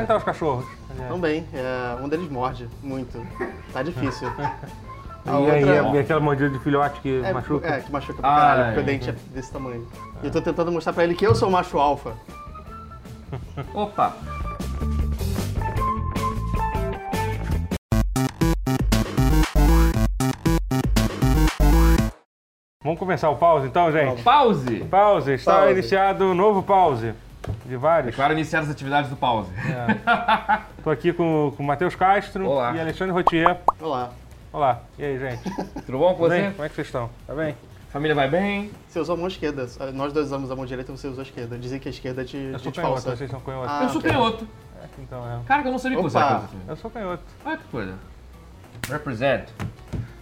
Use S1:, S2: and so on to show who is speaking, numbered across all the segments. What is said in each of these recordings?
S1: entrar Então, os cachorros. aliás.
S2: Também, é, um deles morde muito. Tá difícil.
S1: E
S2: A
S1: aí,
S2: outra-
S1: é aquela mordida de filhote que
S2: É,
S1: machuca. É.
S2: é, que machuca pra
S3: Ah,
S2: caralho,
S3: é.
S2: porque o dente é desse tamanho. E eu tô tentando mostrar pra ele que eu sou o macho alfa.
S3: Opa!
S1: Vamos começar o pause então, gente?
S3: Pause!
S1: Pause, está
S2: Pause.
S1: iniciado um novo pause. De vários.
S3: Declaro iniciar as atividades do pause.
S1: Tô aqui com, com o Matheus Castro
S3: Olá.
S1: e Alexandre Rotier.
S2: Olha lá.
S1: Olá, e aí, gente? Tudo
S3: Tudo bom com
S1: bem?
S3: você?
S1: Como é que vocês estão? Tá bem?
S3: Família vai bem?
S2: Você usou a mão esquerda. Nós dois usamos a mão direita, você usou a esquerda. Dizem que a esquerda te,
S1: Eu
S2: te
S1: sou canhoto,
S2: falsa.
S1: vocês são canhotos.
S2: Ah,
S3: eu sou
S2: ok.
S3: canhoto.
S1: Então, é.
S3: Cara, que eu não sabia que
S2: Opa.
S3: você era canhoto.
S1: Eu sou canhoto.
S3: Olha que coisa. Represent.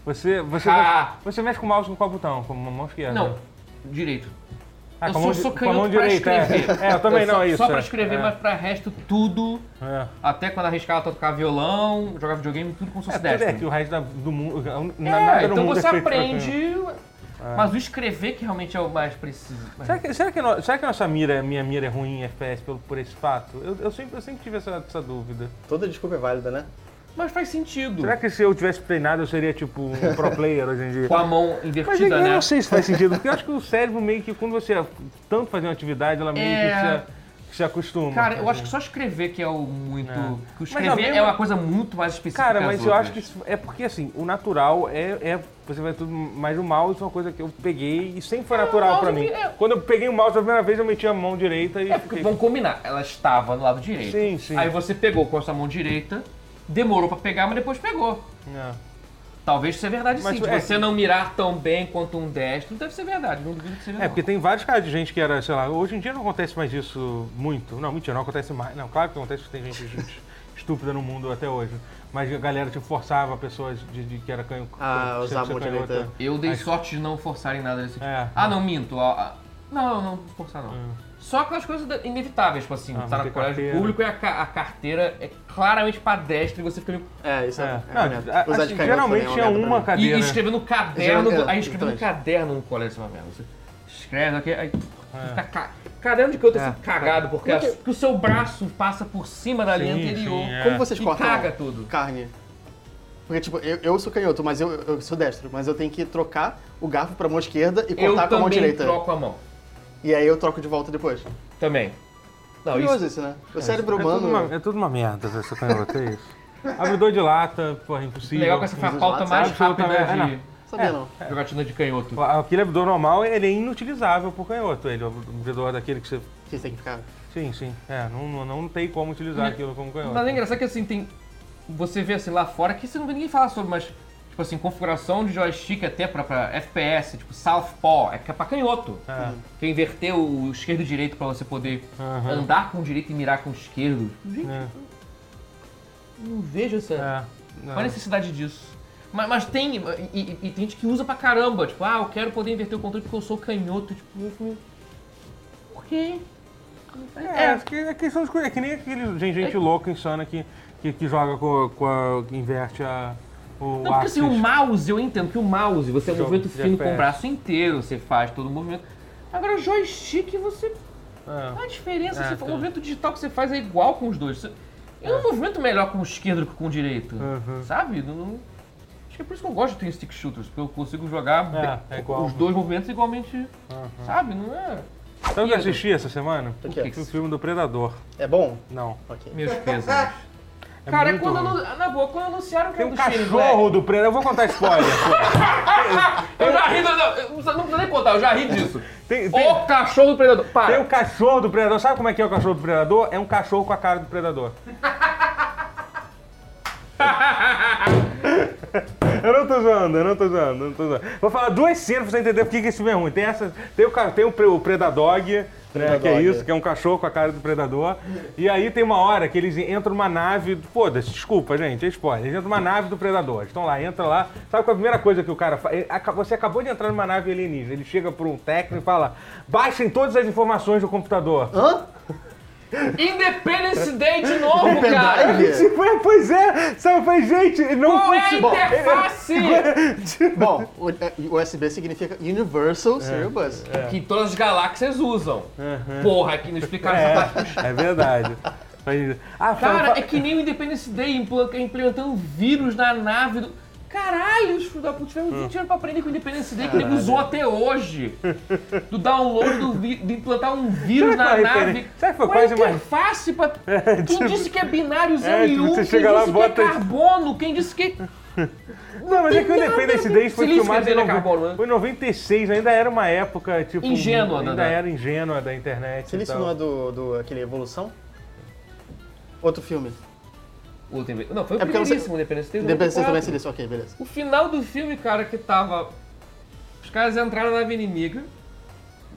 S1: Você, você,
S3: Ah.
S1: você mexe com o mouse com qual botão? Com a mão esquerda?
S3: Não, direito.
S1: Ah,
S3: eu
S1: com a
S3: sou,
S1: mão,
S3: sou
S1: com a mão
S3: canhoto pra
S1: direita. é.
S3: escrever.
S1: É, eu também
S3: Então, só,
S1: não, é isso.
S3: Só pra
S1: é.
S3: escrever,
S1: é.
S3: mas pra resto tudo.
S1: É.
S3: Até quando arriscava tocar violão, jogar videogame, tudo como se
S1: É,
S3: fosse
S1: tudo é
S3: destro.
S1: que o resto da- do mundo. na-
S3: É,
S1: nada no
S3: então
S1: mundo é
S3: você
S1: feito pra canhoto.
S3: aprende, mas o escrever que realmente é o mais preciso. Mas-
S1: Será que, será, que no- será que nossa mira, minha mira é ruim em FPS pelo- por esse fato? Eu, eu sempre, eu sempre tive essa, essa dúvida.
S2: Toda desculpa é válida, né?
S3: Mas faz sentido.
S1: Será que se eu tivesse treinado eu seria tipo um pro player hoje em dia?
S3: Com a mão
S1: Mas eu
S3: invertida, né?
S1: não sei se faz sentido, porque eu acho que o cérebro meio que, quando você tanto fazer uma atividade, ela meio
S3: É.
S1: que se, se acostuma.
S3: Cara, eu acho que só escrever que é o muito. Que o
S1: Mas, ao
S3: escrever
S1: mesmo-
S3: é uma coisa muito mais específica.
S1: Cara,
S3: que as
S1: mas eu
S3: outras.
S1: acho que isso é porque assim, o natural é, é- você vai tudo, mas o mouse é uma coisa que eu peguei e sempre foi natural
S3: mouse
S1: pra mim.
S3: é-
S1: Quando eu peguei o mouse pela primeira vez, eu meti a mão direita e
S3: É porque
S1: fiquei...
S3: vamos combinar, ela estava no lado direito.
S1: Sim, sim.
S3: Aí você pegou com a sua mão direita, demorou pra pegar, mas depois pegou.
S1: É.
S3: Talvez seja verdade
S1: Mas,
S3: sim. De
S1: é,
S3: você não mirar tão bem quanto um destro, deve ser verdade. Não duvido que seja
S1: É,
S3: verdade.
S1: porque tem vários casos de gente que era, sei lá, hoje em dia não acontece mais isso muito. Não, mentira, não acontece mais. Não, claro que acontece que tem gente ju- estúpida no mundo até hoje. Mas a galera tipo, forçava pessoas de, de que era canho.
S2: Ah, usar a mão direita.
S3: Eu dei sorte de não forçarem nada desse tipo.
S1: É.
S3: Ah, não, minto. Ah, ah, não, não, não forçar não. Só aquelas coisas da- inevitáveis, tipo assim,
S1: Hum. Ah,
S3: você
S1: não
S3: tá no
S1: tem
S3: colégio
S1: carteira.
S3: público e a, ca- a carteira é claramente pra destra e você fica meio...
S2: É, isso é. é
S1: Não,
S2: merda.
S1: a-
S2: Usar
S1: assim,
S2: de canhoto
S1: geralmente
S2: também
S1: tinha
S2: é merda
S1: uma
S2: pra
S3: E,
S1: cadeira.
S3: e escrever no caderno,
S2: Já- é,
S3: aí escrever no
S2: exatamente.
S3: caderno no colégio, isso é uma merda. Você escreve aqui, aí
S1: É.
S3: fica ca- caderno de canto é.
S2: tá.
S3: assim, cagado, porque, as- porque o seu braço passa por cima da linha
S1: Sim,
S3: anterior
S1: sim,
S2: mim.
S1: é.
S2: Como vocês
S3: e
S2: cortam
S3: caga tudo.
S2: carne? Porque, tipo, eu, eu sou canhoto, mas eu, eu sou destro, mas eu tenho que trocar o garfo pra mão esquerda e
S3: Eu
S2: cortar com a mão
S3: também
S2: direita.
S3: troco a mão.
S2: E aí eu troco de volta depois.
S3: Também. Não, isso,
S2: Curioso isso, né? O cérebro
S1: É tudo,
S2: humano.
S1: uma, é tudo uma merda essa canhota, é isso. Abridor de lata, porra, é impossível.
S3: é legal que essa foi a
S2: Os
S3: pauta
S2: lados,
S3: mais
S1: sabe,
S3: rápida né?
S1: absolutamente, é,
S3: de
S2: Sabia
S1: É.
S2: não.
S3: jogatina de canhoto.
S1: Aquele abridor normal, ele é inutilizável por canhoto. Ele, o abridor daquele que você...
S2: Que tem que ficar.
S1: Sim, sim. É, não, não, não tem como utilizar aquilo como canhoto.
S3: Mas é engraçado que assim, tem. Você vê assim lá fora que você não vê ninguém falar sobre, mas, tipo assim, configuração de joystick até pra, pra FPS, tipo Southpaw, é que é pra canhoto.
S1: É.
S3: Que é inverter o esquerdo e direito pra você poder
S1: Aham.
S3: andar com o direito e mirar com o esquerdo. Gente,
S1: É.
S3: não vejo essa.
S1: É.
S3: Qual a necessidade disso? Mas, mas tem. E, e- e tem gente que usa pra caramba, tipo, ah, eu quero poder inverter o controle porque eu sou canhoto. Tipo, eu fico. Por quê?
S1: É, acho que é questão de coisa. É que nem aquele gente, gente louca, insana, que, que, que joga com, com a. que inverte a. O
S3: Não, porque assim, o
S1: axis.
S3: mouse, eu entendo que o mouse, você é um
S1: Jogo
S3: movimento
S1: de
S3: fino com o
S1: FPS.
S3: braço inteiro, você faz todo o movimento. Agora, joystick, você.
S1: É.
S3: Qual a diferença?
S1: É,
S3: se for-
S1: tem.
S3: O movimento digital que você faz é igual com os dois. Você- Eu não movimento melhor com o esquerdo que com o direito.
S1: Uhum.
S3: Sabe? Não- não- Acho que é por isso que eu gosto de Twin Stick Shooters, porque eu consigo jogar
S1: É,
S3: bem-
S1: é igual. Uhum.
S3: os dois movimentos igualmente. Sabe? Não é.
S1: Sabe o que eu assisti essa semana?
S2: O
S3: quê?
S1: O filme do Predador.
S2: É bom?
S1: Não.
S2: Ok.
S3: Meus pesos.
S1: É
S3: Cara,
S1: muito
S3: quando
S1: ruim.
S3: anu- na boa, quando anunciaram que
S1: Tem um
S3: era É do Shane
S1: cachorro do Predador. Eu vou contar spoiler.
S3: Black, Eu já ri, não, não, eu não precisa nem contar, eu já ri disso.
S1: tem, tem,
S3: O cachorro do predador. Para.
S1: tem um cachorro do Predador. Sabe como é que é o cachorro do Predador? É um cachorro com a cara do Predador. Eu não tô zoando, eu não tô zoando, eu não tô zoando. Vou falar duas cenas pra você entender por que que esse filme é ruim. Tem, essa, tem, o, ca- tem o, pre- o Predadog, né,
S2: Predadog.
S1: que é isso, que é um cachorro com a cara do Predador. E aí tem uma hora que eles entram numa nave, do- foda-se, desculpa, gente, é spoiler. Eles entram numa nave do Predador, eles estão lá, entra lá. Sabe qual é a primeira coisa que o cara faz? Você acabou de entrar numa nave alienígena, ele chega pra um técnico e fala, baixem todas as informações do computador.
S2: Hã?
S1: um-
S3: Independence Day de novo, cara!
S2: Pendrive?
S1: Tipo, pois é, sabe, eu falei, gente, não
S3: Qual é a
S1: futebol.
S3: interface?
S2: Bom, o- é, USB significa Universal Serial Bus.
S1: Uhum.
S3: que todas as galáxias usam. Porra, aqui não explicaram essa parte.
S1: É verdade. Faz- Ah, fala-
S3: Cara,
S1: fala-
S3: é que nem o Independence Day impla- implantando vírus na nave do. Caralho, os filhos da puta tiveram 20 anos pra aprender com o Independence Day, que nego usou até hoje. Do download, do vi- de implantar um vírus
S1: Será
S3: na
S1: que é uma
S3: nave.
S1: referência? Será que foi
S3: Qual é a
S1: quase uma- tipo,
S3: interface pra... Quem disse que é binário 0
S1: É,
S3: e 1?
S1: tipo,
S3: Um?
S1: você
S3: Quem
S1: chega
S3: disse
S1: lá,
S3: que
S1: bota-
S3: é carbono? Quem disse que...
S1: Não, mas é que o
S3: tem nada
S1: Independence
S3: a ver.
S1: Day foi
S3: Silício,
S1: filmado
S3: quer
S1: em,
S3: dizer, né,
S1: nove-
S3: Carbola, né?
S1: foi em 96, ainda era uma época, tipo...
S3: Ingênua,
S1: Ainda
S3: Dadá.
S1: era ingênua da internet
S2: Silício
S1: e
S2: não é
S1: tal.
S2: do, do aquele Evolução? Outro filme.
S3: O Independence- Não, foi o
S2: É porque eu não sei-
S3: primeiríssimo Independence Day.
S2: Depende se
S3: 94.
S2: também é Silício. Ok, beleza.
S3: O final do filme, cara, que tava. Os caras entraram na nave inimiga,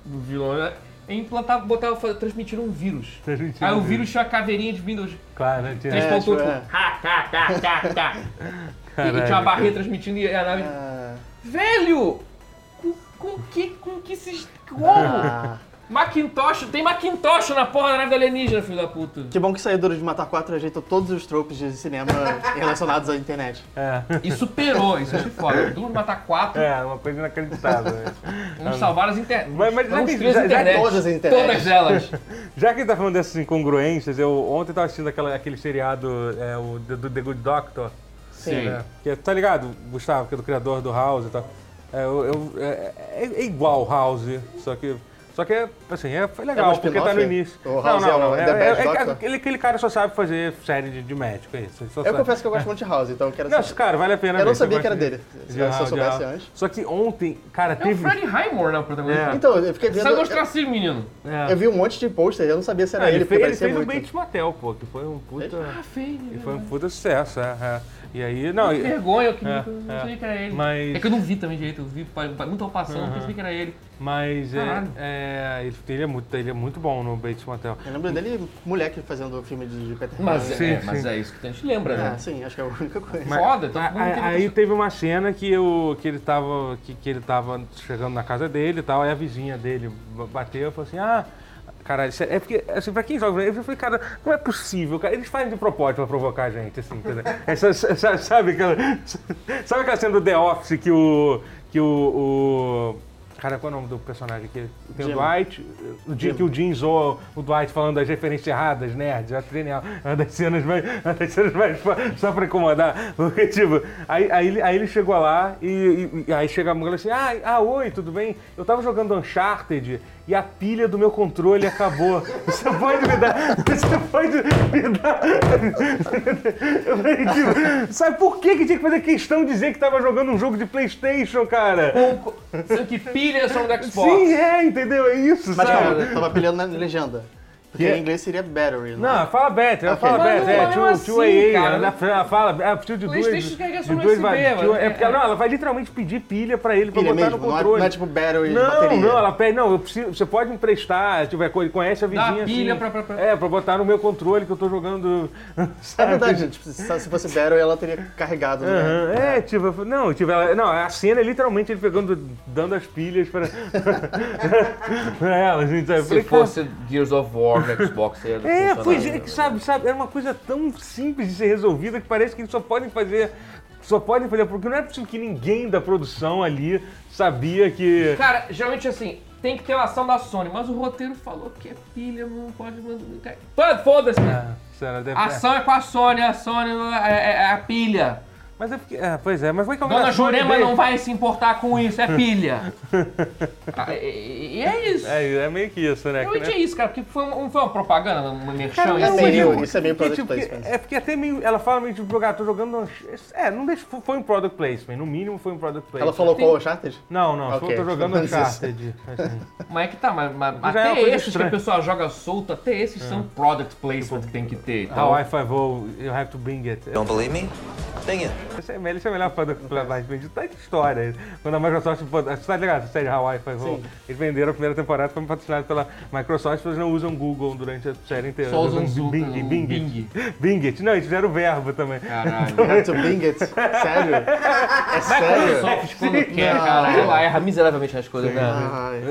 S3: do vilão, né? E implantavam, botavam, fa- transmitiram um vírus. Aí o vírus tinha a caveirinha de Windows
S1: Claro, né? tinha-
S2: É,
S3: 3.1, tipo,
S2: tipo, é.
S3: ha, ha, ha, ha, ha. E tinha uma
S1: Caralho.
S3: barrinha transmitindo e a nave.
S2: Ah,
S3: Velho! Com, com que. Com que se. Como?
S2: ah.
S3: Macintosh, tem Macintosh na porra da nave da alienígena, filho da puta.
S2: Que bom que saiu Duro de Matar 4 ajeitou todos os tropes de cinema relacionados à internet.
S1: É.
S3: E superou, isso eu achei foda. Duro matar quatro,
S1: É, uma coisa inacreditável. né?
S3: vamos salvar as internet.
S1: Mas- mas já
S3: vamos
S1: que-
S3: destruir
S1: já-
S3: as
S1: é já-
S3: internet.
S2: todas as internet.
S3: Todas elas.
S1: Já que a gente tá falando dessas incongruências, eu ontem tava assistindo aquela- aquele seriado é, o, do, do The Good Doctor.
S3: Sim.
S1: né? Que é- tá ligado, Gustavo, que é do criador do House e tal. É, eu- eu- é- é- é igual House, só que. Só que é, assim, é, foi legal,
S2: É um
S1: porque tá
S2: spin-off,
S1: no
S2: é?
S1: início.
S2: O House é o The Bad Doctor?
S1: aquele, aquele cara só sabe fazer série de, de médico, é isso. Ele só
S2: Eu
S1: sabe.
S2: confesso que eu gosto muito de House, então eu quero
S1: Não,
S2: saber.
S1: cara, vale a pena
S2: Eu
S1: ver,
S2: não sabia
S1: gosta
S2: que era
S1: de-
S2: dele.
S1: de
S2: Se eu
S1: House, de
S2: soubesse
S1: House.
S2: antes.
S1: Só que ontem, cara,
S3: É o
S1: teve.
S3: Fred Highmore, né, o protagonista.
S2: Então, eu fiquei vendo.
S3: Sai do
S2: Eu,
S3: ostracismo, assim, menino.
S1: É.
S2: eu vi um monte de pôster, eu não sabia se era
S1: Ah,
S2: ele,
S1: ele fez,
S2: porque
S1: ele
S2: parecia
S1: fez o
S2: muito.
S1: Bates Motel, pô, que foi um puta.
S3: Ah, feio.
S1: E
S3: né?
S1: foi um puta sucesso, é, é. E aí, não,
S3: Que
S1: e-
S3: vergonha, eu que
S1: É,
S3: não
S1: é.
S3: sabia que era ele.
S1: Mas-
S3: É que eu não vi também direito, eu vi pa- pa- muito ao passando, não pensei que era ele.
S1: mas é,
S3: Caralho.
S1: é, ele, ele é muito, ele é muito bom no Bates Motel.
S2: Eu lembro dele, moleque fazendo filme de, de Peter
S3: Mas,
S2: Pan. né?
S1: Sim,
S3: é,
S1: sim.
S3: mas é isso que a gente lembra,
S2: Ah,
S3: né?
S2: sim, acho que é a única coisa.
S1: Mas-
S3: Foda, então
S1: A-
S3: todo mundo
S1: a-
S3: teve
S1: aí
S3: pessoa-
S1: teve uma cena que, eu, que, ele tava, que, que ele tava chegando na casa dele e tal, aí a vizinha dele b- bateu e falou assim, ah, caralho, sério, é porque, assim, pra quem joga, eu falei, cara, não é possível, cara, eles fazem de propósito pra provocar a gente, assim, entendeu? Essa- essa- sabe, aquela, sabe aquela cena do The Office que o... Que o, o- cara, qual é o nome do personagem aqui? Tem o
S2: Jim.
S1: Dwight, o dia
S2: Jim.
S1: que o Jim zoa o Dwight falando das referências erradas, nerds, eu acho genial. Uma das cenas mais, uma das cenas mais fo- só pra incomodar. Porque, tipo, aí, aí, ele- aí ele chegou lá e, e- e aí chega a mulher assim, ah, ah, oi, tudo bem? Eu tava jogando Uncharted e a pilha do meu controle acabou. Você pode me dar, você pode me dar... Eu falei, tipo, sabe por que que tinha que fazer questão de dizer que tava jogando um jogo de Playstation, cara?
S3: Pouco- Sendo que pilha são do Xbox.
S1: Sim, é, entendeu? É isso,
S2: Mas
S1: sabe?
S2: calma, eu tava apelando na legenda. Porque
S1: Que-
S2: em inglês seria battery, né?
S1: Não, fala Beth, ela
S2: Ok.
S1: fala Beth,
S2: Mas
S3: não
S1: é,
S3: é
S1: two,
S3: assim,
S1: two AA,
S3: cara.
S1: ela fala, fala, é, precisa de dois,
S3: Playstation carrega só
S1: de
S3: no
S1: dois
S3: USB,
S1: vatios,
S3: mano.
S1: é porque, ela-
S3: É.
S1: não, ela vai literalmente pedir pilha pra ele, pra
S2: Pilha
S1: botar
S2: mesmo,
S1: no
S2: não é,
S1: controle.
S2: não é tipo battery de
S1: Não,
S2: bateria.
S1: não, ela pede, não, eu preciso, você pode emprestar, tipo, é, co- conhece a
S3: Dá
S1: vizinha
S3: pilha
S1: assim.
S3: pra- pra- pra-
S1: É, pra botar no meu controle que eu tô jogando.
S2: É verdade, tipo, se se fosse battery, ela teria carregado. né?
S1: Aham, É, tipo, eu falei, não, tipo, ela, não, a cena é literalmente ele pegando, dando as pilhas pra, pra ela, gente. sabe? Eu
S4: Se
S1: falei, cara,
S4: fosse Gears of War no Xbox, ia
S1: É,
S4: funcionar,
S1: pois é,
S4: né?
S1: que sabe, sabe, era uma coisa tão simples de ser resolvida que parece que eles só podem fazer. Só podem fazer, porque não é possível que ninguém da produção ali sabia que.
S3: Cara, geralmente assim, tem que ter uma ação da Sony, mas o roteiro falou que é pilha, não pode mandar. Pô, Foda-se!
S1: Ah, será, deve-
S3: A
S1: é.
S3: ação é com a Sony, a Sony é, é- é a pilha.
S1: Mas é porque. É, pois é, mas foi calma.
S3: Dona Jurema não vai se importar com isso, é pilha. Ah, e, e é isso.
S1: É, é meio que isso, né?
S3: Realmente é isso, cara, porque foi, um- foi uma propaganda, uma merchan
S1: Cara, é
S2: Isso
S1: um
S2: é
S3: inserida.
S1: erro.
S2: meio, isso é meio
S1: Porque,
S2: product
S1: tipo, que-
S2: placement.
S1: é porque até meio. Ela fala meio tipo, ah, tô jogando. Unch- É, não deixa. Foi um product placement. No mínimo foi um product placement.
S2: Ela falou qual o Uncharted?
S1: Não, não,
S2: Ok,
S1: eu tô jogando um
S2: então isso.
S1: Uncharted. Assim.
S3: Mas é que tá, mas, mas
S1: Já é uma
S3: até
S1: coisa
S3: esses
S1: estranha. É.
S3: que a pessoa joga solto, até esses são product placement que tem que ter e
S1: How
S3: tal.
S1: I 5 you have to bring it.
S5: Don't believe me? Ding it.
S1: Esse é, melhor- esse é o melhor fã do Flashpoint de tanta história. Quando a Microsoft. pô, Você tá ligado? Essa série Hawaii foi bom. Eles venderam a primeira temporada, foi patrocinado pela Microsoft, eles não usam Google durante a série inteira.
S3: Só
S1: eles
S3: usam Zoom,
S1: Bing.
S3: o
S1: Bing. Bing.
S3: Bing.
S1: It. Não, eles fizeram o verbo também.
S3: Caralho.
S2: You have to bring it? Sério? É sério?
S3: Microsoft, quando quer,
S2: Não.
S3: cara,
S4: Ela
S3: ela
S4: erra miseravelmente as coisas, né?
S2: Ai,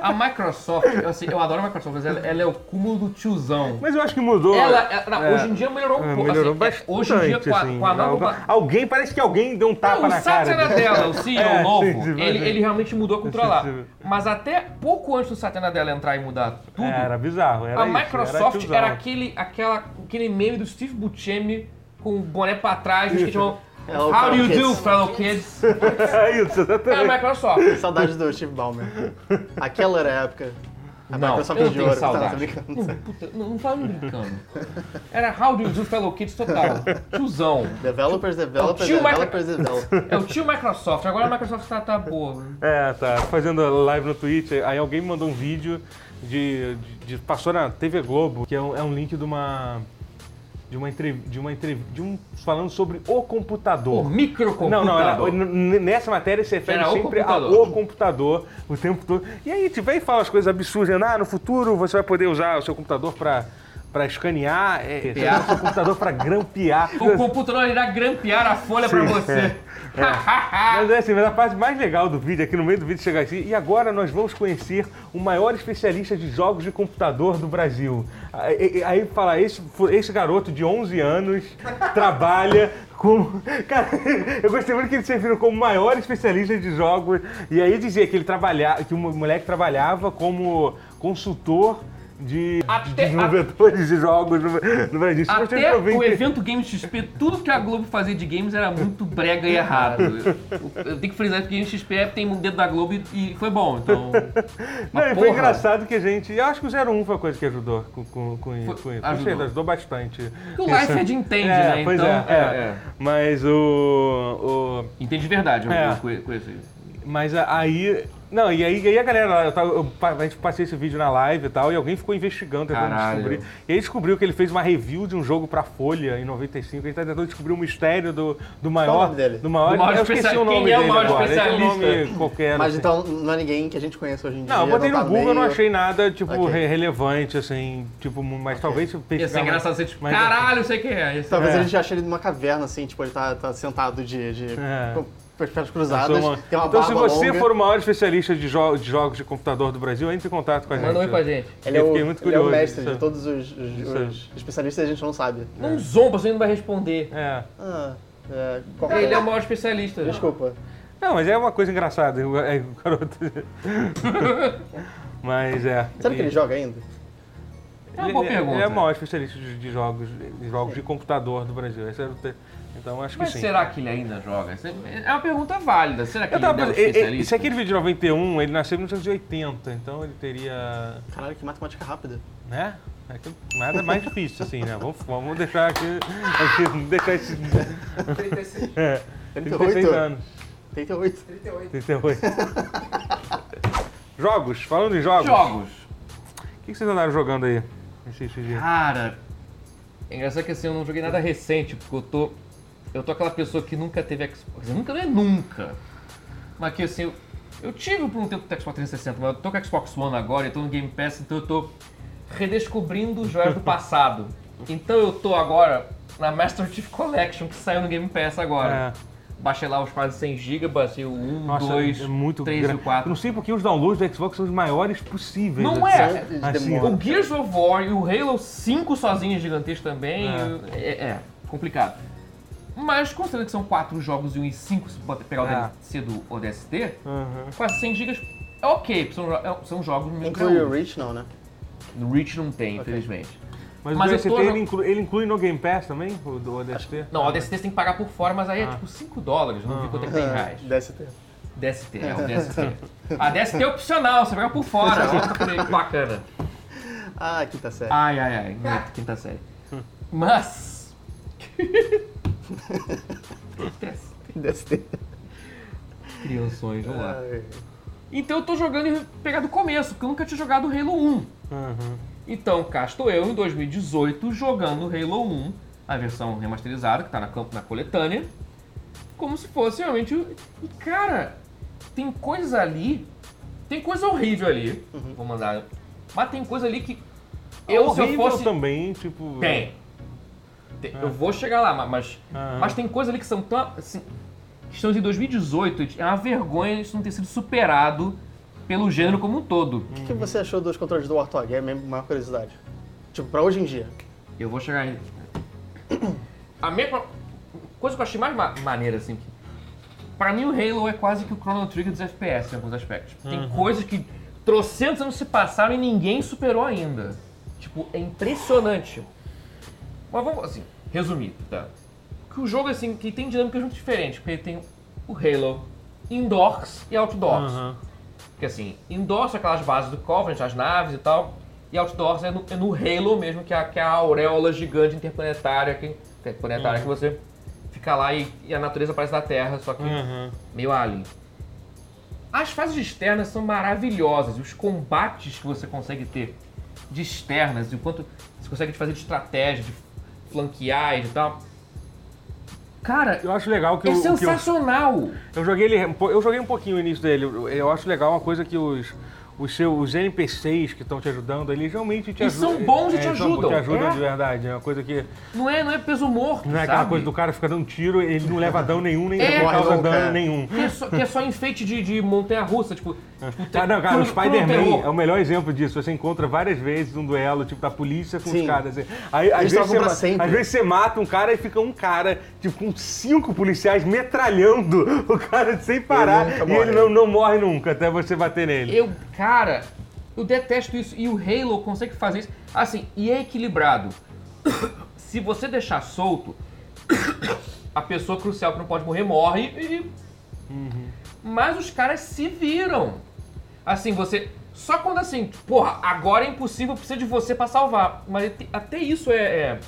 S3: A Microsoft, eu, assim, eu adoro a Microsoft, mas ela, ela é o cúmulo do tiozão.
S1: Mas eu acho que mudou.
S3: Ela, ela- não,
S1: É.
S3: hoje em dia melhorou um
S1: É,
S3: pouco.
S1: melhorou
S3: assim, é, Hoje em dia,
S1: bastante,
S3: com a, com a
S1: assim,
S3: nova Opa.
S1: Alguém, parece que alguém deu um tapa
S3: Não, o
S1: na
S3: Satya
S1: cara. dele.
S3: Nadella, o CEO
S1: É,
S3: novo,
S1: sim, sim,
S3: ele,
S1: sim.
S3: ele realmente mudou a cultura lá.
S1: Sim, sim.
S3: Mas até pouco antes do Satya Nadella entrar e mudar tudo,
S1: Era bizarro, era
S3: a
S1: isso,
S3: Microsoft
S1: tiozão.
S3: era, aquele, aquela, aquele meme do Steve Buscemi com o boné pra trás, que chamam
S2: Hello,
S3: How do you
S2: fellow
S3: do,
S2: kids."
S3: fellow kids?
S1: É isso,
S3: Era a
S1: exatamente.
S3: Microsoft.
S2: Saudades do Steve Ballmer. Aquela era a época. A
S3: Não,
S2: Microsoft
S3: eu não
S2: de
S3: tenho
S2: ouro.
S3: saudade.
S2: Tá, tô brincando.
S3: Não, puta, não, não tava me brincando. Era How do you do, fellow kids total. Tiozão.
S2: Developers,
S1: um
S2: developers,
S3: tio Micro-
S2: developers, developers.
S3: É o tio Microsoft. Agora a Microsoft tá, tá boa.
S1: É, tá fazendo live no Twitch, aí alguém me mandou um vídeo de, de- de- passou na TV Globo, que é um, é um link de uma de uma entrevista, de uma entrevista, de um falando sobre o
S3: O
S1: computador. Não,
S3: microcomputador.
S1: não, era- n- nessa matéria se refere
S3: Era o
S1: sempre ao
S3: computador.
S1: computador o tempo todo. E aí, te vem e fala as coisas absurdas, né? ah, no futuro você vai poder usar o seu computador pra para escanear, é, você vai usar o seu computador pra grampear.
S3: O computador irá grampear a folha pra você. Ah.
S1: Mas é assim, mas a parte mais legal do vídeo, aqui no meio do vídeo chega assim, e agora nós vamos conhecer o maior especialista de jogos de computador do Brasil. Aí, aí fala, esse, esse garoto de 11 anos trabalha como... Cara, eu gostei muito que ele se referiu como o maior especialista de jogos, e aí dizia que ele trabalhava, que o moleque trabalhava como consultor de
S3: Até-
S1: desenvolvedores de jogos no, no Brasil. Isso eu sempre
S3: Até
S1: ouvi
S3: o
S1: que-
S3: evento Games XP, tudo que a Globo fazia de games era muito brega e errado. Eu, eu tenho que frisar que o Games XP é- tem um dedo da Globo e, e foi bom,
S1: Não,
S3: então. Mas
S1: e É, foi
S3: porra.
S1: engraçado que a gente. Eu acho que o 01 foi a coisa que ajudou com, com, com isso. com
S3: Foi-
S1: isso.
S3: ajudou.
S1: Não sei, ajudou bastante.
S3: Porque o Life entende,
S1: É,
S3: né?
S1: pois
S3: então,
S1: é, é. Mas o. o-
S3: Entende de verdade, eu
S1: É.
S3: conhe- conheço isso.
S1: mas a- aí. Não, e aí, e aí a galera, lá, eu tava- eu pa- a gente passei esse vídeo na live e tal, e alguém ficou investigando, tentando
S4: Caralho.
S1: descobrir. E aí descobriu que ele fez uma review de um jogo pra Folha em 95, a gente tá tentando descobrir o mistério do, do maior.
S2: nome dele?
S1: Do maior,
S3: Do maior
S1: eu esqueci o
S3: especialista.
S1: nome
S3: Quem é o
S1: dele
S3: maior
S1: agora, ele tem um
S3: especialista?
S1: nome qualquer.
S2: Mas
S1: assim.
S2: então não é ninguém que a gente conhece hoje em dia.
S1: Não, eu botei no
S2: tá
S1: Google, eu não
S2: meio.
S1: achei nada, tipo,
S2: Ok.
S1: re- relevante, assim, tipo, mas talvez se eu
S3: Ia
S1: pesquisar
S3: ser
S1: mais-
S3: engraçado você, tipo,
S1: mas-
S3: caralho, eu sei quem é. Esse
S2: Talvez
S1: É.
S2: a gente ache ele numa caverna, assim, tipo, ele tá, tá sentado de, de
S1: É.
S2: com as pernas
S1: Eu
S2: cruzadas,
S1: sou uma-
S2: tem uma
S1: Então,
S2: barba
S1: se você
S2: longa.
S1: for o maior especialista de, jo- de jogos de computador do Brasil, entre em contato com a gente.
S4: Manda um aí pra gente.
S2: Ele é,
S1: Eu
S2: o,
S1: fiquei muito
S2: ele é o
S1: curioso,
S2: mestre
S1: sabe?
S2: de todos os, os- os especialistas a gente não sabe.
S3: Não zomba, Um você não vai responder.
S1: É.
S2: Ah, é, qual
S3: Ele é o maior especialista.
S2: Desculpa.
S1: Não, mas é uma coisa engraçada. eu- é, o garoto. mas é.
S2: Será que ele joga ainda?
S3: É uma boa
S1: ele-
S3: pergunta.
S1: Ele é o maior especialista de, de jogos, de jogos de computador do Brasil. Esse era o te- Então acho
S3: Mas
S1: que sim.
S3: será que ele ainda joga? Essa É uma pergunta válida. Será que
S1: Eu
S3: ele
S1: tava
S3: ainda é um
S1: pensando- e- e-
S3: especialista?
S1: se aquele vídeo de 91, ele nasceu em 1980, então ele teria.
S2: Caralho, que matemática rápida.
S1: né? É que nada mais difícil, assim, né? Vamos, vamos deixar aqui. aqui vamos deixar esse.
S6: 36,
S1: É, 36
S2: 38?
S1: anos.
S2: 38.
S6: 38.
S1: 38. jogos, falando em jogos.
S3: Jogos.
S1: O que que vocês andaram jogando aí? Esse, esse dia?
S3: Cara, é engraçado que assim, eu não joguei nada recente, porque eu tô. Eu tô aquela pessoa que nunca teve Xbox. Quer dizer, nunca não é nunca. Mas que assim, eu, eu tive por um tempo o Xbox 360, mas eu tô com o Xbox One agora, eu tô no Game Pass, então eu tô redescobrindo os joias do passado. Então eu tô agora na Master Chief Collection, que saiu no Game Pass agora.
S1: É.
S3: Baixei lá os quase 100 GB, baixei o 1,
S1: Nossa,
S3: 2,
S1: é muito
S3: 3 um, e
S1: grande.
S3: 4.
S1: Não sei porque os downloads do Xbox são os maiores possíveis.
S3: Não
S1: assim.
S3: é!
S2: Eles
S1: Assim,
S2: demoram.
S3: O Gears of War e o Halo 5 sozinhos gigantesco também. É. é- é complicado. Mas considerando que são quatro jogos e um e cinco, se bota- pegar o
S1: É.
S3: DLC do ODST,
S1: Aham.
S3: quase 100 gigas é ok, porque são, jo- é- são jogos meio
S2: Inclui o
S3: graúdos.
S2: Reach, não, né?
S3: No Reach não tem, infelizmente.
S1: Mas,
S3: Mas
S1: o
S3: eu
S1: DST,
S3: tô-
S1: ele, inclui, ele inclui no Game Pass também? O do ODST?
S3: Não, o ODST você tem que pagar por fora, mas aí é tipo 5 dólares, não vi quanto é que tem em
S2: Ah.
S3: reais.
S2: DST.
S3: DST, é o DST. A DST é opcional, você paga por fora, ó, que bacana.
S2: Ah, quinta série.
S3: Ai, ai, ai, não é quinta série. Mas. Estresse.
S2: DST.
S3: Crianções, um vamos lá.
S2: Ai.
S3: Então eu tô jogando e pegar do começo, porque eu nunca tinha jogado Halo 1.
S1: Aham.
S3: Então cá estou eu, em 2018, jogando Halo 1, a versão remasterizada, que tá na, camp- na coletânea, como se fosse realmente. o- E cara, tem coisa ali. Tem coisa horrível ali. Vou mandar. Mas tem coisa ali que. Eu, se eu
S1: Horrível
S3: fosse.
S1: também, tipo...
S3: Tem. Tem. Eu vou chegar lá, ma- mas,
S1: Ah.
S3: mas tem coisas ali que são tão. Assim, que estão de 2018, é uma vergonha isso não ter sido superado pelo gênero como um todo.
S2: O que você achou dos controles do Warthog? É a minha maior curiosidade. Tipo, pra hoje em dia.
S3: Eu vou chegar aí. A minha. pro- coisa que eu achei mais ma- maneira, assim, que Pra mim, o Halo é quase que o Chrono Trigger dos FPS em alguns aspectos. Tem coisas que trocentos anos se passaram e ninguém superou ainda. Tipo, é impressionante. Mas vamos, assim, resumir, tá? Que o jogo, assim, que tem dinâmicas muito diferentes, porque tem o Halo indoors e outdoors. Porque, assim, indoors são aquelas bases do Covenant, as naves e tal, e outdoors é no, é no Halo mesmo, que é, a- que é a auréola gigante interplanetária que, interplanetária
S1: Hum.
S3: que você fica lá e, e a natureza parece da Terra, só que
S1: Uhum.
S3: meio alien. As fases externas são maravilhosas, e os combates que você consegue ter de externas, e o quanto você consegue fazer de estratégia, de flanquear e de tal. Cara,
S1: Eu acho legal que
S3: é
S1: o. que o-
S3: sensacional!
S1: eu joguei ele. um po- Eu joguei um pouquinho o início dele. Eu, eu acho legal uma coisa que os. Os seus os NPCs que estão te ajudando, eles realmente te
S3: E
S1: ajudam.
S3: são bons e te
S1: eles são-
S3: ajudam.
S1: Te ajudam
S3: É.
S1: de verdade. É uma coisa que.
S3: Não é, não é peso morto,
S1: Não é
S3: sabe?
S1: aquela coisa do cara ficar dando tiro, ele não leva dano nenhum, nem
S3: É.
S1: não causa
S2: Morre nunca.
S1: dano nenhum.
S3: Que é só, que é só enfeite de, de montanha-russa, tipo... tipo
S1: Ah, não, cara, o
S3: tudo- tudo terror.
S1: Spider-Man é o melhor exemplo disso. Você encontra várias vezes um duelo, tipo, da polícia com os
S2: Sim.
S1: caras. assim. Aí, às, vezes
S2: travam
S1: você,
S2: pra
S1: ma-
S2: sempre.
S1: às vezes você mata um cara e fica um cara, tipo, com cinco policiais metralhando o cara sem parar.
S2: nunca
S1: e
S2: morre.
S1: ele não, não morre nunca até você bater nele.
S3: Eu, cara, eu detesto isso. E o Halo consegue fazer isso. Assim, e é equilibrado. Se você deixar solto, a pessoa crucial que não pode morrer morre e. Mas os caras se viram. Assim, você. Só quando assim, porra, agora é impossível, precisa de você pra salvar. Mas até- até isso é, é,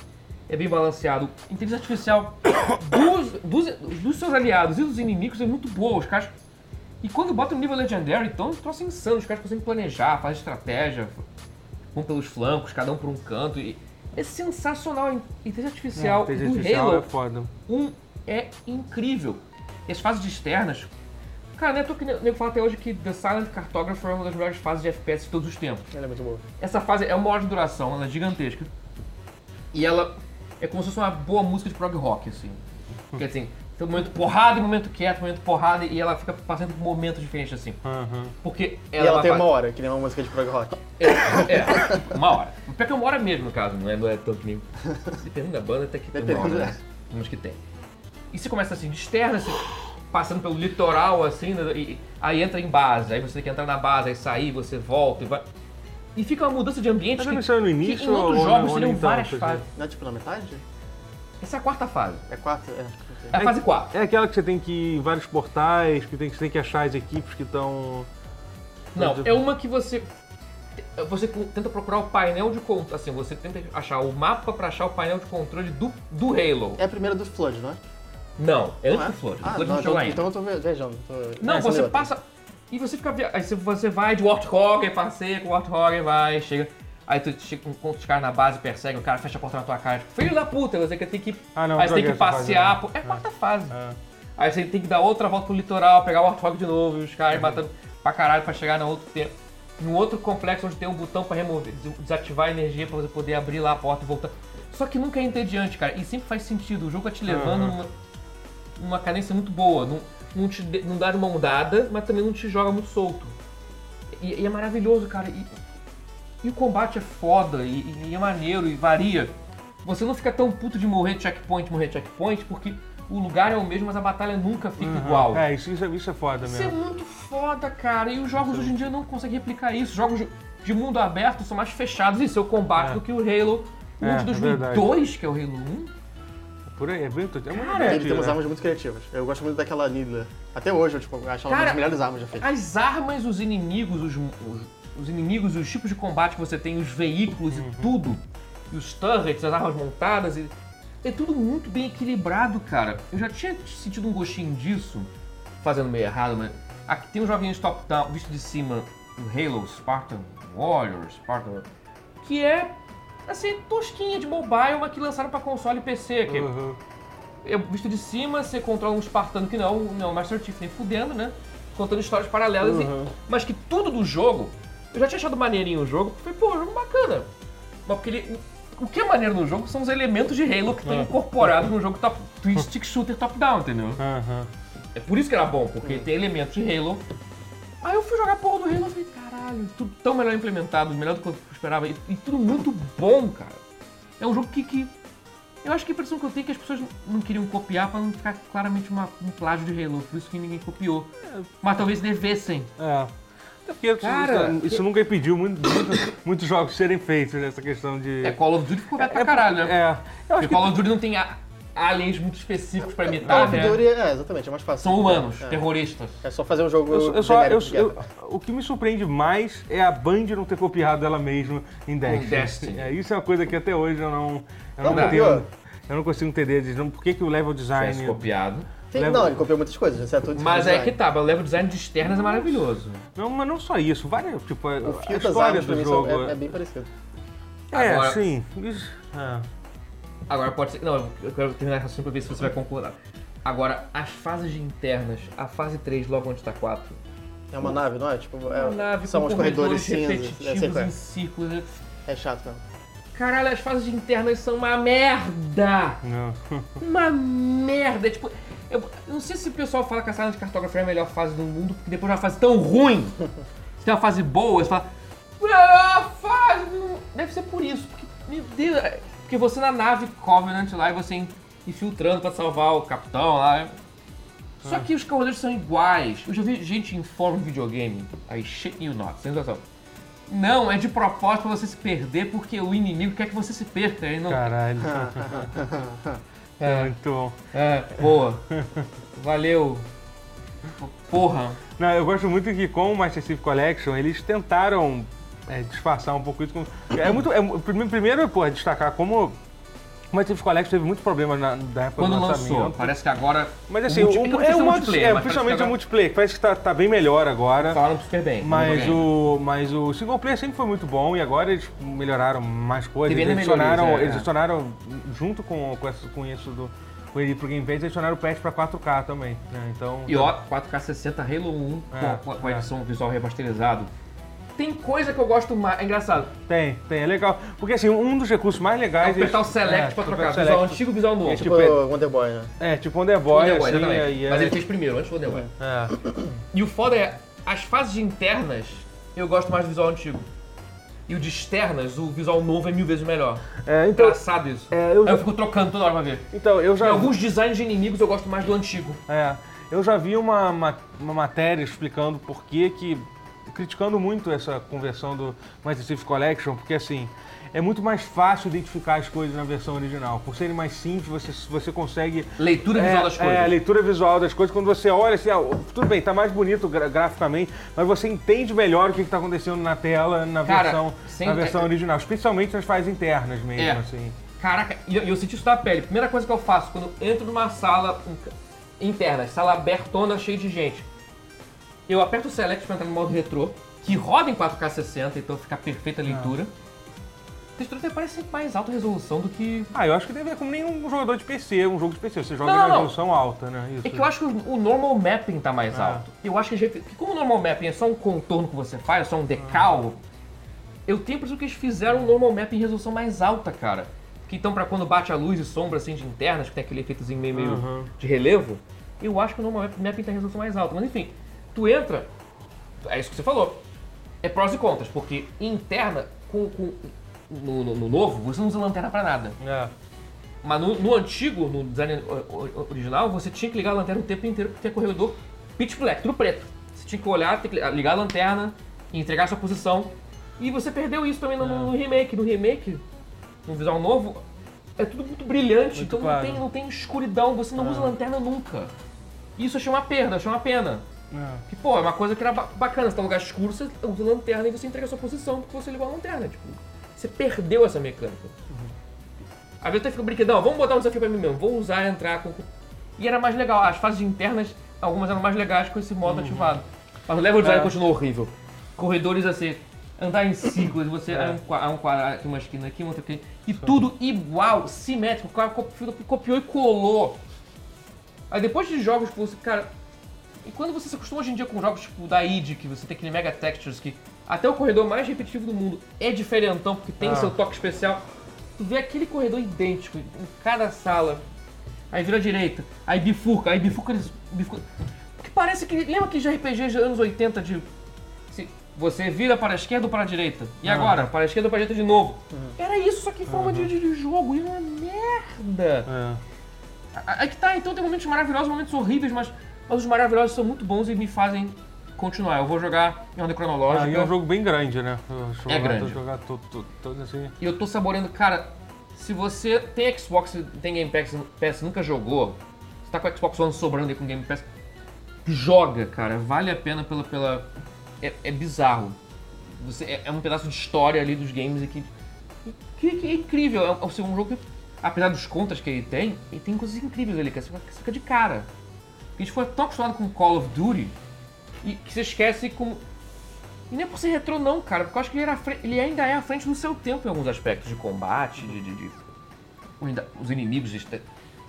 S3: é bem balanceado. Inteligência artificial dos, dos, dos seus aliados e dos inimigos é muito boa. Os caras e quando bota no nível Legendary, então é um troço insano. Os caras conseguem planejar, fazem estratégia, vão pelos flancos, cada um por um canto. E é sensacional. A inteligência artificial
S1: Inteligência
S3: do
S1: artificial
S3: Halo
S1: é foda.
S3: um é incrível. E as fases externas. Cara, né, tô que nem falo até hoje que The Silent Cartographer é uma das melhores fases de FPS de todos os tempos.
S2: Ela é muito boa.
S3: Essa fase é uma hora de duração, ela é gigantesca. E ela é como se fosse uma boa música de prog rock, assim. Porque assim, tem um momento porrada e um momento quieto, um momento porrada, e ela fica passando por momentos diferentes, assim. Porque ela, é
S2: e ela
S3: vai
S2: tem
S3: pa-
S2: uma hora, que nem uma música de prog rock.
S3: É, uma hora. Pior que é uma hora mesmo, no caso, não é, não é tanto nem. Dependendo da banda, até que tem uma hora,
S2: Dependendo da-
S3: né? Mas que tem. E você começa assim, de externa, assim, passando pelo litoral, assim, né, e- aí entra em base, aí você tem que entrar na base, aí sair, você volta e vai. E fica uma mudança de ambiente
S1: Mas
S3: que,
S1: isso é no então,
S3: que
S1: início
S3: em outros
S1: ou-
S3: jogos
S1: ou
S3: seriam
S1: nem
S3: várias
S1: tanto,
S3: fases.
S2: Não é tipo na metade?
S3: Essa é a quarta fase.
S2: É quatro? É. ok.
S3: É a fase 4.
S1: É aquela que você tem que ir em vários portais, que tem, que você tem que achar as equipes que estão.
S3: Não, é uma que você. Você tenta procurar o painel de controle. Assim, você tenta achar o mapa pra achar o painel de controle do, do Halo.
S2: É a primeira do Flood, não é?
S3: Não, é
S2: Não
S3: antes
S2: é?
S3: do Flood. O
S2: Ah,
S3: Flood
S2: não,
S3: não
S2: então,
S3: chegou ainda.
S2: então eu tô ve- viajando. tô-
S3: Não,
S2: Ah, essa é
S3: você
S2: outra.
S3: passa. E você fica. via- Aí você- você vai de Warthog, aí passeia com o Warthog, aí vai, chega. Aí tu chega com com os caras na base, persegue, o cara fecha a porta na tua cara. tipo, Filho da puta, você que tem que.
S1: Ah, não,
S3: aí você tem É um que
S1: joguei essa
S3: passear.
S1: fase,
S3: Por... É a quarta fase. Aí você tem que dar outra volta pro litoral, pegar o Warthog de novo, e os caras matando pra caralho pra chegar no outro tempo. Num outro complexo onde tem um botão pra remover, des- desativar a energia pra você poder abrir lá a porta e voltar. Só que nunca é entediante, cara. E sempre faz sentido. O jogo vai te levando numa, numa cadência muito boa. Não, não, te, de- não dá de mão dada, mas também não te joga muito solto. E, e é maravilhoso, cara. E, e o combate é foda, e, e é maneiro, e varia. Você não fica tão puto de morrer checkpoint, morrer checkpoint, porque o lugar é o mesmo, mas a batalha nunca fica igual.
S1: É, isso, isso, é- isso é foda mesmo.
S3: Isso é muito foda, cara. E os jogos hoje em dia não conseguem replicar isso. Jogos de- de mundo aberto são mais fechados em seu combate
S1: É.
S3: do que o Halo 1
S1: É,
S3: de
S1: é
S3: 2002, que é o Halo 1.
S1: Por aí, é bem. É muito
S3: Cara,
S2: Ele tem
S1: divertido,
S2: umas
S1: né?
S2: armas muito criativas. Eu gosto muito daquela Nidler. Até hoje eu tipo, acho ela uma
S3: Cara,
S2: das melhores armas já feitas.
S3: As armas, os inimigos, os, os, os inimigos, os tipos de combate que você tem, os veículos e tudo, e os turrets, as armas montadas, e, é tudo muito bem equilibrado, cara. Eu já tinha sentido um gostinho disso, fazendo meio errado, mas aqui tem um joguinho de top-down, visto de cima, o Halo Spartan Warriors, Spartan, que é, assim, tosquinha de mobile, mas que lançaram pra console e PC, que
S1: Uhum.
S3: é visto de cima, você controla um espartano que não, não é o Master Chief nem fudendo, né? Contando histórias paralelas, e- mas que tudo do jogo, eu já tinha achado maneirinho o jogo, falei, pô, jogo bacana. Mas porque ele. O que é maneiro no jogo são os elementos de Halo que estão incorporados no jogo top, twin stick shooter top-down, entendeu?
S1: Aham.
S3: É por isso que era bom, porque tem elementos de Halo. Aí eu fui jogar a porra do Halo e falei, caralho, tudo tão melhor implementado, melhor do que eu esperava, e, e tudo muito bom, cara. É um jogo que, que Eu acho que a impressão que eu tenho é que as pessoas não queriam copiar pra não ficar claramente uma- um plágio de Halo, por isso que ninguém copiou. Mas talvez devessem.
S1: É. Até porque isso-
S3: Cara,
S1: isso, isso nunca impediu muito- muito- muitos jogos serem feitos nessa questão de.
S3: É, Call of Duty ficou velho pra caralho, né?
S1: É. Eu acho
S3: Porque
S1: que.
S3: Call of Duty não tem a- aliens muito específicos pra
S2: Call
S3: imitar,
S2: of
S3: né?
S2: Duty é, exatamente, é mais fácil.
S3: São humanos,
S2: É.
S3: terroristas.
S2: É só fazer um jogo
S1: Eu, eu só, eu,
S2: genérico de guerra.
S1: eu- o que me surpreende mais é a Band não ter copiado ela mesma em Destiny.
S3: Destiny.
S1: É, isso é uma coisa que até hoje eu não, eu não,
S2: Não copiou?
S1: entendo. Eu não consigo entender. eles não- Por que, que o
S3: é
S1: level design.
S4: Tivesse copiado.
S2: Tem-
S1: Leva-
S2: Não, ele copiou muitas coisas, exceto o
S3: Mas
S2: design.
S3: é que tá, mas o level design de externas é maravilhoso.
S1: Não, mas não só isso. Várias, tipo,
S2: O
S1: a
S2: fio das
S1: história
S2: armas pra
S1: do
S2: mim são-
S1: jogo.
S2: é, é bem parecido.
S1: É,
S4: Agora-
S1: sim. Isso- é.
S4: Agora pode ser. Não, eu quero terminar essa pra ver se você vai concordar. Agora, as fases de internas, a fase 3, logo tá antes da 4.
S2: É uma nave, não é? Tipo, é,
S3: Uma nave
S2: são
S3: com
S2: os corredores cinzas. É, sei
S3: repetitivos
S2: qual
S3: em
S2: é.
S3: círculos. né?
S2: é chato mesmo.
S3: Caralho, as fases de internas são uma merda!
S1: Não.
S3: Uma merda! Tipo, eu, eu não sei se o pessoal fala que a sala de cartografia é a melhor fase do mundo, porque depois de uma fase tão ruim, você tem uma fase boa, você fala. Melhor fase! do mundo." Deve ser por isso, porque, meu Deus, é- porque você na nave Covenant lá e você in- infiltrando pra salvar o capitão lá. né? Só que os cavaleiros são iguais. Eu já vi gente em fórum de videogame. Aí, shit you not, sem zoação. Não, é de propósito pra você se perder porque o inimigo quer que você se perca. Aí não,
S1: Caralho. então.
S3: É.
S1: Muito bom.
S3: É, boa. Valeu. Porra.
S1: Não, eu gosto muito que com o Master Chief Collection eles tentaram é, disfarçar um pouco isso. com- É muito. É, mu- prime- primeiro, pô, destacar como. O Master Chief Collection teve muitos problemas na, da época
S3: Quando
S1: do
S3: lançou,
S1: lançamento.
S3: parece que agora.
S1: Mas assim,
S3: multi-
S1: o,
S3: eu não sei
S1: é
S3: se
S1: o modo- é,
S3: mas parece que
S1: principalmente o
S3: agora
S1: multiplayer, que parece que tá, tá bem melhor agora.
S4: Falaram super bem.
S1: Mas
S4: muito bem.
S1: o, mas o single player sempre foi muito bom e agora eles melhoraram mais coisas.
S4: Teve
S1: Eles
S4: ainda melhorias,
S1: adicionaram,
S4: é,
S1: eles
S4: é.
S1: adicionaram, junto com, com, essa- com isso do com ele pro Game Pass, eles adicionaram o patch pra 4K também. né? Então.
S3: E ó, 4K60 Halo 1 com-
S1: É,
S3: com, a- com a
S1: é.
S3: edição visual remasterizado. Tem coisa que eu gosto mais. É engraçado.
S1: Tem, tem, é legal. Porque assim, um dos recursos mais legais.
S3: é apertar o
S1: eles-
S3: select
S1: é,
S3: pra
S1: tu
S3: trocar.
S1: aperta o
S3: Visual
S1: select.
S3: antigo e visual novo.
S1: É,
S2: Tipo,
S1: Tipo,
S2: Wonder Boy, né?
S1: É, tipo Underboy,
S3: Wonderboy,
S1: assim,
S3: exatamente.
S1: aí é.
S4: Mas ele fez primeiro, antes do Wonderboy.
S1: é.
S3: E o foda é, as fases de internas, eu gosto mais do visual antigo. E o de externas, o visual novo é mil vezes melhor.
S1: É, então,
S3: Engraçado isso.
S1: é, eu,
S3: Aí eu fico trocando toda hora pra ver.
S1: então, eu
S3: Em
S1: já.
S3: alguns designs de inimigos eu gosto mais do antigo.
S1: É, eu já vi uma, ma- uma matéria explicando por que que... Criticando muito essa conversão do Master Chief Collection, porque assim... É muito mais fácil identificar as coisas na versão original. Por serem mais simples, você, você consegue...
S3: Leitura visual das coisas.
S1: é, a leitura visual das coisas. Quando você olha, assim, ah, tudo bem, tá mais bonito gra- graficamente, mas você entende melhor o que, que tá acontecendo na tela, na
S3: Cara,
S1: versão,
S3: sem-
S1: na versão original. Especialmente nas fases internas mesmo,
S3: É.
S1: assim.
S3: Caraca, e eu, e eu senti isso na pele. Primeira coisa que eu faço quando eu entro numa sala em- interna, sala abertona, cheia de gente, eu aperto o select pra entrar no modo retrô, que roda em 4K60, então fica perfeita a leitura. A textura até parece mais alta resolução do que.
S1: Ah, eu acho que tem a ver com nenhum jogador de PC, um jogo de PC. Você joga
S3: Não,
S1: na
S3: não, não.
S1: resolução alta, né? Isso.
S3: É que eu acho que o o normal mapping tá mais
S1: Ah.
S3: alto. Eu acho que, a gente- que como o normal mapping é só um contorno que você faz, é só um decal, eu tenho a impressão que eles fizeram um normal mapping em resolução mais alta, cara. Que então pra quando bate a luz e sombra assim de internas, que tem aquele efeitozinho meio, meio
S1: Uhum.
S3: de relevo, eu acho que o normal mapping, mapping tá em resolução mais alta. Mas enfim, tu entra, é isso que você falou. É prós e contras, porque interna, com, com- no, no- no novo, você não usa lanterna pra nada.
S1: É.
S3: Mas no, no antigo, no design eh, o- o- original, você tinha que ligar a lanterna o tempo inteiro porque tinha corredor pitch black, tudo preto. Você tinha que olhar, ter que ligar a lanterna, entregar a sua posição. E você perdeu isso também no, no remake. No remake, no visual novo, é tudo muito brilhante, então
S1: claro.
S3: não, tem, não tem escuridão, você não usa lanterna nunca. Isso eu achei uma perda, achei uma pena.
S1: É.
S3: Que, pô, é uma coisa que era ba- bacana, você tá num lugar escuro, você usa lanterna e você entrega a sua posição porque você ligou a lanterna. Tipo, você perdeu essa mecânica.
S1: Uhum.
S3: Às vezes eu até fico brincando, não, vamos botar um desafio pra mim mesmo, vou usar, entrar com. E era mais legal, as fases internas, algumas eram mais legais com esse modo ativado. Mas o level design
S1: Uhum. É.
S3: continua horrível. Corredores assim, andar em círculos, você
S1: É.
S3: é um, qua- é um quadrado, aqui uma esquina aqui, uma outra aqui. E tudo igual, simétrico, o cara co- copiou e colou. Aí depois de jogos, tipo, você, cara. E quando você se acostuma hoje em dia com jogos tipo da id, que você tem aquele Mega Textures, que até o corredor mais repetitivo do mundo é diferentão, porque tem
S1: Ah.
S3: seu toque especial, tu vê aquele corredor idêntico em cada sala. Aí vira à direita, aí bifurca, aí bifurca eles. Bifurca. Que parece que. Lembra que de RPG de anos 80 de. se- Você vira para a esquerda ou para a direita. E agora? Para a esquerda ou para a direita de novo. Era isso, só que em forma de, de- de jogo. E uma merda. merda! A- Aí que tá, então tem momentos maravilhosos, momentos horríveis, mas, mas os maravilhosos são muito bons e me fazem continuar. Eu vou jogar em ordem cronológica.
S1: Aí é um jogo bem grande, né? Eu acho que
S3: É
S1: eu vou
S3: grande.
S1: Jogar tudo, tudo, tudo assim.
S3: E eu tô saboreando, cara, se você tem Xbox, tem Game Pass, Pass, nunca jogou, você tá com o Xbox One sobrando aí com Game Pass, joga, cara, vale a pena pela... pela é, é bizarro. Você, é, é um pedaço de história ali dos games e que, que, que é incrível. É, um- é um jogo que, apesar dos contras que ele tem, ele tem coisas incríveis ali, cara, você fica, você fica de cara. Porque a gente foi tão acostumado com Call of Duty e que você esquece como e nem é por ser retrô não, cara, porque eu acho que ele, era à fre- ele ainda é à frente do seu tempo em alguns aspectos de combate, de... de- de- ainda- Os inimigos, de...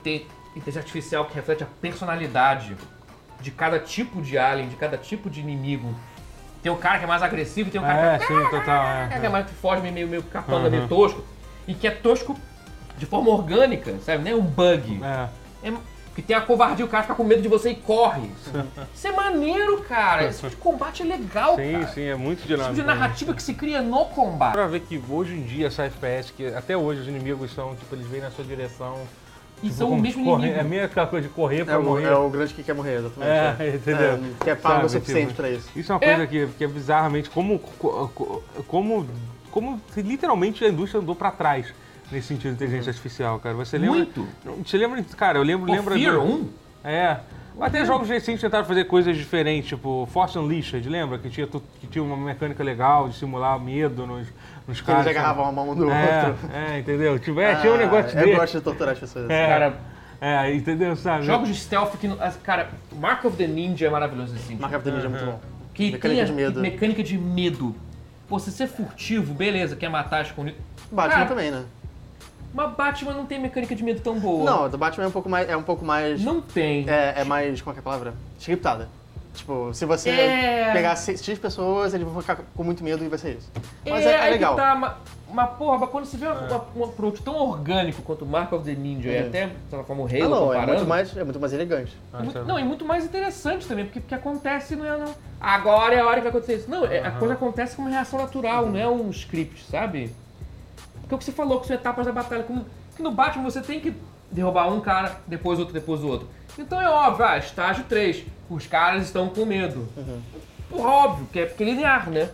S3: tem inteligência artificial que reflete a personalidade de cada tipo de alien, de cada tipo de inimigo. Tem um cara que é mais agressivo, tem um cara
S1: É, sim, total.
S3: que
S1: É.
S3: é mais que foge, meio, meio capanga, meio tosco, e que é tosco de forma orgânica, sabe? Não é um bug.
S1: É.
S3: É, que tem a covardia, o cara fica com medo de você e corre. Isso é maneiro, cara. Esse tipo de combate é legal, cara tipo
S1: Sim, sim, é muito dinâmico.
S3: de
S1: né?
S3: narrativa que se cria no combate.
S1: Pra ver que hoje em dia essa FPS, que até hoje os inimigos são, tipo, eles vêm na sua direção.
S3: E são o
S1: como
S3: mesmo
S1: correr,
S3: inimigo.
S1: É meio aquela coisa de correr pra
S2: É o,
S1: morrer.
S2: é o grande que quer morrer, exatamente.
S1: É, entendeu?
S2: É, que é pago o
S1: Sabe,
S2: suficiente
S1: tipo,
S2: pra isso.
S1: Isso é uma
S3: É.
S1: coisa que, que é bizarramente como, co- co- como, como se literalmente a indústria andou pra trás nesse sentido de inteligência artificial, cara. Você lembra?
S3: Uhum. Muito.
S1: Você lembra, cara, eu lembro, lembra
S3: Fear
S1: do-
S3: 1?
S1: É. Até jogos recentes tentaram fazer coisas diferentes, tipo Force Unleashed, lembra? Que tinha, tu- que tinha uma mecânica legal de simular medo nos, nos
S2: Que eles
S1: caras.
S2: agarravam a mão um do
S1: tá. é,
S2: outro.
S1: é, entendeu? Tipo, é, tinha um
S2: Ah,
S1: negócio
S2: Eu
S1: desse.
S2: gosto de torturar as pessoas.
S1: É,
S3: Cara,
S1: é, entendeu, sabe?
S3: jogos de stealth que... não- as- Cara, Mark of the Ninja é maravilhoso assim.
S2: Marca of the Ninja é muito bom.
S3: Que
S2: Mecânica
S3: tem a-
S2: de medo.
S3: Mecânica de medo. Pô, se você é furtivo, beleza, quer matar escondido.
S2: Batman
S3: Cara,
S2: também, né?
S3: Mas Batman não tem mecânica de medo tão boa.
S2: Não, do Batman é um pouco mais. É um pouco mais.
S3: Não tem.
S2: É, é mais. Como é que é a palavra? Scriptada. Tipo, se você
S3: É.
S2: pegar X X pessoas, eles vão ficar com muito medo e vai ser isso. Mas
S3: É,
S2: é, é
S3: aí que
S2: legal. É.
S3: Tá, mas, mas, porra, mas quando você vê uma- uma- um approach tão orgânico quanto Mark of the Ninja e até, sei lá, como o Halo
S2: Ah, não, é
S3: comparando...
S2: muito, mais, é muito mais elegante.
S1: Ah,
S3: Muito-
S1: tá.
S3: não, e muito mais interessante também, porque, porque acontece, não é. Não, agora é a hora que vai acontecer isso. Não, é- a coisa acontece como reação natural, não é um script, sabe? Porque é o que você falou, que são etapas da batalha. Como, que no Batman você tem que derrubar um cara, depois outro, depois outro. Então é óbvio, ah, estágio 3, os caras estão com medo.
S1: Uhum.
S3: Porra, óbvio, que é porque é linear, né?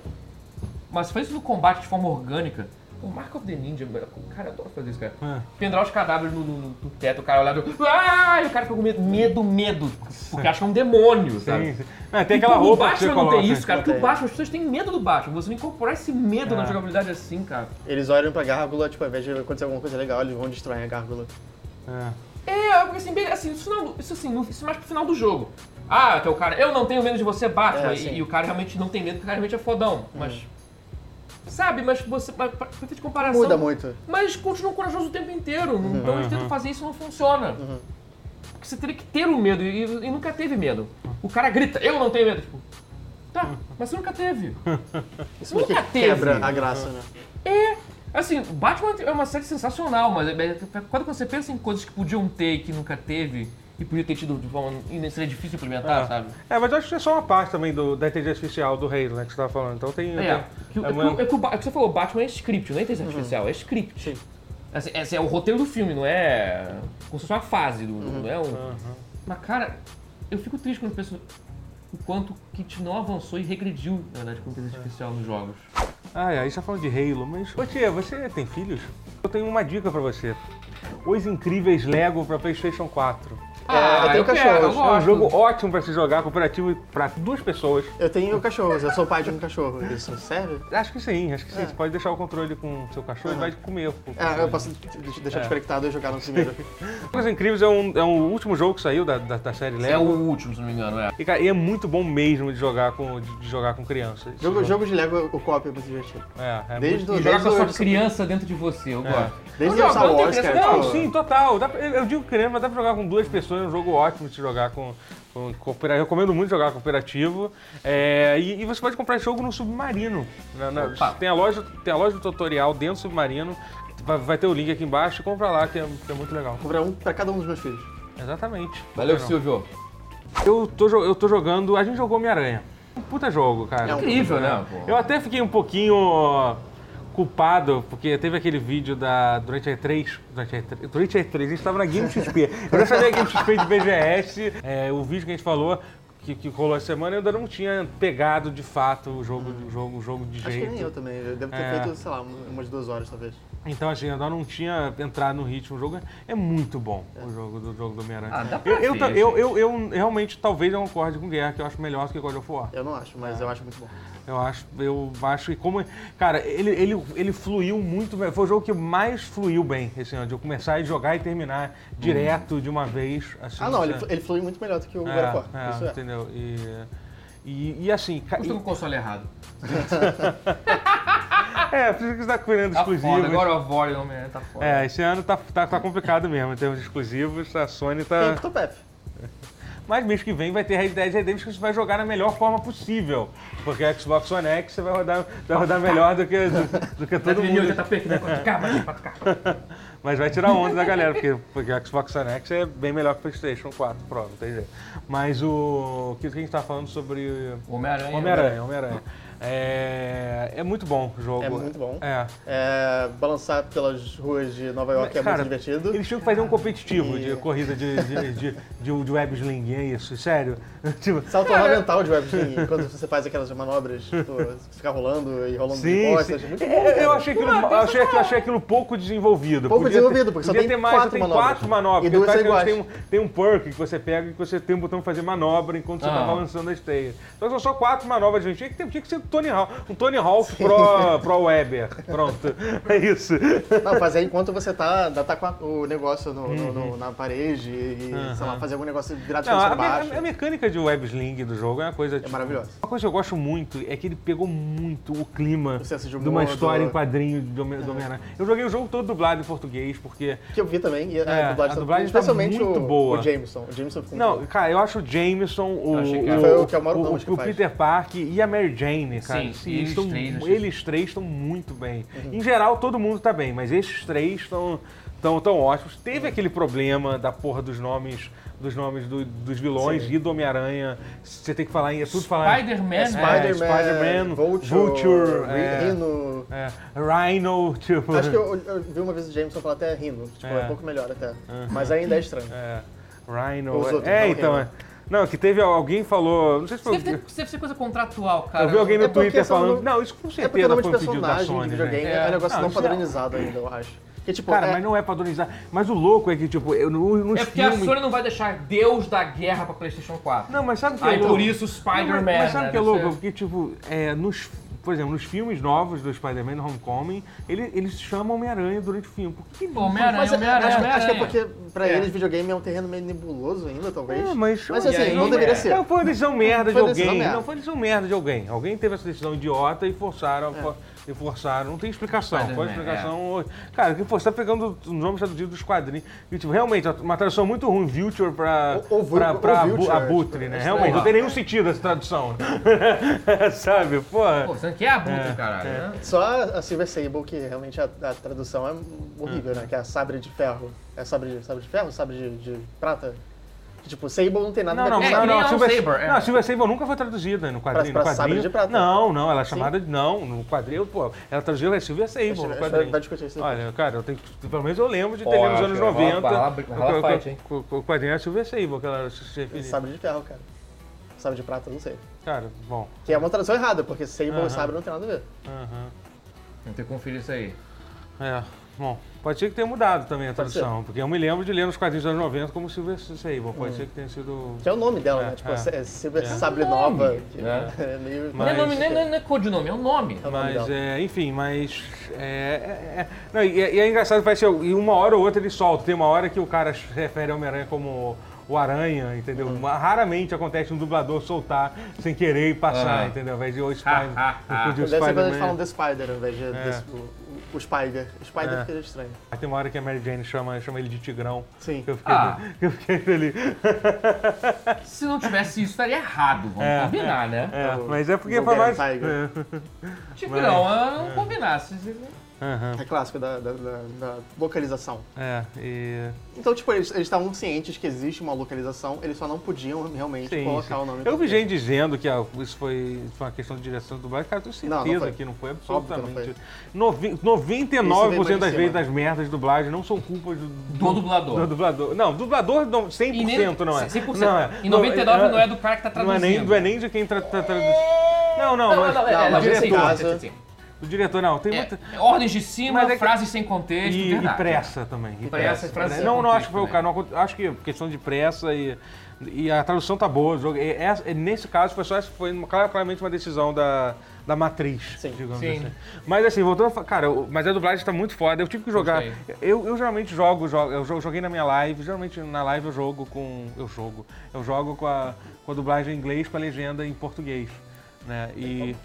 S3: Mas se faz isso no combate de forma orgânica. O Mark of the Ninja, mano, cara, eu adoro fazer isso, cara.
S1: É.
S3: Pendurar os cadáveres no, no- no- no teto, o cara olhar do. Ah! E o cara fica com medo, medo, medo. Porque acha que é um demônio, sabe?
S1: Sim, sim. É, tem aquela roupa
S3: O
S1: que você
S3: Batman não
S1: coloca. né?
S3: tem isso, cara.
S2: não
S3: Porque o
S2: tem.
S3: Batman, as pessoas têm medo do Batman. Você não incorporar esse medo na
S1: É.
S3: jogabilidade assim, cara.
S2: Eles olham pra gárgula, tipo, ao invés de acontecer alguma coisa legal, eles vão destruir a gárgula.
S1: É.
S3: É, porque assim, bem, assim, isso, não, isso assim, não- isso é mais pro final do jogo. Ah, que é o cara, eu não tenho medo de você, Batman.
S2: É,
S3: e-
S2: sim. Hum.
S3: e, o cara realmente não tem medo, porque o cara realmente é fodão. Mas. Sabe, mas você. Mas, pra, pra ter de comparação.
S2: Muda muito.
S3: Mas continuam corajosos o tempo inteiro. Então eles tentam fazer isso e não funciona. Porque você teria que ter o medo e, e nunca teve medo. O cara grita, eu não tenho medo. Tipo, tá, mas você nunca teve. Você nunca teve.
S2: Quebra a graça, né?
S3: É. Assim, Batman é uma série sensacional, mas é- é- quando você pensa em coisas que podiam ter e que nunca teve, e podia ter tido de forma. e seria difícil implementar,
S1: É.
S3: sabe?
S1: É, mas eu acho que é só uma parte também do, da inteligência artificial do Halo, né, que você tava falando. Então tem...
S3: É,
S1: tem-
S3: que o-
S1: é
S3: é que
S1: uma-
S3: o- é que o Ba- é que você falou, Batman é script, não é inteligência artificial, é script.
S2: Sim.
S3: Assim, esse é o roteiro do filme, não é. Como se fosse uma fase, do, do- não é um.
S1: Ah.
S3: Mas, cara, eu fico triste quando penso o quanto Kit não avançou e regrediu, na verdade, com
S1: É.
S3: inteligência artificial nos jogos.
S1: Ah, é, a gente tá falando de Halo, mas... Ô tia, você tem filhos? Eu tenho uma dica pra você. Os Incríveis Lego pra Playstation 4.
S2: eu tenho
S3: quero,
S2: cachorros,
S3: Ah, eu
S1: É um
S3: gosto.
S1: jogo ótimo pra se jogar, cooperativo pra duas pessoas.
S2: Eu tenho cachorros, eu sou pai de um cachorro. Isso serve?
S1: Acho que sim, acho que sim. Você pode deixar o controle com o seu cachorro e vai comer. com o
S2: Ah, É. eu
S1: controle.
S2: posso de-
S1: É.
S2: deixar desconectado e jogar no primeiro.
S1: Os Incríveis é, um, é um último jogo que saiu da, da, da série
S3: É
S1: Lego.
S3: o último, se não me engano, é.
S1: E, cara, e é muito bom mesmo de jogar com, de, de jogar com criança. Esse
S2: Jogo, jogo de Lego, o co-op é muito divertido.
S1: É, é
S2: Desde
S1: muito...
S2: o
S3: E jogar
S2: desde
S3: com a sua
S2: o-
S3: criança dentro de você, eu
S1: É.
S3: gosto.
S2: Desde
S3: Não,
S2: o Star
S3: não tem
S2: Wars,
S3: criança,
S2: cara.
S1: Não,
S2: tipo,
S1: sim, total. Dá pra- eu eu digo criança, mas dá pra jogar com duas pessoas, é um jogo ótimo de se jogar com, com cooperativo. Recomendo muito jogar cooperativo. É, e, e você pode comprar esse jogo no submarino. Na- na-
S3: Opa.
S1: tem, a loja, tem a loja do tutorial dentro do submarino. Vai, vai ter o link aqui embaixo, compra lá, que é, que é muito legal.
S2: Comprar um pra cada um dos meus filhos.
S1: Exatamente.
S4: Valeu,
S1: Não.
S4: Silvio.
S1: Eu tô, jo- eu tô jogando. A gente jogou Homem-Aranha. Um puta jogo, cara.
S2: É um-
S3: Incrível, né? pô?
S1: Eu até fiquei um pouquinho culpado, porque teve aquele vídeo da durante a E3. Durante a E3, durante a E3 a gente estava na GameXP. Eu já sabia a GameXP de BGS, é, o vídeo que a gente falou. Que, que rolou essa semana, eu ainda não tinha pegado de fato o jogo, o jogo, o jogo de
S2: Acho
S1: jeito.
S2: que nem eu também. Eu devo ter
S1: É.
S2: feito, sei lá, um- umas duas horas, talvez.
S1: Então, assim, eu ainda não tinha entrado no ritmo. O jogo é- é muito bom, o jogo do, jogo do Homem-Aranha.
S4: Ah, dá pra
S1: eu, eu,
S4: ver,
S3: assim.
S1: ta- eu, eu, eu realmente, talvez eu concorde com o Guerra, que eu acho melhor do que God of War.
S2: Eu não acho,
S1: É.
S2: mas eu acho muito bom.
S1: Eu acho, eu acho que como. é, Cara, ele, ele, ele fluiu muito bem. Foi o jogo que mais fluiu bem esse ano. De eu começar a jogar e terminar direto de uma vez. Assim,
S2: Ah, não, ele,
S1: sabe?
S2: ele flui muito melhor do que o
S1: É,
S2: God of War.
S1: é,
S2: Isso é.
S1: entendeu? E, e, e assim. ca-
S3: Tá
S4: Custa com o
S3: um
S4: console errado.
S1: é, por isso que você tá querendo
S4: Tá foda,
S1: exclusivo.
S4: agora o Volley Homem-Aranha tá foda.
S1: É, esse ano tá, tá, tá complicado mesmo em termos de exclusivos. A Sony tá.
S2: Tem Topef.
S1: Mas mês que vem vai ter Red Dead Redemption que você vai jogar na melhor forma possível. Porque a Xbox One X você vai rodar, vai rodar melhor do que, do, do que
S4: Tá
S1: todo
S4: trilhão,
S1: mundo.
S4: já tá
S3: né?
S4: perdendo 4K, vai ter 4K.
S1: Mas vai tirar onda da galera, porque, porque a Xbox One X é bem melhor que o PlayStation 4 Pro, não tem jeito. Mas o o que a gente tá falando sobre
S4: O Homem-Aranha.
S1: Homem-Aranha, Homem-Aranha. É, é muito bom o jogo.
S2: É muito bom.
S1: É.
S2: É, balançar pelas ruas de Nova York é
S1: Cara,
S2: muito divertido.
S1: Eles tinham que fazer um competitivo de corrida de, de, de, de, de web sling, é isso, sério. Tipo,
S2: Salto ornamental é de webstring, quando você faz aquelas manobras, tu fica rolando e rolando de
S1: Sim,
S2: costas.
S1: sim. É,
S2: Muito bom,
S1: Eu, eu
S2: cara.
S1: achei aquilo, achei, eu achei aquilo pouco desenvolvido.
S2: Pouco
S1: Podia ter-
S2: desenvolvido, porque só
S1: podia ter
S2: tem
S1: mais, só
S2: quatro
S1: tem
S2: manobras.
S1: quatro manobras.
S2: E
S1: porque
S2: duas
S1: eu acho
S2: são
S1: que eles
S2: iguais.
S1: têm um- tem um perk que você pega e que você tem um botão pra fazer manobra enquanto você tá
S4: Ah.
S1: balançando as teias. Então são só quatro manobras, gente. Tinha que, ter, tinha que ser um Tony Hawk, um Tony Hawk pro, pro Weber. Pronto, é isso.
S2: Não, fazer enquanto você tá, ainda tá com a- o negócio no- no- no- na parede e, sei lá, fazer algum negócio virado de
S1: Uhum. Não, a,
S2: cabeça
S1: me-
S2: baixo.
S1: a mecânica de web sling do jogo é uma coisa...
S2: É maravilhosa.
S1: Uma coisa que eu gosto muito é que ele pegou muito o clima
S2: O senso de
S1: uma
S2: humor,
S1: história
S2: do- É.
S1: em quadrinho de Homem- do Homem-Aranha. Eu joguei o jogo todo dublado em português, porque
S2: Que eu vi também, e a
S1: É,
S2: dublagem,
S1: a
S2: tá-
S1: dublagem tá
S2: especialmente
S1: muito
S2: o,
S1: boa.
S2: o Jameson. O Jameson ficou muito
S1: Não,
S2: bom.
S1: cara, eu acho o Jameson, o,
S4: achei que
S1: o-
S4: era.
S2: Foi o que é o maior nome que
S1: o
S2: faz.
S1: Peter Parker e a Mary Jane, cara.
S4: Sim,
S1: Assim,
S4: e eles
S1: estão-
S4: três, achei.
S1: eles três estão muito bem.
S2: Uhum.
S1: Em geral, todo mundo tá bem, mas esses três estão tão, tão ótimos. Teve
S4: Uhum.
S1: aquele problema da porra dos nomes dos nomes do- dos vilões e do Homem-Aranha. Você tem que falar em... É tudo falar em-
S4: Spider-Man,
S1: É,
S4: né?
S2: Spider-Man,
S1: Spider-Man,
S2: Vulture,
S1: Vulture, é.
S2: Rhino.
S1: É, Rhino, tipo...
S2: Acho que eu, eu vi uma vez o Jameson falar até Rhino, tipo, é,
S1: É.
S2: um pouco melhor até. Mas ainda é estranho.
S1: É, Rhino...
S2: Os outros,
S1: é,
S2: não, né?
S1: então...
S2: Rhino.
S1: é. Não, que teve alguém falou... Não sei se foi...
S4: Deve, ter, né? deve ser coisa contratual, cara.
S1: Eu vi alguém no
S2: É porque
S1: Twitter
S2: são
S1: falando.
S2: no-
S1: Não, isso com
S2: É porque o
S1: certeza
S2: nome de
S1: foi um pedido da
S2: personagem de
S1: Sony.
S2: videogame
S1: gente.
S2: é, um negócio
S1: Não,
S2: não,
S1: isso é-
S2: padronizado ainda, eu acho. Que tipo,
S1: Cara,
S2: é-
S1: mas não é padronizar. Mas o louco é que, tipo, eu, no, nos
S4: É porque a
S1: filmes.
S4: Sony não vai deixar Deus da Guerra pra PlayStation 4.
S1: Não, mas sabe o que é
S4: Aí
S1: louco?
S4: por isso o Spider-Man.
S1: Não, mas- Mas sabe o
S4: né?
S1: que é
S4: Deve
S1: louco?
S4: ser-
S1: Porque, tipo, é, nos, por exemplo, nos filmes novos do Spider-Man no Homecoming, ele, ele se chama Homem-Aranha durante o filme. Por que que ele não
S4: Homem-Aranha,
S1: faz-
S2: Mas é-
S4: Homem-Aranha,
S2: acho, que- acho que é
S4: Homem-Aranha.
S2: porque pra eles videogame é um terreno meio nebuloso ainda, talvez.
S1: É, mas,
S2: Mas
S1: olha
S2: assim,
S1: aí,
S2: não deveria
S1: é.
S2: ser.
S1: Não, foi uma decisão merda de
S2: Foi uma decisão
S1: alguém.
S2: merda.
S1: Não, foi uma decisão merda de alguém. Alguém teve essa decisão idiota e
S2: É.
S1: forçaram. for- e forçaram. Não tem explicação. Qual a
S4: Spider-Man,
S1: explicação? Cara, que pô, você tá pegando o nome traduzido dos quadrinhos. E, tipo, realmente, uma tradução muito ruim, Vulture pra,
S2: Ou- ou
S1: pra,
S2: Vul-
S1: pra
S2: ou
S1: abu-
S2: Vulture,
S1: Abutre,
S2: tipo,
S1: né?
S2: é
S1: Realmente,
S4: estranho.
S1: não tem nenhum sentido essa tradução. Sabe, porra.
S4: Pô, você não quer a Buta, caralho, né?
S2: Só a Silver Sable, que realmente a, a tradução é horrível,
S1: Hum.
S2: né? Que é a sabre de ferro. É sabre de, sabre de ferro? Sabre de, de prata? Que, tipo, Sable não tem nada
S1: Não,
S2: a
S1: não,
S2: ver
S1: não,
S2: com
S1: não,
S4: que nem
S1: não,
S4: é
S1: a
S4: um
S1: Silver,
S4: saber, é.
S1: não, a Silver Sable nunca foi traduzida no quadrinho.
S2: Pra- pra
S1: no
S2: sabre
S1: quadrinho
S2: de prata.
S1: Não, não, ela é chamada de. Não, no quadrinho, pô, ela traduziu a Silver Sable
S2: isso.
S1: no
S2: A gente
S1: quadrinho.
S2: vai discutir isso. depois.
S1: Olha, cara, eu tenho, que- pelo menos eu lembro de ter
S4: Ó,
S1: lido nos
S4: acho
S1: anos
S4: que vai rolar-
S1: 90.
S4: vai rolar- vai rolar
S1: o- o-
S4: fight, hein?
S1: o- O quadrinho é Silver Sable, que ela se referia.
S2: Sabre de ferro, cara. Sabre de prata, não sei.
S1: Cara, bom.
S2: Que é uma tradução errada, porque Sable
S1: Aham.
S2: e sabre não tem nada a ver.
S1: Aham.
S4: Tem que conferir isso aí.
S1: É, bom. Pode ser que tenha mudado também a
S2: Pode ser.
S1: tradução, porque eu me lembro de ler nos quadrinhos dos anos 90 como Silver Sable.
S2: Hum.
S1: Pode ser que tenha sido.
S2: Que é o nome dela,
S1: É,
S2: né? Tipo,
S1: é.
S2: é, Silver
S1: É.
S2: Sabre Nova. que
S4: né?
S2: É meio...
S1: Mas-
S4: Não, é nome, não, é, não é- não é codinome, é um nome.
S2: É o nome
S1: Mas,
S2: dela.
S1: é, enfim, mas. É, é- é- não, e, e é engraçado, parece que uma hora ou outra ele solta. Tem uma hora que o cara se refere ao Homem-Aranha como o Aranha, entendeu?
S2: Uhum.
S1: Mas Raramente acontece um dublador soltar sem querer e passar,
S4: Ah.
S1: entendeu? Ao invés de o Spider. o de o
S2: Deve ser quando eles
S1: Spider-Man.
S2: falam The Spider, ao invés de desse- o, o- o Spider. O Spider
S1: É.
S2: fica estranho.
S1: Aí Tem uma hora que a Mary Jane chama, chama ele de tigrão.
S2: Sim.
S1: que Eu fiquei,
S4: Ah.
S1: eu fiquei feliz.
S4: Se não tivesse isso, estaria errado. Vamos
S1: É,
S4: combinar, né?
S1: É,
S2: o
S1: mas é porque
S2: Golden
S1: foi mais.
S2: Tiger.
S1: é.
S4: Tipo, não, ah, não combinasse.
S1: Aham.
S2: É clássico da, da, da- da localização.
S1: É, e.
S2: Então, tipo, eles eles estavam cientes que existe uma localização, eles só não podiam realmente
S1: Sim,
S2: colocar
S1: sim.
S2: o nome
S1: Eu vi
S2: português.
S1: gente dizendo que ah, isso foi, foi uma questão de direção do bairro. Cara, eu tenho
S2: Não, não
S1: certeza
S2: foi.
S1: que não foi
S2: Óbvio
S1: absolutamente.
S2: que
S1: Novi- 99%
S2: Isso veio mais
S1: das
S2: de
S1: vezes
S2: cima.
S1: das merdas de dublagem não são culpas do,
S4: Do dublador.
S1: do dublador. Não, dublador não, 100%
S4: E nem-
S1: não é.
S4: 100%.
S1: Não é.
S4: E 99 não é
S1: do
S4: do cara que tá
S1: não é
S4: traduzindo.
S1: nem, não é nem de quem tra- tá traduzindo. Não, não,
S4: Não,
S1: mas,
S4: não, é, é,
S2: mas
S4: não,
S2: nesse
S4: sim,
S2: caso-
S4: sim, sim, sim.
S1: do diretor não. Tem
S4: É,
S1: muita.
S4: ordens de cima,
S1: Mas é que-
S4: frases sem contexto,
S1: E, e
S4: verdade.
S1: pressa também. E
S4: pressa, pressa é
S1: Não, não
S4: contexto,
S1: acho que foi o
S4: né?
S1: cara. não aconte- acho que é questão de pressa e, e a tradução tá boa. o jogo- e essa- e nesse caso, foi só essa- foi uma- clar- claramente uma decisão da, da matriz,
S2: Sim.
S1: digamos
S4: Sim.
S1: assim. Mas assim, voltando a fa- Cara, o- mas a dublagem tá muito foda. Eu tive que jogar.
S4: Gostei.
S1: Eu, eu geralmente jogo, jogo- eu jo- joguei na minha live. Geralmente na live eu jogo com. Eu jogo. Eu jogo com a, com a dublagem em inglês, com a legenda em português. Né? E.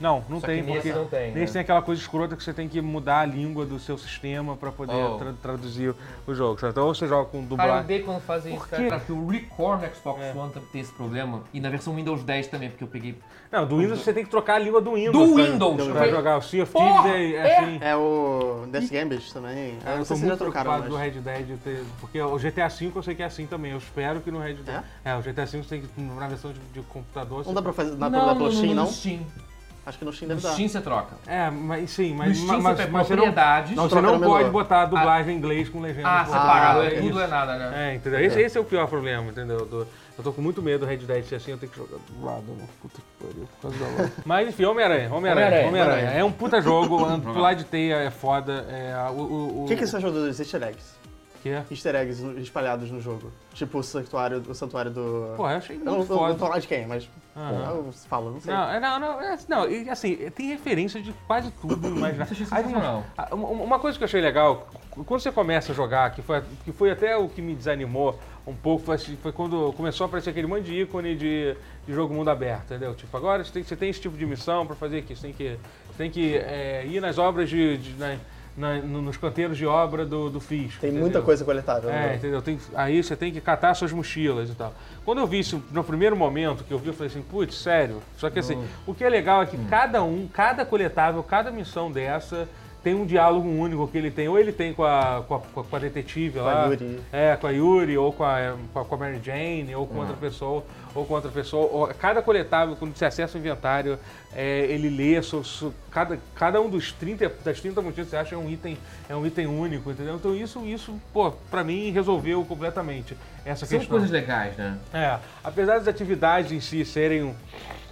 S1: Não, não
S4: Só que
S1: tem,
S4: nesse
S1: porque
S4: não tem, né?
S1: nesse tem aquela coisa escrota que você tem que mudar a língua do seu sistema pra poder
S4: Oh.
S1: tra- traduzir o jogo. sabe? Então ou você joga com
S4: Cara, eu
S1: dublagem.
S4: odeio quando fazem isso,
S1: Por
S4: cara.
S1: quê? É.
S4: Porque o Record no Xbox One tem esse problema. E na versão Windows 10 também, porque eu peguei.
S1: Não, do Windows você tem que trocar a língua do Windows.
S4: Do
S1: pra-
S4: Windows!
S1: Pra,
S4: eu
S2: Vai
S4: falei,
S1: jogar o Sea of
S4: Porra,
S1: Thieves é, é
S4: é.
S1: assim.
S2: É o Death Gambit também.
S1: Cara, É,
S2: eu
S1: eu
S2: não
S1: tô
S2: sei se já
S1: muito
S2: trocaram,
S1: preocupado
S2: mas...
S1: do Red Dead ter- Porque o GTA V eu sei que é assim também. Eu espero que no Red Dead. É, o GTA V você tem que. Na versão de, de computador.
S2: Não
S1: você-
S2: um dá pra fazer
S4: Não,
S2: na
S4: não,
S2: não, é
S4: não,
S2: pelo Steam,
S4: no
S2: não?
S4: Steam.
S2: Acho que no Steam
S4: No
S2: deve dar.
S4: Steam você troca.
S1: É, mas sim,
S4: No
S1: mas.
S4: Steam
S1: mas,
S4: você pega
S1: mas você não,
S4: propriedades.
S1: não, você
S2: Troca
S1: não
S2: no menu.
S1: pode botar a dublagem em inglês com legenda. em
S4: Ah,
S1: português.
S4: separado. é
S1: isso.
S4: tudo é nada, né?
S1: É, entendeu? Esse, esse é o pior problema, entendeu? Do- eu tô com muito medo do Red Dead ser assim, eu tenho que jogar do lado, não. Puta que pariu, por causa da loja. Mas enfim, Homem-Aranha, Homem-Aranha,
S4: Homem-Aranha,
S1: Homem-Aranha. É um puta jogo, an- pular de teia é foda. É, o, o, o-
S2: O que, que você achou dos easter eggs?
S1: que é?
S2: Easter eggs no- espalhados no jogo. Tipo o santuário, o santuário do.
S1: Pô, eu achei
S2: eu não,
S1: muito
S2: eu não vou
S1: foda.
S2: falar de quem, mas.
S1: Aham.
S2: Eu falo, não sei.
S1: Não, é, não, não, é, não, e assim, tem referência de quase tudo, mas Aí tem uma-
S4: sensacional.
S1: Ah, uma- Uma coisa que eu achei legal, c- quando você começa a jogar, que foi, que foi até o que me desanimou um pouco, foi, assim, foi quando começou a aparecer aquele monte de ícone de, de jogo mundo aberto, entendeu? Tipo, agora você tem, você tem esse tipo de missão pra fazer aqui, você tem que, você tem que é, ir nas obras de. de- na- na- no- nos canteiros de obra do, do Fisco.
S2: Tem
S1: entendeu?
S2: muita coisa coletável.
S1: É,
S2: né?
S1: entendeu? Tem- aí você tem que catar suas mochilas e tal. Quando eu vi isso no primeiro momento que eu vi, eu falei assim, putz, sério. Só que assim, o que é legal é
S2: Hum.
S1: que cada um, cada coletável, cada missão dessa tem um diálogo único que ele tem. Ou ele tem com a, com a, com a- com a detetive
S2: a
S1: lá.
S2: Yuri.
S1: É, com a Yuri, ou com a, com a- com a Mary Jane, ou com outra
S2: Ah.
S1: pessoa, ou com outra pessoa. Ou- cada coletável, quando você acessa o inventário, é, ele lê, so- so- cada, cada um dos 30, das 30 motivos que você acha é um item, é um item único, entendeu? Então isso, isso pô, pra mim resolveu completamente essa
S4: São
S1: questão.
S4: coisas legais, né?
S1: É, apesar das atividades em si serem,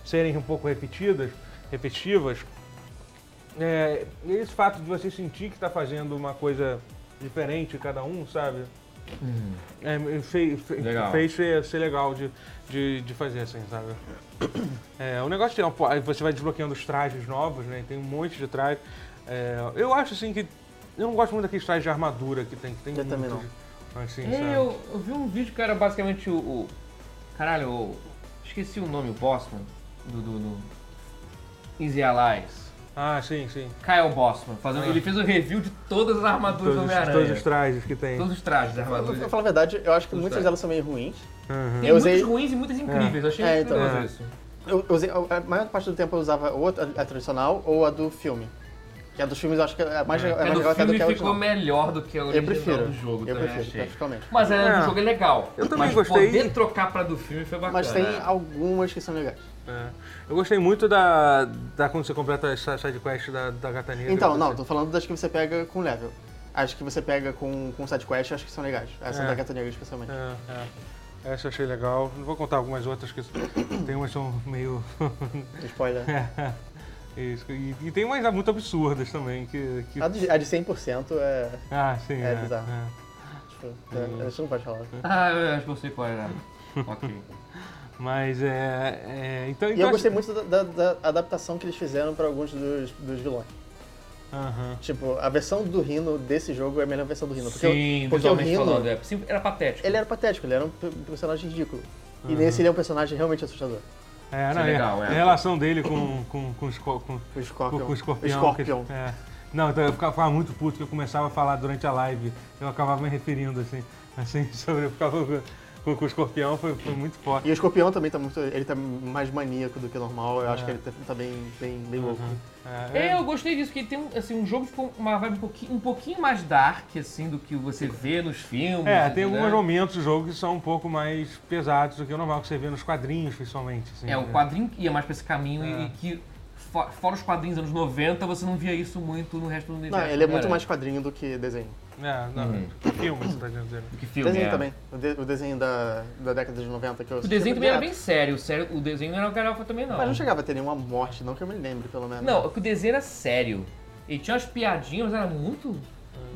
S1: serem um pouco repetidas, repetitivas, é, esse fato de você sentir que está fazendo uma coisa diferente cada um, sabe? É, me fe- fe-
S4: Legal.
S1: fez ser, ser legal de, de, de fazer, assim, sabe? É, o negócio é, pô, aí você vai desbloqueando os trajes novos, né? Tem um monte de trajes. É, eu acho, assim, que... Eu não gosto muito daqueles trajes de armadura que tem. Que tem
S2: Eu também
S1: muitos, Assim, sabe?
S4: É, eu, eu vi um vídeo que era basicamente o. o- caralho, o, esqueci o nome, o Bossman, do, do, do Easy Allies.
S1: Ah, sim, sim.
S4: Kyle Bossman, fazendo, ele fez o review de todas as armaduras do
S1: Ah. Todos, os- todos os
S4: Homem-Aranha.
S1: trajes que tem.
S4: Todos os trajes da
S2: Eu,
S4: armadura.
S2: eu falo a verdade, eu acho que muitas
S4: certo.
S2: delas são meio ruins.
S1: Aham.
S4: Tem
S2: Eu
S4: muitas
S2: usei-
S4: ruins e muitas incríveis, eu achei
S2: É,
S4: muito
S2: então.
S4: curioso
S1: É.
S4: isso.
S2: Eu, eu usei, a maior parte do tempo eu usava ou a, a tradicional ou a do filme. E a dos filmes eu acho que é mais, é.
S4: É,
S2: mais
S4: do
S2: legal até do
S4: filme
S2: que a
S4: ficou
S2: original.
S4: melhor do que a
S2: Eu
S4: original
S2: prefiro.
S4: do jogo
S2: eu
S4: também,
S2: prefiro,
S4: achei.
S2: praticamente.
S4: Mas a
S1: É.
S4: do jogo é legal.
S1: Eu também
S4: mas
S1: gostei.
S4: poder trocar pra do filme foi bacana.
S2: Mas tem
S4: É.
S2: algumas que são legais.
S1: É. Eu gostei muito da, da quando você completa essa sidequest da, da gata negra. É,
S2: Então,
S1: Você-
S2: não, tô falando das que você pega com level. As que você pega com, com sidequest, acho que são legais. Essa
S1: É.
S2: da Gata Negra, especialmente.
S1: É, é. Essa eu achei legal. Não vou contar algumas outras que tem umas que são meio.
S2: Spoiler.
S1: É, Isso. e, e tem umas muito absurdas também. Que, que...
S2: A de, a de 100% é.
S1: Ah, sim.
S2: É bizarro.
S1: é.
S2: Tipo, é, a gente não pode falar.
S4: Ah, Uhum. eu acho que eu sei qual era. ok.
S1: Mas é. é, Então,
S2: E
S1: então
S2: eu gostei muito da, da- da adaptação que eles fizeram pra alguns dos, dos vilões.
S1: Aham.
S2: Tipo, a versão do Rino desse jogo é a melhor versão do Rino. Porque, o-
S4: Sim,
S2: porque o
S4: visualmente
S2: Rino,
S4: falando, é, sim, era patético.
S2: ele era patético, ele era um pe- personagem ridículo. E nesse ele é um personagem realmente assustador.
S1: É,
S4: Isso
S1: não,
S4: é
S1: e
S4: legal, é.
S1: A relação dele com, com, com, os co- com,
S2: O
S1: com,
S2: Scorpion.
S1: com o escorpião.
S2: Scorpion.
S1: que- é. Não, então eu ficava, ficava muito puto que eu começava a falar durante a live. Eu acabava me referindo assim, assim sobre. Eu ficava com- com, com o escorpião foi, foi muito forte.
S2: E o escorpião também tá muito. Ele tá mais maníaco do que normal. Eu acho que ele tá, tá bem, bem, bem louco.
S1: É,
S3: É, eu gostei disso, que ele tem um, assim, um jogo com uma vibe um pouquinho, um pouquinho mais dark, assim, do que você vê nos filmes.
S1: é, tem
S3: né?
S1: alguns momentos do jogo que são um pouco mais pesados do que o normal que você vê nos quadrinhos, principalmente. assim,
S3: É, o
S1: né?
S3: quadrinho que ia mais pra esse caminho e-
S1: É.
S3: e que, fo- fora os quadrinhos dos anos 90, você não via isso muito no resto do
S2: Não,
S3: universo. né,
S2: ele é muito
S3: cara,
S2: mais quadrinho do que desenho.
S1: É, não,
S2: Uhum.
S1: filme, você tá dizendo.
S3: do que filme.
S2: Desenho
S3: é.
S2: também. O, de- o desenho da, da década de 90 que eu
S3: O
S2: assisti
S3: desenho também era bem
S2: direto.
S3: sério, o, sério, o desenho não era galhofa também, não.
S2: Mas não né? chegava a ter nenhuma morte, não que eu me lembre, pelo menos.
S3: Não, é que o desenho era sério. Ele tinha umas piadinhas, mas era muito. O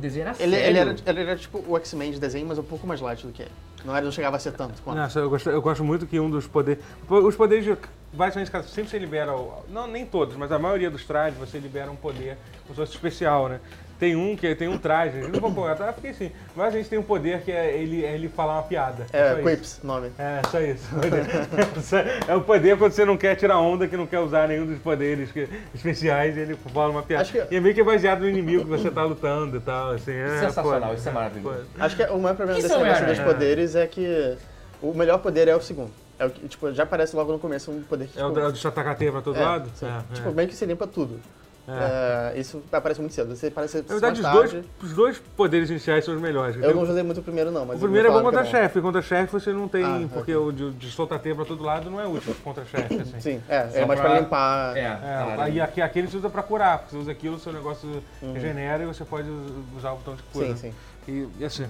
S3: desenho era
S2: Ele,
S3: sério.
S2: ele, era, ele era tipo o X-Men de desenho, mas um pouco mais light do que ele. Não, era, não chegava a ser tanto quanto.
S1: Nossa, eu gosto, eu gosto muito que um dos poderes. Os poderes de. Basicamente, cara, sempre você libera. o- Não, nem todos, mas a maioria dos trajes você libera um poder como se fosse especial, né? Tem um que tem um traje, eu não vou pôr, até porque sim. Mas a gente tem um poder que é ele, é ele falar uma piada. Só
S2: É,
S1: isso.
S2: Quips, o nome.
S1: É, só isso. É o poder quando você não quer tirar onda, que não quer usar nenhum dos poderes que- especiais, ele fala uma piada.
S2: Acho que-
S1: E é meio que baseado no inimigo que você tá lutando e tal, assim. É,
S3: Sensacional,
S1: pô,
S3: isso é maravilhoso.
S1: pô.
S2: Acho que o maior problema
S3: Que
S2: desse
S3: são
S2: negócio
S3: heróis,
S2: dos
S1: né?
S2: poderes é que o melhor poder é o segundo. É o que, tipo, já aparece logo no começo um poder que,
S1: É
S2: tipo,
S1: o da- do chatacateia pra todo
S2: é,
S1: lado?
S2: sim.
S1: É,
S2: tipo,
S1: é.
S2: meio que você limpa tudo. É, isso aparece muito cedo. Você aparece
S1: Na verdade, os
S2: mais tarde.
S1: dois, os dois poderes iniciais são os melhores.
S2: Eu
S1: entendeu?
S2: não joguei muito o primeiro, não, mas...
S1: o primeiro é
S2: eu
S1: bom
S2: vou falar
S1: contra
S2: que é
S1: chefe. Contra chefe você não tem,
S2: Ah,
S1: porque o de, de soltar teia pra todo lado não é útil contra chefe. Assim.
S2: Sim, é, é
S3: Só
S2: mais
S3: pra-
S2: pra limpar...
S3: É,
S1: É,
S3: cara.
S1: aí aqui, aquele você usa pra curar, porque você usa aquilo, seu negócio regenera e você pode us- usar o botão de cura.
S2: Uhum. Sim, sim.
S1: E, e assim,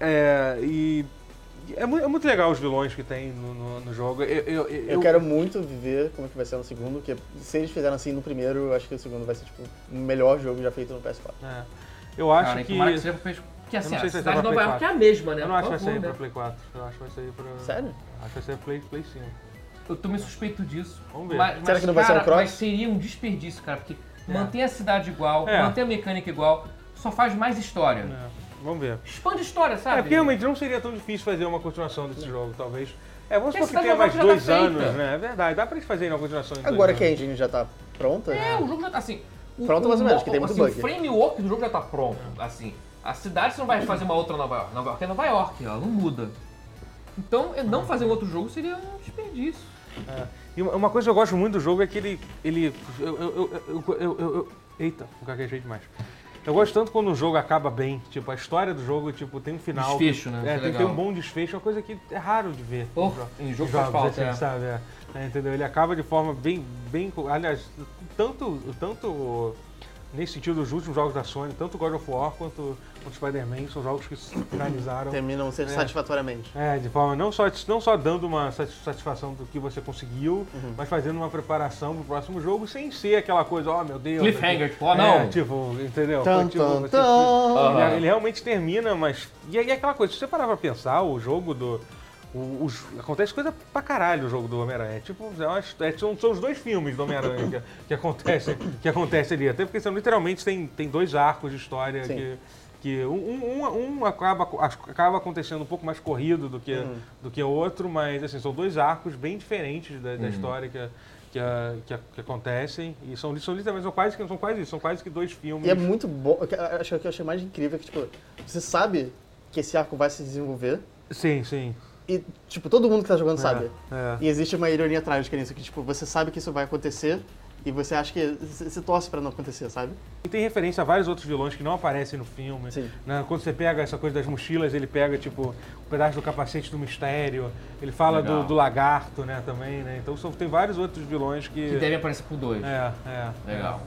S1: é, e- e é, mu- é muito legal os vilões que tem no, no- no jogo. Eu, eu- eu-
S2: Eu quero muito ver como é que vai ser no segundo, porque se eles fizeram assim no primeiro, eu acho que o segundo vai ser, tipo, o melhor jogo já feito no PS4.
S1: é, eu acho
S3: Cara,
S1: que.
S3: tomara que seja pra fez- Porque assim,
S1: não sei se vai
S3: a cidade
S1: ser
S3: de
S1: pra
S3: Nova
S1: Play
S3: York é a mesma, né?
S1: Eu não acho que
S3: Por
S1: vai sair
S3: favor,
S1: pra
S3: né?
S1: Play 4. Eu acho que vai sair pra.
S2: Sério?
S1: Acho que vai sair Play, Play 5.
S3: Eu tô meio suspeito disso.
S1: Vamos ver.
S3: Mas,
S2: Será
S3: mas,
S2: que não vai ser um
S3: cara,
S2: cross?
S3: Mas seria um desperdício, cara, porque mantém a cidade igual,
S1: É.
S3: mantém a mecânica igual, só faz mais história.
S1: É, vamos ver.
S3: Expande a história, sabe?
S1: É porque realmente não seria tão difícil fazer uma continuação desse jogo, talvez. É, vamos
S3: Porque
S1: supor que tenha
S3: essa
S1: mais
S3: já tá
S1: dois
S3: feita.
S1: anos, né? É verdade, dá pra eles fazerem uma continuação em dois
S2: Agora que a
S1: anos.
S2: engine já tá pronta,
S3: É, o jogo já tá assim. o-
S2: Pronto, mais ou menos,
S3: o-
S2: que tem muito
S3: assim,
S2: bug.
S3: O framework do jogo já tá pronto. Assim, a cidade você não vai fazer uma outra Nova York. Nova York é Nova York, ela não muda. Então, é, não fazer um outro jogo seria um desperdício.
S1: E uma- uma coisa que eu gosto muito do jogo é que ele. ele eu, eu, eu, eu, eu- eu- eita, eu gaguejei demais. Eu gosto tanto quando o jogo acaba bem, tipo, a história do jogo, tipo, tem um final.
S3: Desfecho, né?
S1: É,
S3: Isso é
S1: tem, tem
S3: legal.
S1: um bom desfecho, é uma coisa que é raro de ver.
S3: Pô,
S1: em jo-
S3: em
S1: em
S3: jogo faz
S1: jogos,
S3: falta,
S1: assim,
S3: é.
S1: sabe? É, é, entendeu? Ele acaba de forma bem. bem co- aliás, tanto, tanto nesse sentido os últimos jogos da Sony, tanto God of War quanto, quanto Spider-Man, são jogos que se finalizaram.
S2: terminam ser satisfatoriamente.
S1: É, de forma não só, não só dando uma sati- satisfação do que você conseguiu, mas fazendo uma preparação pro próximo jogo sem ser aquela coisa, ó meu Deus.
S3: Cliffhanger, tipo, ó,
S1: É,
S3: não.
S1: tipo, entendeu? Foi,
S2: Tan,
S1: tipo,
S2: tan,
S1: você-
S2: tan.
S1: Ele,
S3: Aham.
S1: ele realmente termina, mas. E aí é aquela coisa, se você parar pra pensar, o jogo do. o- os- acontece coisa pra caralho o jogo do Homem-Aranha. É Tipo, é uma histó- é- são, são os dois filmes do Homem-Aranha que, que, acontece, que acontece ali. Até porque são, literalmente tem, tem dois arcos de história
S2: Sim.
S1: que. que um, um- um acaba, co- ac- acaba acontecendo um pouco mais corrido do que,
S2: Uhum.
S1: do que o outro, mas assim, são dois arcos bem diferentes da, da história que, que, que- que acontecem. E são, são literalmente são quase que são quase isso, são quase que dois filmes.
S2: E é muito bom. o que- Acho que o que eu achei mais incrível é que, tipo, você sabe que esse arco vai se desenvolver
S1: Sim, sim.
S2: e, tipo, todo mundo que tá jogando sabe.
S1: É.
S2: E existe uma ironia trágica nisso, que, tipo, você sabe que isso vai acontecer e você acha que se se torce pra não acontecer, sabe?
S1: E tem referência a vários outros vilões que não aparecem no filme.
S2: Sim.
S1: né? Quando você pega essa coisa das mochilas, ele pega, tipo, um pedaço do capacete do mistério. Ele fala do,
S3: Legal.
S1: do lagarto, né, também, né? Então são- tem vários outros vilões que.
S3: Que deve aparecer pro dois.
S1: É, é.
S3: Legal.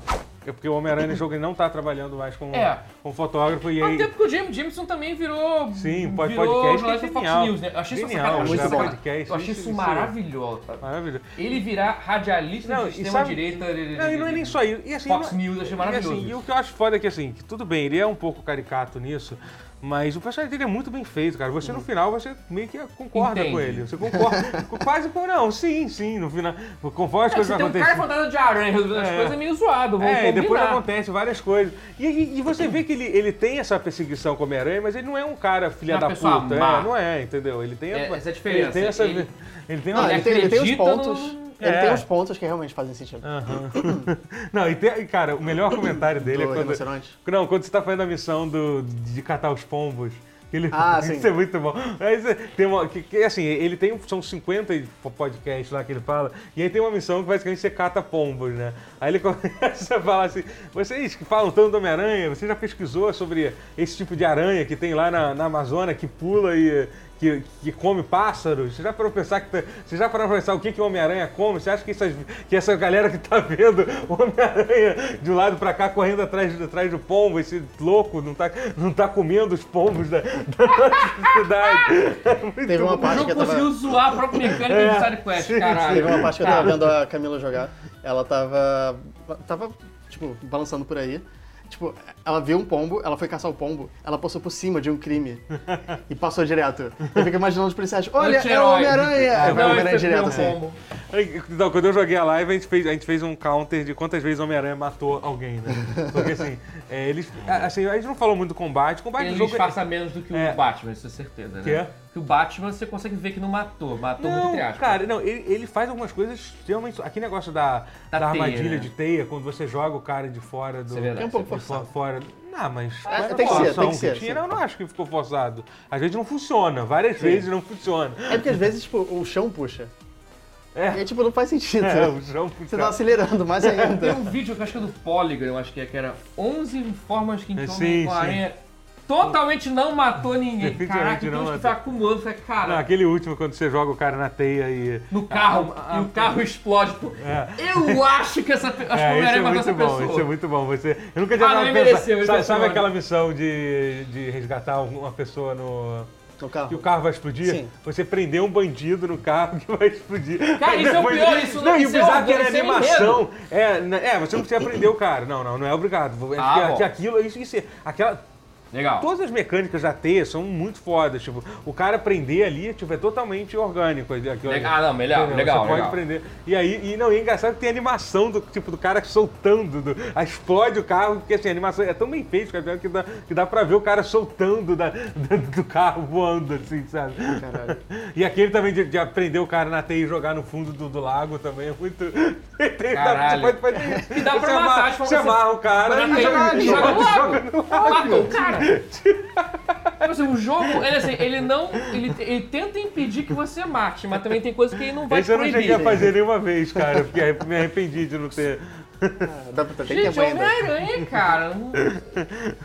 S1: É porque o Homem-Aranha no jogo ele não tá trabalhando mais como
S3: É.
S1: como fotógrafo e aí.
S3: Até porque o James Jameson também virou.
S1: Sim, pod-
S3: virou
S1: podcast
S3: jornalista
S1: é
S3: Fox
S1: genial.
S3: News, né? Eu achei
S1: Genial,
S3: isso,
S2: muito
S3: eu achei
S2: bom.
S3: isso-
S1: Podcast,
S3: Eu achei
S1: isso-
S3: isso
S1: isso-
S3: maravilhoso.
S1: Maravilha.
S3: Ele virar radialista
S1: Não, e
S3: de
S1: sabe-
S3: extrema-direita.
S1: Não, e não é nem só isso. E, assim,
S3: Fox
S1: não-
S3: News, achei
S1: e,
S3: maravilhoso
S1: assim, e
S3: isso.
S1: o que eu acho foda é que, assim, que tudo bem, ele é um pouco caricato nisso, mas o personagem dele é muito bem feito, cara. Você, no final, você meio que concorda
S3: Hum. Entende.
S1: com ele. Você concorda com- quase com... Não, sim, sim, no final. Conforme as
S3: É,
S1: coisas
S3: você tem um cara
S1: acontecem.
S3: fantasma de aranha resolvendo as
S1: É.
S3: coisas é meio zoado, vamos
S1: É, e depois
S3: combinar.
S1: acontece várias coisas. E, e- e você vê que ele, ele tem essa perseguição com o Homem-Aranha, mas ele não é um cara filha
S3: Uma
S1: da
S3: pessoa
S1: puta.
S3: má.
S1: É, não é, entendeu? Ele tem...
S3: É, essa é a
S1: Ele
S3: diferença.
S1: tem essa...
S3: Ele-
S1: ele tem
S2: Não,
S1: uma...
S2: Ah,
S3: ele é
S2: ele, tem, ele tem os
S3: acredita
S2: pontos.
S3: no-
S2: Ele
S1: É.
S2: tem os pontos que realmente fazem sentido.
S1: Aham. Não, e tem- e, cara, o melhor comentário dele é
S2: Do
S1: quando...
S2: rinoceronte.
S1: Não, quando você tá fazendo a missão do, de catar os pombos, Ele,
S2: Ah, sim.
S1: Isso é muito bom. Aí você tem uma, que, que, assim, ele tem, um- são 50 e po- podcasts lá que ele fala, e aí tem uma missão que basicamente você cata pombos, né? Aí ele começa a falar assim, vocês que falam tanto do Homem-Aranha, você já pesquisou sobre esse tipo de aranha que tem lá na, na Amazônia, que pula e... Que, que come pássaros? Você já parou pra pensar, que, tá- você já parou pra pensar o que, que o Homem-Aranha come? Você acha que, essas, que essa galera que tá vendo o Homem-Aranha de um lado pra cá correndo atrás, atrás do pombo, esse louco não tá, não tá comendo os pombos da, da nossa cidade?
S2: Teve uma
S3: O
S2: parte que
S3: jogo
S2: eu tava.
S3: conseguiu zoar a própria mecânica do SideQuest, caralho.
S2: Teve uma parte que eu tava
S3: Cara,
S2: vendo a Camila jogar. Ela tava. Tava, tipo, balançando por aí. Tipo, ela viu um pombo, ela foi caçar o pombo, ela passou por cima de um crime e passou direto. Eu fico imaginando os policiais, olha, é o
S3: Anti-herói.
S2: Homem-Aranha! Aí vai o
S3: não,
S2: Homem-Aranha
S3: esse é
S2: direto,
S3: meu
S2: assim.
S3: combo.
S1: Aí, Então, quando eu joguei a live, a gente fez, a gente fez um counter de quantas vezes o Homem-Aranha matou alguém, né? Porque assim, é, eles. a- Assim, a gente não falou muito do combate. O combate
S3: Ele
S1: do jogo.
S3: disfarça menos do que o
S1: É.
S3: Batman, isso é certeza, né?
S1: Quê?
S3: Que o Batman você consegue ver que não matou, matou muito entre
S1: Não,
S3: aspas.
S1: cara, não, ele, ele faz algumas coisas extremamente. Aquele negócio da, da,
S3: Da teia,
S1: armadilha
S3: né?
S1: de teia, quando você joga o cara de fora do.
S3: Isso é verdade.
S2: É um pouco
S1: de fo-
S2: forçado.
S1: fora. Não, mas. mas
S2: Ah, tem que
S1: a
S2: ser,
S1: forçação
S2: tem que ser,
S1: tinha,
S2: sim.
S1: eu não acho que ficou forçado. Às vezes não funciona, várias vezes não funciona.
S2: É porque às vezes, tipo, o chão puxa.
S1: É.
S2: E aí, tipo, não faz sentido.
S1: É, o chão
S2: Você
S1: puxa-
S2: tá acelerando mais
S3: Tem
S2: ainda.
S3: um vídeo que eu acho que é do Polygon, eu acho que é, que era 11 formas que
S1: Sim,
S3: encontram
S1: sim.
S3: a aranha. Totalmente não matou ninguém.
S1: Definitivamente
S3: Caraca,
S1: não
S3: então
S1: matou.
S3: você tá acumulando, fica,
S1: Não,
S3: cara,
S1: aquele último, quando você joga o cara na teia e.
S3: no carro,
S1: Ah, ah,
S3: e o carro explode. Pô, Eu acho que essa. pe- Acho que o
S1: É. isso
S3: Homem-Aranha matou essa
S1: bom,
S3: pessoa.
S1: isso é muito bom. Você, eu nunca tinha
S3: Ah, não,
S1: parado
S3: ele
S1: pra
S3: mereceu, ele
S1: sabe,
S3: mereceu,
S1: sabe
S3: olha.
S1: aquela missão de, de resgatar uma pessoa no.
S2: No
S1: que o
S2: carro.
S1: carro vai explodir?
S2: Sim.
S1: Você prender um bandido no carro que vai explodir.
S3: Cara, isso é o
S1: Depois-
S3: pior, isso não-
S1: e o
S3: isso é
S1: bizarro que
S3: horror,
S1: era
S3: isso é
S1: animação. É, né, é, você não precisa prender o cara. Não, não, não é obrigado. É
S3: Ah,
S1: porque
S3: bom.
S1: que aquilo, isso, isso, é- aquela,
S3: Legal.
S1: Todas as mecânicas da teia são muito fodas. Tipo, o cara prender ali tipo, é totalmente orgânico. ali, aquilo ali.
S3: Ah, não, melhor,
S1: Entendeu?
S3: legal,
S1: Você pode
S3: legal.
S1: prender. E aí, e não, e é engraçado que tem animação do tipo do cara soltando, do, aí explode o carro, porque assim, a animação é tão bem feita cara, que dá, que dá pra ver o cara soltando da- da- do carro voando, assim, sabe?
S2: Caralho.
S1: E aquele também de, de aprender o cara na teia e jogar no fundo do, do lago também é muito. Tem- dá-
S3: Caralho.
S1: Você pode fazer
S3: E dá pra
S1: você
S3: matar,
S1: amarra,
S3: tipo,
S1: você
S3: você-
S1: amarra o cara
S3: Joga
S1: e joga,
S3: no
S1: joga
S3: lago. Matou o cara. Tipo assim, o jogo, ele assim, ele não. Ele, ele tenta impedir que você mate, mas também tem coisas que ele não vai
S1: Esse eu não cheguei
S3: proibir.
S1: a fazer nenhuma vez, cara, porque aí me arrependi de não ter.
S2: Ah, Dá pra ter
S3: Gente, é
S2: tempo ainda.
S3: Homem-Aranha, cara. Não não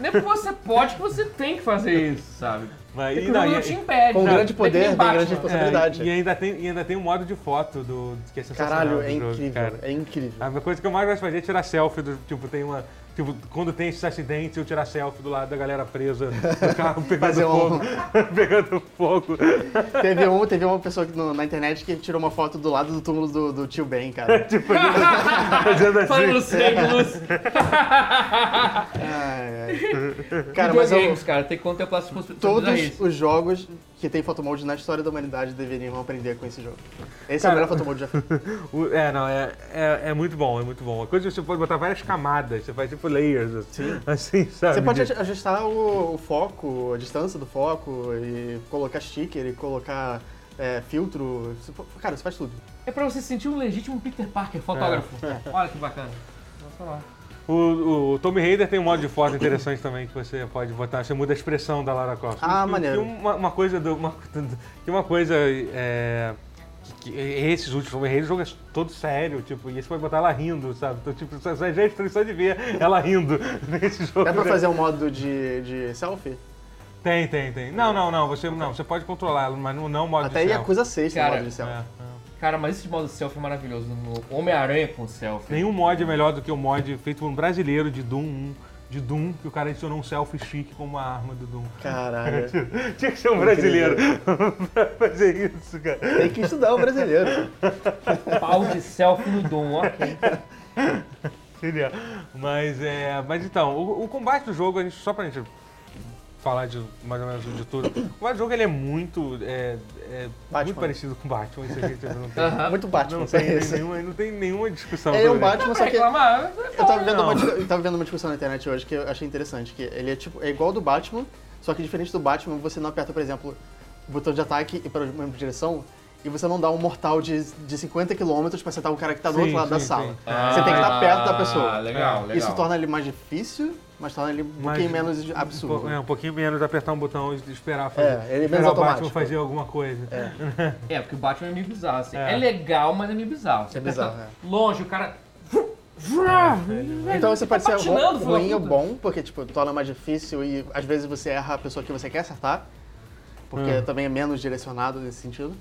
S3: é porque você pode que você tem que fazer isso, sabe?
S1: Mas,
S3: E
S1: e,
S3: É não,
S1: não, e-
S3: te impede.
S2: Com
S3: sabe?
S2: grande
S3: É que nem
S2: poder, tem
S3: Batman.
S2: grande
S1: é,
S2: responsabilidade.
S1: e ainda tem e ainda tem um modo de foto do que é sensacional
S2: Caralho,
S1: do
S2: é
S1: jogo,
S2: incrível.
S1: cara.
S2: É incrível.
S1: A coisa que eu mais gosto de fazer é tirar selfie do tipo tem uma tipo quando tem esses acidentes eu tirar selfie do lado da galera presa no carro pegando
S2: Fazer um-
S1: fogo, pegando fogo.
S2: Teve, um, teve uma pessoa que no- na internet que tirou uma foto do lado do túmulo do, do tio Ben, cara.
S1: tipo, Fazendo assim.
S3: Fala, Luciano, Luciano.
S2: Ai, ai. Cara, mas eu,
S3: Games, cara, tem que contemplar essas
S1: é
S3: possibilidades. da
S2: todos
S3: rede.
S2: os jogos que tem photomode na história da humanidade deveriam aprender com esse jogo. Esse é o melhor photomode já feito.
S1: O- É, não, é, é, é muito bom, é muito bom. A coisa que você pode botar várias camadas, você faz tipo layers, assim, assim sabe?
S2: Você pode
S1: de-
S2: aj- ajustar o, o foco, a distância do foco, e colocar sticker, e colocar é, filtro. Você po- Cara, você faz tudo.
S3: É pra você sentir um legítimo Peter Parker, fotógrafo.
S2: É.
S3: Olha que bacana. Nossa, lá.
S1: O, o Tommy Raider tem um modo de foto interessante também que você pode botar. Você muda a expressão da Lara Croft.
S2: Ah,
S1: que,
S2: maneiro.
S1: Que uma, uma coisa do. Uma, que uma coisa. É, que, que esses últimos Tommy Raider o jogo é todo sério, tipo, e você pode botar ela rindo, sabe? Então, tipo, só- só- já é estranho só de ver ela rindo nesse jogo.
S2: Dá pra
S1: né?
S2: fazer um modo de, de selfie?
S1: Tem, tem, tem. Não, não, não. Você, não, você pode controlar ela, mas não, não é o modo
S2: Até
S1: de selfie.
S2: Yakuza 6 tem
S3: Cara,
S2: modo de selfie.
S1: É, é.
S3: Cara, mas esse modo selfie é maravilhoso. No Homem-Aranha com selfie.
S1: Nenhum mod é melhor do que o mod feito por um brasileiro de Doom 1, de Doom, que o cara adicionou um selfie chique com uma arma do Doom.
S2: Caralho.
S1: Tinha que ser um brasileiro pra fazer isso, cara.
S2: Tem que estudar o brasileiro.
S3: Um Pau de selfie no Doom, ok.
S1: Seria. Mas, é, mas então, o, o combate do jogo, a gente, só pra gente falar de mais ou menos de tudo, o combate do jogo ele é muito, é, é muito
S2: Batman.
S1: parecido com Batman. Isso a gente não tem,
S3: Aham.
S2: Muito Batman,
S1: Ah, não
S2: só
S1: tem,
S2: isso.
S1: nenhuma, não tem nenhuma discussão
S2: Ele é um
S1: sobre
S2: Batman, só que eu
S3: Reclamar.
S2: tava vendo, uma, eu tava vendo uma discussão na internet hoje que eu achei interessante, que ele é tipo é igual ao do Batman, só que diferente do Batman, você não aperta, por exemplo, o botão de ataque e para a mesma direção, e você não dá um mortal de, de 50 quilômetros pra acertar o cara que tá do
S1: Sim,
S2: outro lado da
S1: sim,
S2: sala.
S1: sim. É, um
S2: Você tem que estar perto da pessoa. É.
S4: Ah, legal, legal.
S2: Isso torna ele mais difícil, mas torna ele um
S1: Mas-
S2: pouquinho menos
S1: Um
S2: absurdo.
S1: pouco- é, um pouquinho menos apertar um botão e esperar fazer.
S2: É, ele é menos
S1: esperar o Batman
S2: automático.
S1: fazer alguma coisa.
S4: É, porque o Batman é meio bizarro, assim.
S1: É.
S4: É, legal, mas é meio bizarro. Você
S2: É bizarro,
S4: aperta Longe, o cara... é
S2: Então
S1: assim,
S2: isso pode ser
S4: patinando,
S2: ru-
S4: filho da
S2: ruim ou
S4: puta.
S2: bom, porque tipo, torna mais difícil e às vezes você erra a pessoa que você quer acertar, porque
S1: Ah.
S2: também é menos direcionado nesse sentido.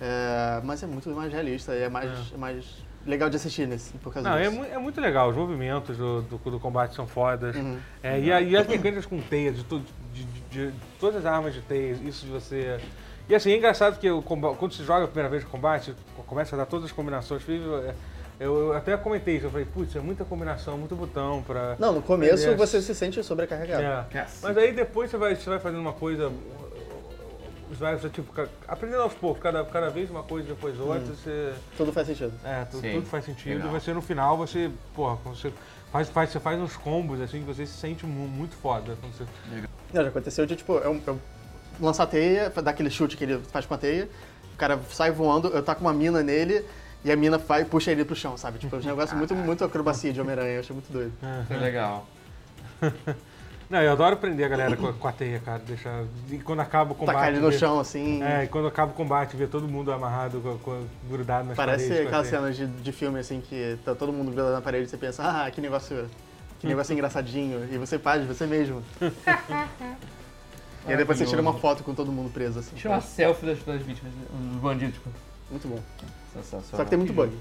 S2: É, mas é muito mais realista e é mais, é mais legal de assistir nesse, por causa
S1: Ah. Não, é,
S2: disso.
S1: mu- é muito legal. Os movimentos do, do, do combate são
S2: Uhum.
S1: fodas. É, e, a- e as mecânicas com teia, de, to- de- de- de todas as armas de teia, isso de você. E assim, é engraçado que o comba- quando se joga a primeira vez de combate, começa a dar todas as combinações. Fiz- Eu, é, eu até comentei isso, eu falei, putz, é muita combinação, muito botão pra.
S2: Não, no começo
S1: Ele é-
S2: você se sente sobrecarregado.
S1: É. Mas aí depois você vai, você vai fazendo uma coisa. Você vai, você, tipo, ca- aprendendo aos poucos, cada, cada vez uma coisa, depois outra, você.
S2: Tudo faz sentido.
S1: É, tu-
S4: Sim.
S1: tudo faz sentido.
S4: Legal.
S1: E você no final, você, porra, quando você faz, faz, você faz uns combos assim que você se sente mu- muito foda. Quando você...
S2: Não, já aconteceu de, tipo, eu, eu lançar a teia, dar aquele chute que ele faz com a teia, o cara sai voando, eu taco uma mina nele e a mina vai, e puxa ele pro chão, sabe? Tipo, é um negócio muito, muito acrobacia de Homem-Aranha, eu achei muito doido.
S4: Isso é legal.
S1: Não, eu adoro prender a galera com, a- com a teia, cara. Deixar. E quando acaba o combate.
S2: Tacar ele no
S1: ver-
S2: chão, assim,
S1: É, e quando acaba o combate, ver todo mundo amarrado, com, com- grudado nas
S2: parece
S1: paredes. com a
S2: aquelas
S1: teia.
S2: cenas de, de filme, assim, que tá todo mundo grudado na parede e você pensa, ah, que negócio, que negócio engraçadinho, e você faz você mesmo. e aí depois você tira uma foto com todo mundo preso, assim.
S4: Tira uma selfie das, das vítimas, dos bandidos, tipo,
S2: Muito bom.
S4: sensacional.
S3: Tá
S2: Só que tem muito bug.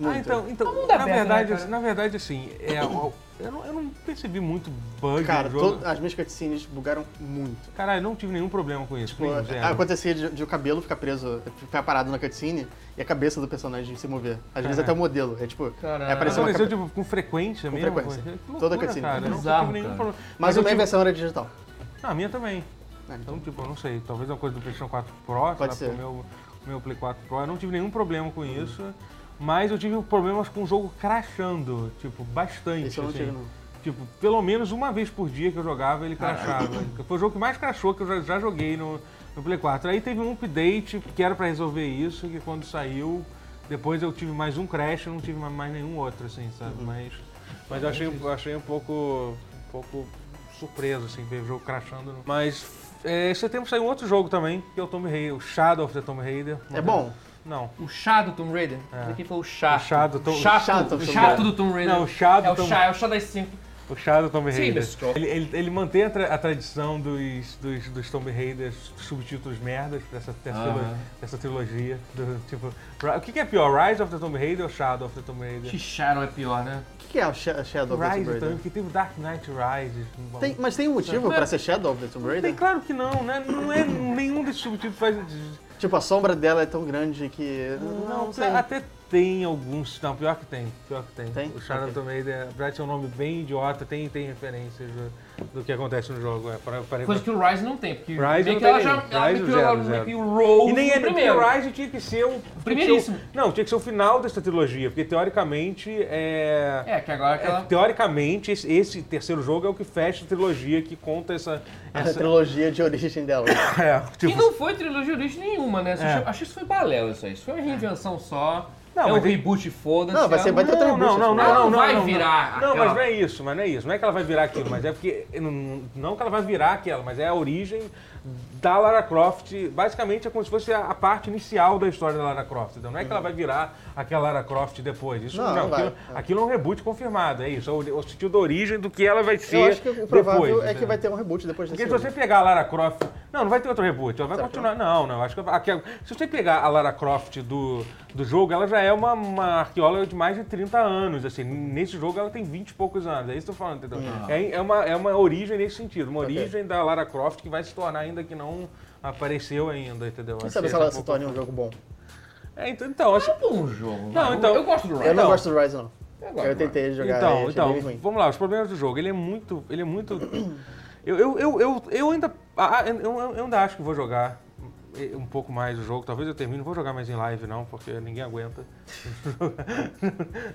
S2: Muito.
S1: Ah, então, então
S4: mundo
S1: na,
S4: aberto, né,
S1: verdade,
S4: cara?
S1: na verdade, assim, é, eu, eu não, eu não percebi muito bug
S2: Cara,
S1: no jogo.
S2: to- as minhas cutscenes bugaram muito.
S1: Caralho, não tive nenhum problema com isso.
S2: Tipo,
S1: nenhum, zero.
S2: acontecia de, de o cabelo ficar preso, ficar parado na cutscene e a cabeça do personagem se mover. Às vezes
S1: Caraca.
S2: até o modelo. É tipo,
S4: Caraca.
S2: é
S1: Isso
S2: apareceu uma
S1: aconteceu
S2: cabe...
S1: tipo, com frequência mesmo?
S2: frequência.
S1: Que loucura,
S2: Toda cutscene.
S1: Cara, eu não
S4: Bizarro,
S1: tive nenhum
S4: cara.
S1: problema.
S2: Mas
S1: eu
S2: a minha
S1: tive-
S2: versão era digital.
S1: Não, a minha também.
S2: Ah, então.
S1: Então, tipo, eu não sei, talvez uma coisa do PlayStation 4 Pro, sei lá,
S2: ser.
S1: porque o meu, o meu Play 4 Pro, eu não tive nenhum problema com isso, mas eu tive problemas com o jogo crashando, tipo, bastante.
S2: Isso eu não
S1: assim.
S2: tive, não.
S1: Tipo, pelo menos uma vez por dia que eu jogava, ele crashava. Foi o jogo que mais crashou que eu já, já joguei no, no Play 4. Aí teve um update que era pra resolver isso, que quando saiu, depois eu tive mais um crash, eu não tive mais- mais nenhum outro, assim, sabe?
S4: Uhum.
S1: Mas, mas eu achei, eu achei um pouco. um pouco surpreso, assim, ver o jogo crashando. Mas é, esse tempo saiu um outro jogo também, que é o Tomb Raider, o Shadow of the Tomb Raider.
S2: É bom.
S1: Não.
S4: O chá do Tomb Raider? Isso aqui foi o chá.
S1: É. O chá do Tomb-
S4: Chato,
S2: Chato do
S4: o
S2: Tomb
S4: chato
S2: Raider.
S4: do Tomb Raider.
S1: Não, o chá do
S4: é o
S1: Tomb-
S4: chá, é o chá das cinco.
S1: O Shadow Tomb
S4: Sim,
S1: Raider.
S4: Mr. Scott.
S1: Ele, ele- ele mantém a, tra- a tradição dos, dos, dos Tomb Raiders subtítulos merdas dessa, dessa,
S4: Ah,
S1: trilo- dessa trilogia. do tipo, Ra- o que, que é pior, Rise of the Tomb Raider ou Shadow of the Tomb Raider?
S4: Que chá não é pior, né?
S2: O que que é o Sha- Shadow of the Tomb
S1: Rise também,
S2: Raider?
S1: porque teve Dark Knight Rises.
S2: Tem- mas tem um motivo pra ser Shadow of the Tomb
S1: Tem,
S2: Raider?
S1: claro que não, né? Não é nenhum desses subtítulos faz.
S2: Tipo, a sombra dela é tão grande que.
S1: Não,
S2: sei.
S1: até tem alguns. Não, pior que tem. Pior que tem.
S2: Tem?
S1: O Shadow of
S2: Ok.
S1: the Tomb Raider, apesar de ser um nome bem idiota, tem, tem referências do, do que acontece no jogo. É, pra, pra-
S4: Coisa que o Rise não tem, porque
S1: Rise
S4: meio
S1: não
S4: que ela
S1: tem
S4: já
S1: nenhum.
S4: ela
S1: Rise
S4: meio que
S1: zero,
S4: ela-
S1: zero.
S4: meio que o Rose
S1: E nem era porque
S4: primeiro.
S1: o é Rise tinha que ser o. tinha
S4: Primeiríssimo.
S1: que ser o- não, tinha que ser o final dessa trilogia, porque teoricamente é.
S4: É, que agora
S1: é,
S4: aquela...
S1: teoricamente, esse, esse terceiro jogo é o que fecha a trilogia, que conta essa.
S2: A
S1: essa
S2: trilogia de origem dela.
S1: é,
S4: Que
S1: tipo,
S4: não foi trilogia de origem nenhuma, né? Isso
S1: É.
S4: chama- Acho que isso foi balela isso aí. Isso foi uma reinvenção só.
S1: Não,
S4: é um
S1: mas tem-
S4: reboot, foda-se.
S2: Não, vai ser-
S4: é um-
S2: vai ter
S1: não, não, não, não,
S4: Ela
S1: não,
S4: não vai
S1: não,
S4: virar
S1: Não,
S4: aquela-
S1: mas não é isso, mas não é isso. Não é que ela vai virar aquilo, mas é porque. Não, não que ela vai virar aquela, mas é a origem da Lara Croft. Basicamente é como se fosse a, a parte inicial da história da Lara Croft. Então não é que ela vai virar aquela Lara Croft depois. Isso não,
S2: Não, não vai.
S1: aquilo, aquilo é um reboot confirmado, é isso. É o, o sentido da origem do que ela vai ser.
S2: Eu acho que o provável
S1: depois,
S2: é que
S1: entendeu?
S2: vai ter um reboot depois desse
S1: Porque se
S2: filme.
S1: você pegar a Lara Croft. Não, não vai ter outro reboot. Ela vai
S2: Será que
S1: continuar. Não, não. Acho que. aqui- é, se você pegar a Lara Croft do, do jogo, ela já é uma, uma arqueóloga de mais de 30 anos. Assim, nesse jogo ela tem 20 e poucos anos. É isso que eu tô falando, entendeu? É, é, uma, é uma origem nesse sentido. Uma
S2: Hum. Ok.
S1: origem da Lara Croft que vai se tornar ainda que não apareceu ainda, entendeu?
S2: Quem
S1: Acho
S2: sabe
S1: que esse
S2: se
S1: é
S2: ela
S1: um
S2: se
S1: pouco-
S2: torne um jogo bom.
S1: É, então, então, acho-
S4: É um bom jogo.
S1: Não,
S4: vai.
S1: então-
S4: Eu gosto do Rise.
S2: Eu não
S1: Então-
S2: gosto do Rise, não.
S4: Eu gosto
S2: Eu
S4: do
S2: tentei jogar e
S1: Então,
S2: achei
S1: então
S2: bem ruim.
S1: vamos lá, os problemas do jogo. Ele é muito. Ele é muito. Eu, eu, eu, eu, eu ainda. ah, eu, eu- eu ainda acho que vou jogar um pouco mais o jogo. Talvez eu termine, não vou jogar mais em live, não, porque ninguém aguenta.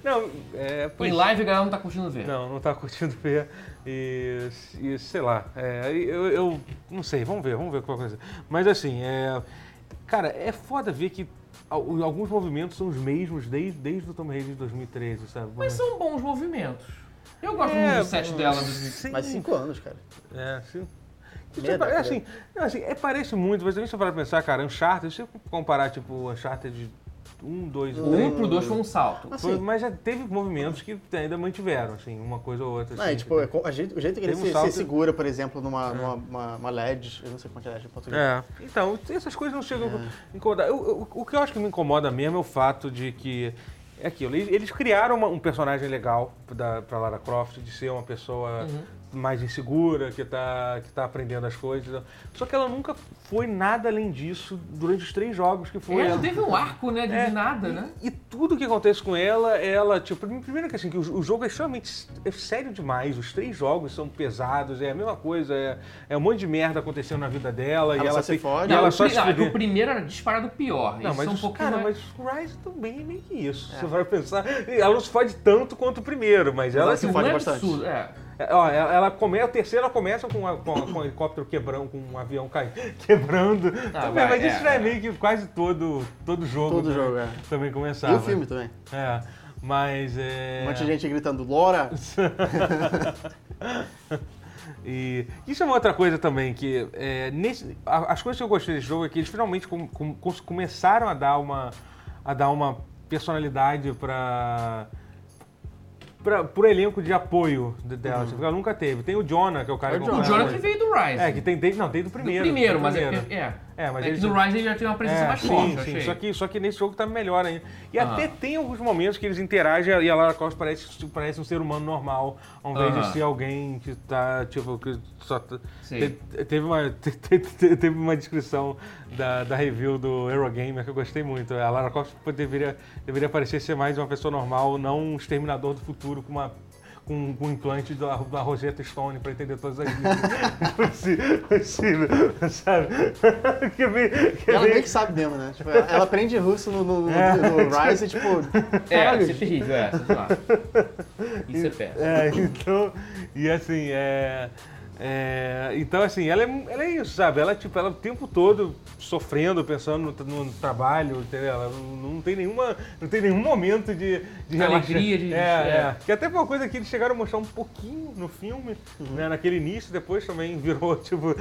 S1: não, é.
S4: Rise.
S1: pois-
S4: Em live a galera não tá curtindo ver.
S1: Não, não tá curtindo ver. E, e sei lá. é, eu, eu não sei, vamos ver, vamos ver qual coisa. Mas assim, é. Cara, é foda ver que al- alguns movimentos são os mesmos desde, desde o Tom Raider de 2013, sabe?
S3: Mas são bons movimentos. Eu gosto
S1: É,
S3: muito do set um dela. assim. do-
S1: Sim.
S2: Mas cinco anos, cara.
S1: É, sim.
S2: Meia
S1: Tipo, é
S2: década.
S1: assim, é assim, é, parece muito, mas também se eu parar pra pensar, cara, Uncharted, se você comparar, tipo, Uncharted de 1, 2,
S3: O
S1: 1,
S3: um pro dois foi um salto.
S2: Mas,
S1: foi,
S2: assim,
S1: mas já teve movimentos que ainda mantiveram, assim, uma coisa ou outra.
S2: não,
S1: assim,
S2: é, tipo, é co- a gente- o jeito que ele
S1: Teve um
S2: se,
S1: salto-
S2: se segura, por exemplo, numa, numa uma, uma LED, eu não sei como é que é LED em português. É.
S1: É. Então, essas coisas não chegam a incomodar. Eu- eu- o que eu acho que me incomoda mesmo é o fato de que. É aquilo. Eles, eles criaram uma- um personagem legal da, pra Lara Croft, de ser uma
S3: Uhum.
S1: pessoa mais insegura, que tá, que tá aprendendo as coisas. Só que ela nunca foi nada além disso durante os três jogos que foi.
S3: É,
S1: ela.
S3: não teve um arco, né? De
S1: É.
S3: nada, né?
S1: E tudo que acontece com ela, ela, tipo, prime- primeiro que assim, que o, o jogo é extremamente s- é sério demais, os três jogos são pesados, é a mesma coisa, é, é um monte de merda acontecendo na vida dela e
S2: Ela
S1: ela
S2: só se
S1: tem-
S2: fode.
S1: e
S3: Não,
S1: ela
S3: o,
S1: só
S3: pri-
S1: se
S3: não, é que
S1: fuder.
S3: o primeiro era disparado pior.
S1: Não,
S3: Isso
S1: mas,
S3: é um
S1: os-
S3: pouquinho.
S1: cara,
S3: mais-
S1: mas o Rise também é meio que isso. Você vai pensar. Ela não se fode tanto quanto o primeiro, mas ela.
S2: ela se
S3: Assim,
S2: fode
S3: não é
S2: bastante.
S3: absurdo, é.
S1: Ó, ela, ela começa, a terceira começa com, a- com, a- com um helicóptero quebrando, com um avião cai, quebrando. Também,
S3: vai,
S1: mas isso
S3: é,
S1: já é,
S3: é.
S1: meio que quase todo, todo jogo.
S2: Todo
S1: né?
S2: jogo, é.
S1: Também
S2: E
S1: começava.
S2: o filme também.
S1: É. Mas é.
S2: Um monte de gente gritando Lora.
S1: E isso é uma outra coisa também, que é, nesse- a- as coisas que eu gostei desse jogo é que eles finalmente com- com- com- começaram a dar uma, a dar uma personalidade para pro elenco de apoio de- dela, tipo, que ela nunca teve. Tem o Jonah, que é o cara
S2: Uhum. É
S1: que
S2: o Jonah.
S3: O
S1: acompanha
S3: Jonah
S1: ela.
S3: que veio do Rise.
S1: É, que tem desde, não, desde o primeiro.
S3: do primeiro,
S1: do
S3: mas é
S1: primeiro.
S3: porque. É.
S1: É, mas
S3: é que
S1: eles-
S3: do Rise ele já tinha uma presença
S1: É,
S3: mais
S1: sim,
S3: forte, eu
S1: sim.
S3: achei.
S1: Só, que, só que nesse jogo tá melhor ainda. E
S3: Aham.
S1: até tem alguns momentos que eles interagem e a Lara Croft parece, parece um ser humano normal, ao invés de
S3: Aham.
S1: ser alguém que tá, tipo, que só... tá-
S3: Sim.
S1: te- teve, uma, te- te- te- teve uma descrição da, da review do Eurogamer que eu gostei muito. A Lara Croft deveria, deveria parecer ser mais uma pessoa normal, não um exterminador do futuro com uma... Com, com um implante da, da Rosetta Stone pra entender todas as línguas. Possível, sabe? que é meio, que é
S2: Ela
S1: meio-
S2: meio que sabe mesmo, né? Tipo, ela ela aprende russo no, no, no,
S1: É.
S2: no Rise e, tipo,
S3: É, isso é terrível, é. sei lá. Isso é péssimo.
S1: É, então, e assim, é, é, então assim, ela é, ela é isso, sabe? Ela tipo, ela o tempo todo sofrendo, pensando no, no trabalho, entendeu? Ela não, não tem nenhuma, não tem nenhum momento de, de
S3: Alegria, de-
S1: É,
S3: é.
S1: é. Que até foi uma coisa que eles chegaram a mostrar um pouquinho no filme, né? Naquele início, depois também virou tipo,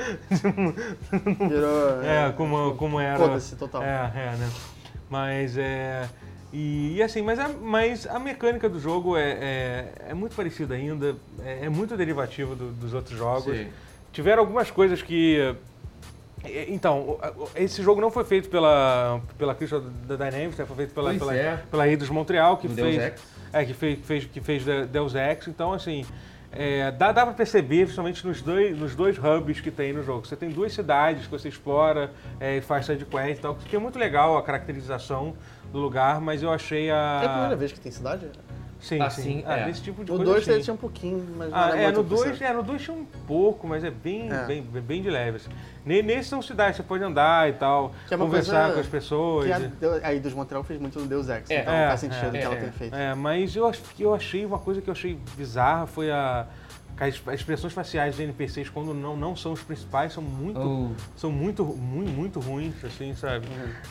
S2: virou.
S1: é, como, como era.
S2: Foda-se, total.
S1: É, é, né? Mas é. E, e assim, mas a, mas a mecânica do jogo é, é, é muito parecida ainda, é, é muito derivativa do- dos outros jogos.
S3: Sim.
S1: Tiveram algumas coisas que. é, Então, o- o- esse jogo não foi feito pela, pela Crystal Dynamics, né? foi feito pela,
S3: Pois
S1: pela,
S3: é.
S1: pela Eidos Montreal, que
S3: Do Deus
S1: fez.
S3: Ex.
S1: É, que fez, fez, que fez de- Deus Ex. Então, assim, é, dá, dá pra perceber, principalmente nos dois, nos dois hubs que tem no jogo. Você tem duas cidades que você explora é, e faz side quest e tal, que é muito legal a caracterização do lugar, mas eu achei a...
S2: É a primeira vez que tem cidade?
S1: Sim,
S3: Ah,
S1: sim.
S3: sim,
S1: Ah,
S3: é.
S1: Desse tipo de
S2: No
S1: coisa,
S2: 2
S1: sim.
S2: tinha um pouquinho, mas não
S1: Ah,
S2: era
S1: é,
S2: muito
S1: no 2
S2: oficial.
S1: é, no dois tinha um pouco, mas é bem,
S2: É.
S1: bem, bem, bem de leve. assim. Ne- Nesse são cidades, você pode andar e tal,
S2: Que é uma
S1: conversar
S2: coisa
S1: com as pessoas.
S2: Que é a, Deu- a Eidos Montreal fez muito no Deus Ex,
S3: É.
S2: então
S1: É,
S2: faz sentido
S1: é,
S2: que ela
S3: é.
S2: tenha feito.
S1: É, mas eu, acho que eu achei uma coisa que eu achei bizarra foi a. que As, as expressões faciais dos NPCs, quando não, não são os principais, são muito.
S3: Oh.
S1: São muito, muito, muito ruins, assim, sabe?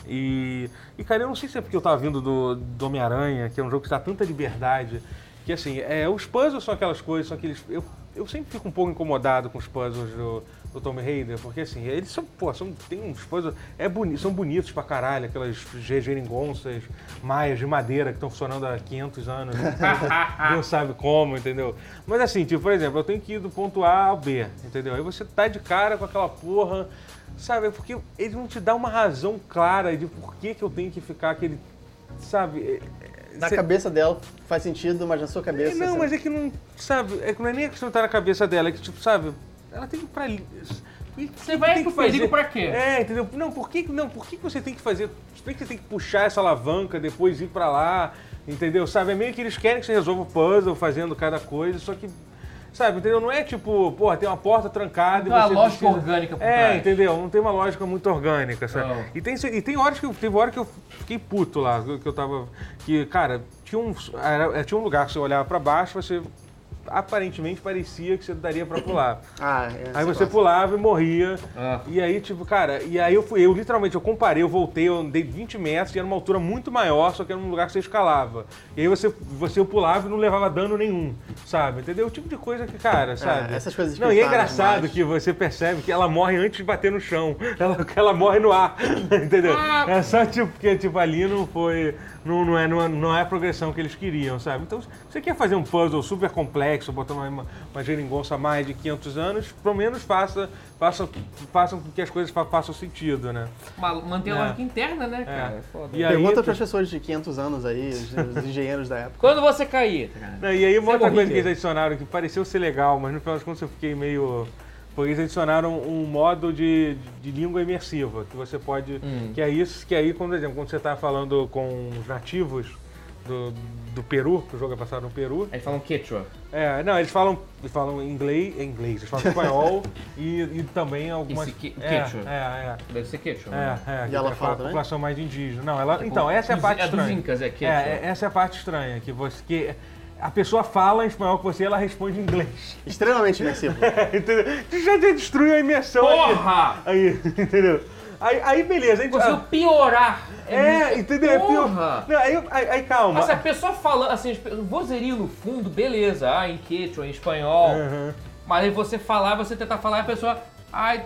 S1: E, e, cara, eu não sei se é porque eu tava vindo do, do Homem-Aranha, que é um jogo que dá tanta liberdade, que, assim, é, os puzzles são aquelas coisas, são aqueles... Eu, eu sempre fico um pouco incomodado com os puzzles do, do Tomb Raider, porque, assim, eles são, pô, são, tem uns puzzles... É boni, são bonitos pra caralho, aquelas ge- geringonças maias de madeira que estão funcionando há 500 anos. né? Deus sabe como, entendeu? Mas, assim, tipo, por exemplo, eu tenho que ir do ponto A ao B, entendeu? Aí você tá de cara com aquela porra... Sabe, é porque eles não te dão uma razão clara de por que, que eu tenho que ficar aquele. Sabe? é- é-
S2: Na
S1: cê-
S2: cabeça dela faz sentido, mas na sua
S1: É,
S2: cabeça.
S1: não,
S2: assim,
S1: mas é que não. Sabe? É que não é nem a questão que tá na cabeça dela, é que, tipo, sabe? Ela tem que ir pra. li- por que
S3: Você vai
S1: tem
S3: pro
S1: que fazer-
S3: perigo pra quê?
S1: É, entendeu? Não, por que, não, por que que você tem que fazer. Por que que você tem que puxar essa alavanca, depois ir pra lá, entendeu? Sabe? É meio que eles querem que você resolva o puzzle fazendo cada coisa, só que. Sabe, entendeu? Não é tipo, porra, tem uma porta trancada
S3: Tem uma
S1: e você.
S3: lógica
S1: precisa-
S3: orgânica por
S1: É,
S3: trás.
S1: entendeu? Não tem uma lógica muito orgânica, sabe?
S3: Não.
S1: E tem, e tem horas que eu, teve hora que eu fiquei puto é, lá, que eu tava. Que, cara, tinha um, era- tinha um lugar que você olhava pra baixo, você aparentemente parecia que você daria pra pular.
S2: Ah, é,
S1: Aí
S2: sei
S1: você
S2: lá.
S1: pulava e morria.
S3: Ah.
S1: E aí, tipo, cara, e aí eu fui, eu literalmente, eu comparei, eu voltei, eu andei 20 metros e era uma altura muito maior, só que era um lugar que você escalava. E aí você, você pulava e não levava dano nenhum, sabe? Entendeu? O tipo de coisa que, cara, sabe?
S2: essas coisas
S1: Não, e é
S2: espirituais
S1: engraçado
S2: demais.
S1: que você percebe que ela morre antes de bater no chão. Ela, que ela morre no ar, entendeu? É só tipo, porque tipo, ali não foi. Não, não, é, não, é, não é a progressão que eles queriam, sabe? Então, se você quer fazer um puzzle super complexo, botar uma, uma, uma geringonça há mais de 500 anos, pelo menos faça, faça, faça com que as coisas fa- façam sentido, né?
S3: Mal- Manter a
S1: É.
S3: lógica interna, né, cara?
S1: É.
S3: Foda.
S1: E aí,
S2: Pergunta para as pessoas de 500 anos aí, os, os engenheiros da época.
S3: Quando você cair, cara?
S1: Não, e aí uma
S3: Você
S1: outra
S3: morria.
S1: coisa que eles adicionaram que pareceu ser legal, mas no final das contas eu fiquei meio. Porque eles adicionaram um modo de, de língua imersiva, que você pode.
S3: Hum.
S1: Que é isso, que aí, quando, por exemplo, quando você tá falando com os nativos do, do Peru, que o jogo é passado no Peru.
S3: Aí falam Quechua.
S1: É, não, eles falam. Eles falam inglês, é inglês, eles falam espanhol e, e também algumas.
S3: Esse que-
S1: é,
S3: quechua.
S1: é, é.
S3: Deve ser Quechua. né?
S1: É, é,
S2: E ela
S1: que é
S2: fala
S1: a
S2: também?
S1: população mais indígena. Não, ela. então, essa é a
S3: Dos-
S1: parte
S3: É dos
S1: estranha.
S3: Incas, é Quechua.
S1: É, essa é a parte estranha, que você. Que a pessoa fala em espanhol com você e ela responde em inglês. É,
S2: Extremamente imersivo.
S1: entendeu? Tu já destruiu a imersão
S3: Porra!
S1: aí. Aí, entendeu? Aí, aí beleza, a gente.
S3: Conseguiu piorar.
S1: é, entendeu? É pior.
S3: Porra!
S1: Não, aí, aí- aí calma.
S3: Mas se a pessoa falando, assim, as pe- vozeria no fundo, beleza, ah, em quechua, em espanhol.
S1: Uhum.
S3: Mas aí você falar, você tentar falar, a pessoa, I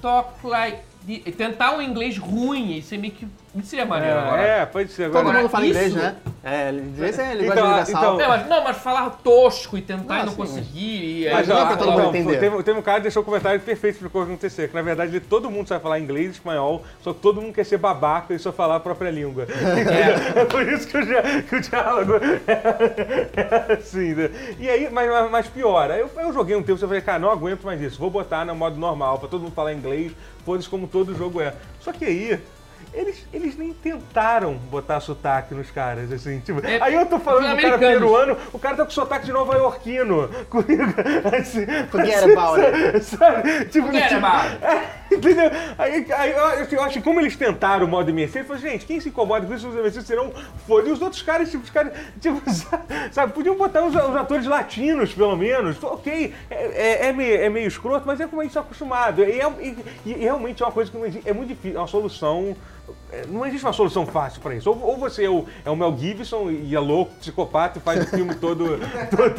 S3: talk like... the-" E tentar um inglês ruim, isso é meio que... Isso seria maneiro agora. Então,
S1: é, é, pode ser
S2: Todo
S1: agora.
S2: mundo fala inglês,
S3: isso-
S2: né? É, inglês é linguagem
S1: Então,
S2: universal.
S1: então-
S3: É, mas, não, mas falar tosco e tentar
S2: Não,
S3: e não
S2: sim.
S3: conseguir. E aí,
S1: Mas
S2: não
S1: ó,
S2: é pra todo
S1: ó,
S2: mundo
S1: ó,
S2: entender.
S1: Teve, teve um cara que deixou um comentário perfeito pro que acontecer. Que na verdade ele- todo mundo sabe falar inglês, espanhol, só que todo mundo quer ser babaca e só falar a própria língua. É, por isso que o, dia- que o diálogo é, assim, né? E aí, mas, mas- mas piora. Eu, eu joguei um tempo e falei, cara, não aguento mais isso. Vou botar no modo normal pra todo mundo falar inglês, foda-se como todo jogo é. Só que aí. Eles, eles nem tentaram botar sotaque nos caras, assim, tipo.
S3: É,
S1: aí eu tô falando do cara
S3: americanos.
S1: peruano, o cara tá com sotaque de nova iorquino. Comigo, assim,
S2: Forget
S1: assim,
S2: about it.
S1: Sabe? Tipo,
S3: Forget
S1: tipo,
S3: about
S1: Entendeu? Aí, aí, eu, acho- eu acho que como eles tentaram o modo imersivo, eu falei, gente, quem se incomoda com isso, os imersivos serão foda. E os outros caras, tipo, os caras, tipo, sabe, podiam botar uns, uns atores latinos, pelo menos. Ok, é, é- é meio, é meio escroto, mas é como a gente tá acostumado. E, é- e- e realmente é uma coisa que não existe, é muito difícil, é uma solução... é, Não existe uma solução fácil pra isso. Ou, ou você é o, é o Mel Gibson e é louco, psicopata e faz o filme todo,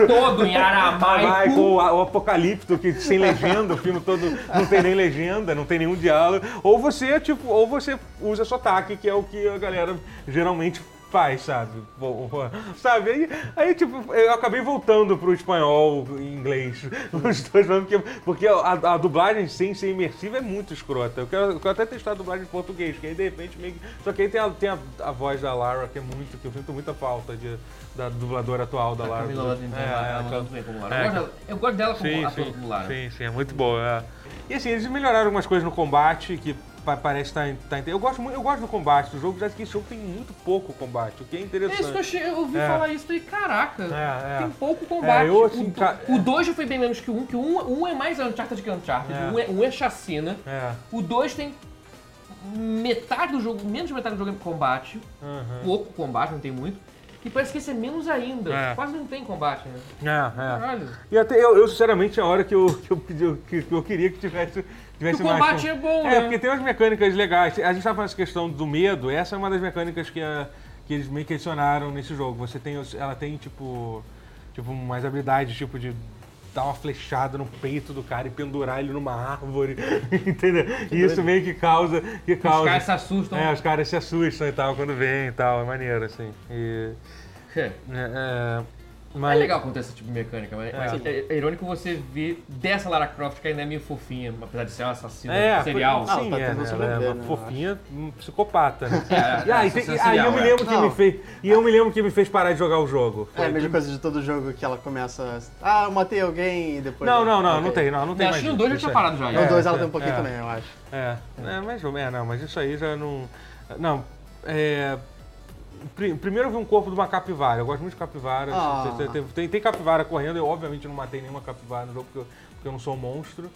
S3: todo em
S1: Michael,
S3: aramaico.
S1: o, o Apocalipto, que sem legenda, o filme todo não tem nem legenda, não tem nenhum diálogo. Ou você, tipo, ou você usa sotaque, que é o que a galera geralmente faz, sabe? Ou- ou- Sabe? Aí, aí, tipo, eu acabei voltando pro espanhol e inglês. Os dois, porque, porque a, a dublagem sem ser imersiva é muito escrota. Eu quero, eu quero até testar a dublagem em português, que aí de repente meio que... Só que aí tem a, tem a, a voz da Lara, que é muito, que eu sinto muita falta de, da dubladora atual da Lara.
S3: Camila Lodeiro,
S1: É,
S3: ela
S1: é,
S3: manda
S1: aquela-
S3: muito bem como Lara. Eu gosto dela- Eu gosto dela como
S1: Sim,
S3: ator
S1: sim,
S3: como Lara.
S1: sim, sim, é muito boa. é. E assim, eles melhoraram algumas coisas no combate, que pa- parece estar... Tá, eu, gosto, mu- eu gosto do combate do jogo, já que esse jogo tem muito pouco combate, o que é
S3: É isso que eu
S1: interessante.
S3: achei, eu ouvi
S1: É.
S3: falar isso e caraca,
S1: É, é.
S3: tem pouco combate.
S1: É, eu, assim,
S3: O do-
S1: ca-
S3: o 2 já foi bem menos que o 1, um, que o 1 um, um é mais Uncharted que Uncharted,
S1: É.
S3: um, é, um é chacina,
S1: É,
S3: o 2 tem metade do jogo, menos de metade do jogo é combate,
S1: aham.
S3: pouco combate, não tem muito, e parece que esse é menos ainda,
S1: É.
S3: quase não tem combate, né?
S1: é, é.
S3: Caralho.
S1: E até eu, eu, sinceramente, a hora que eu, que eu, pedi- que, que eu queria que tivesse, tivesse
S3: o
S1: mais
S3: combate
S1: com-
S3: é bom,
S1: É,
S3: né?
S1: porque tem umas mecânicas legais. A gente tava falando essa questão do medo, essa é uma das mecânicas que, a- que eles meio que adicionaram nesse jogo. Você tem. os- Ela tem, tipo. Tipo, mais habilidades, tipo, de dar uma flechada no peito do cara e pendurar ele numa árvore. Entendeu? E isso meio que causa. Que
S3: Os
S1: causa.
S3: caras se assustam.
S1: É, os caras se assustam e tal quando vêm e tal. É maneiro, assim. E,
S3: É.
S1: é, é,
S3: É
S1: mas-
S3: legal quando tem esse tipo de mecânica, mas, mas é, é irônico você ver dessa Lara Croft que ainda é meio fofinha, apesar de ser uma assassina serial.
S1: Sim,
S2: Ah, tá
S1: é,
S2: tentando
S1: né, ela
S2: sobreviver,
S1: é uma
S2: né, eu
S1: fofinha, um psicopata, né?
S3: É,
S1: E aí,
S3: é,
S1: tem-
S3: assassina
S1: aí
S3: serial,
S1: eu me
S3: é.
S1: lembro que
S2: Não.
S1: me fez. E eu me lembro que me fez parar de jogar o jogo.
S2: É a mesma coisa de todo jogo que ela começa. Ah, eu matei alguém e depois. né?"
S1: Não, não, não,
S2: Ok.
S1: não tem, não, não tem.
S3: Não,
S1: mais
S3: acho que no
S1: isso,
S3: 2 já
S1: isso
S3: tinha
S1: aí.
S3: parado já.
S1: É.
S2: No 2 ela tem um pouquinho
S1: é.
S2: também, eu acho.
S1: É, é, mas é, não, mas isso aí já não. Não, é. pri- Primeiro eu vi um corpo de uma capivara. Eu gosto muito de capivara.
S2: Ah.
S1: Tem- Tem, tem capivara correndo. Eu, obviamente, não matei nenhuma capivara no jogo porque eu, porque eu não sou um monstro.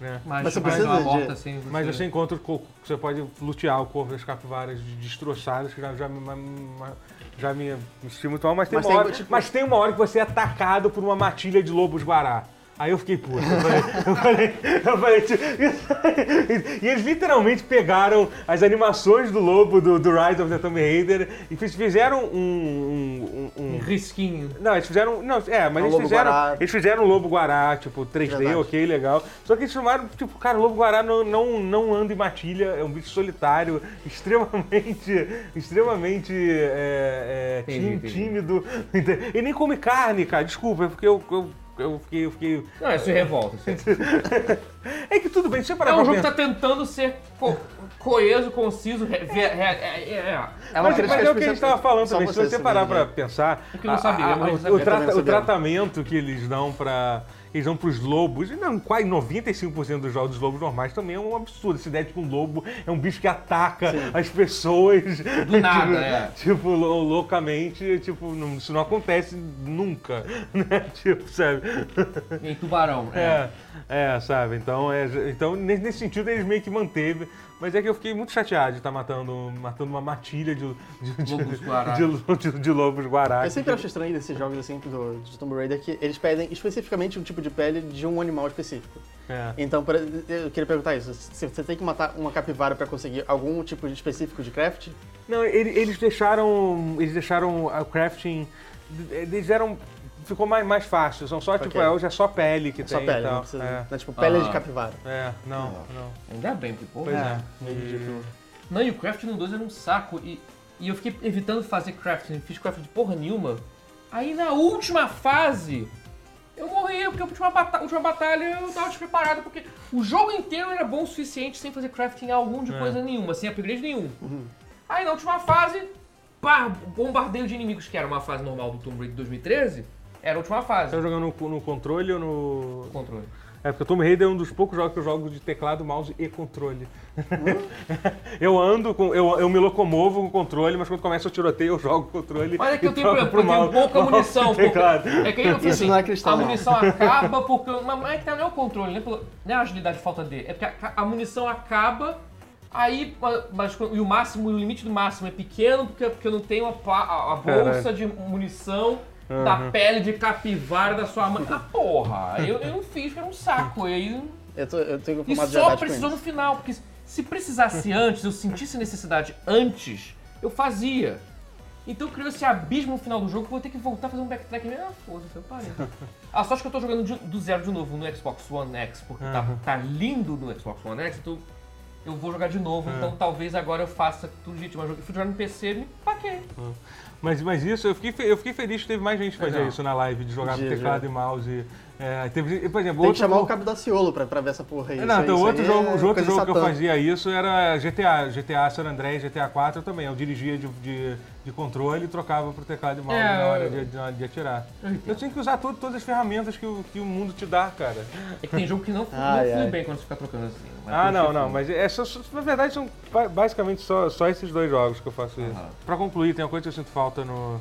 S1: né?
S3: Mas,
S2: Mas você
S3: mas
S2: precisa
S3: uma
S2: de-
S3: morta, assim, você...
S1: Mas você encontra o coco, você pode lutear o corpo das capivaras destroçadas, que já, já, me- ma- já me senti muito mal, mas tem,
S2: Mas
S1: uma
S2: tem,
S1: hora,
S2: tipo-
S1: mas tem uma hora que você é atacado por uma matilha de lobos guará. Aí eu fiquei puto. Eu falei, eu falei, eu falei, tipo, isso- e eles literalmente pegaram as animações do lobo do, do Rise of the Tomb Raider e fiz- fizeram um- um- um- um
S3: Risquinho.
S1: não, eles fizeram. Não, é, mas
S2: Um
S1: eles
S2: lobo
S1: fizeram.
S2: guará.
S1: Eles fizeram um Lobo Guará, tipo, 3D,
S2: Verdade.
S1: ok, legal. Só que eles chamaram, tipo, cara, o Lobo Guará não, não, não anda em matilha, é um bicho solitário, extremamente. extremamente. É, é,
S3: Entendi,
S1: tím-
S3: entendi.
S1: tímido. E nem come carne, cara, desculpa, é porque eu. eu eu fiquei, eu fiquei.
S3: Não, isso é revolta. isso é-
S1: É que tudo bem, deixa eu parar
S3: É um
S1: pra
S3: jogo que
S1: pensar.
S3: tá tentando ser co- coeso, conciso, re- ve- re- é- é- é.
S2: É uma
S1: Mas, mas
S2: crítica
S1: é o que a gente
S2: especial-
S1: tava falando
S2: só
S1: também. Se
S2: vocês
S1: você
S2: sabem,
S1: parar
S2: né?
S1: pra pensar.
S3: É que eu não
S1: a-
S3: sabia,
S1: a-
S3: mas eu
S1: o, trata-
S3: sabia.
S2: Eu também não
S1: o
S2: sabia.
S1: tratamento que eles dão pra. Eles dão pros lobos, e não, quase 95% dos jogos dos lobos normais também é um absurdo. Essa ideia de que um lobo é um bicho que ataca as pessoas.
S3: Do nada,
S1: tipo,
S3: é.
S1: Tipo, lou- loucamente, tipo, não- isso não acontece nunca, né? Tipo, sabe?
S3: Em tubarão. É.
S1: É, é, sabe? Então, é, então, nesse nesse sentido, eles meio que manteve. Mas é que eu fiquei muito chateado de estar matando, matando uma matilha de, de, de-
S3: Lobos guará.
S1: de lo- de- de lobos guará.
S2: Eu sempre acho estranho desses jogos assim do, de Tomb Raider que eles pedem especificamente um tipo de pele de um animal específico.
S1: É.
S2: Então, pra- eu queria perguntar isso. Se você tem que matar uma capivara pra conseguir algum tipo de específico de craft,
S1: Não, ele- eles deixaram. Eles deixaram o crafting. Eles deram. Ficou mais, mais fácil. São só, tipo,
S2: Ok.
S1: é, hoje é só pele que
S2: é só
S1: tem.
S2: pele,
S1: então,
S2: não precisa.
S1: é.
S2: Não é tipo pele de
S3: Ah.
S2: capivara.
S1: É, não, não.
S3: Ainda bem, porque, pô.
S1: Pois é.
S2: Meio ridículo.
S3: Não, e o crafting no 2 era um saco. E, e eu fiquei evitando fazer crafting, fiz crafting de porra nenhuma. Aí na última fase, eu morri, porque a última, bata última batalha eu tava despreparado, porque o jogo inteiro era bom o suficiente sem fazer crafting algum de coisa nenhuma, sem upgrade nenhum. Aí na última fase, pá, bombardeio de inimigos, que era uma fase normal do Tomb Raider 2013, era a última fase.
S1: Você tá jogando no, no controle ou no.
S3: Controle.
S1: É, porque o Tomb Raider é um dos poucos jogos que eu jogo de teclado, mouse e controle. eu ando, com, eu, eu me locomovo com o controle, mas quando começa o tiroteio, eu jogo o controle.
S3: Mas é que
S1: e
S3: eu tenho,
S1: troco
S3: problema,
S1: pro
S3: porque eu tenho
S1: mouse- mouse
S3: pouca
S1: e
S3: munição. Porque,
S1: teclado.
S3: é que aí eu
S2: Isso
S3: falei assim,
S2: não é cristal,
S3: a
S2: não.
S3: munição acaba porque... eu- Mas é que tá, não é o controle, né? Pelo- não é a agilidade falta de... É porque a, a munição acaba, aí... Mas, e o máximo, o limite do máximo é pequeno, porque, porque eu não tenho a, pá- a- a bolsa
S1: Caralho.
S3: de munição da pele de capivara da sua mãe. Ah, porra! Eu, eu não fiz, porque era um saco. E aí...
S2: Eu, tô, eu tenho
S3: E
S2: informado de
S3: só
S2: verdade com
S3: precisou no
S2: isso.
S3: final, porque se precisasse antes, eu sentisse necessidade antes, eu fazia. Então criou esse abismo no final do jogo que eu vou ter que voltar a fazer um backtrack mesmo. Ah, foda-se, eu parei. A sorte que eu tô jogando de- do zero de novo no Xbox One X, porque tá, tá lindo no Xbox One X, então eu vou jogar de novo,
S2: É.
S3: então talvez agora eu faça tudo legítimo. Mas eu fui jogar no PC, me paquei.
S1: Mas, mas isso, eu fiquei, fe- eu fiquei feliz que teve mais gente fazer
S3: Legal.
S1: isso na live, de jogar
S2: Dia,
S1: teclado e mouse. É, teve, por exemplo,
S2: Tem que
S1: outro,
S2: chamar o Cabo da Ciolo pra, pra ver essa porra aí.
S1: não,
S2: Isso aí-
S1: então
S2: isso
S1: outro
S2: aí
S1: jogo,
S2: é
S1: outro
S2: coisa
S1: jogo que eu
S2: satã.
S1: fazia isso era GTA, GTA San Andrés, GTA 4 eu também. Eu dirigia de, de, de controle e trocava pro teclado e mouse
S3: É,
S1: na hora
S3: eu-
S1: de, de- de atirar.
S3: Eu entendo.
S1: Eu tinha que usar todo- todas as ferramentas que o, que o mundo te dá, cara.
S3: É que tem jogo que não, não
S2: Ai,
S3: flui
S2: ai.
S3: bem quando você fica trocando assim. mas
S1: ah,
S3: tem
S1: não,
S3: jogo que
S1: não, mas é só, só- na verdade são ba- basicamente só, só esses dois jogos que eu faço isso.
S3: Aham.
S1: Pra concluir, tem uma coisa que eu sinto falta no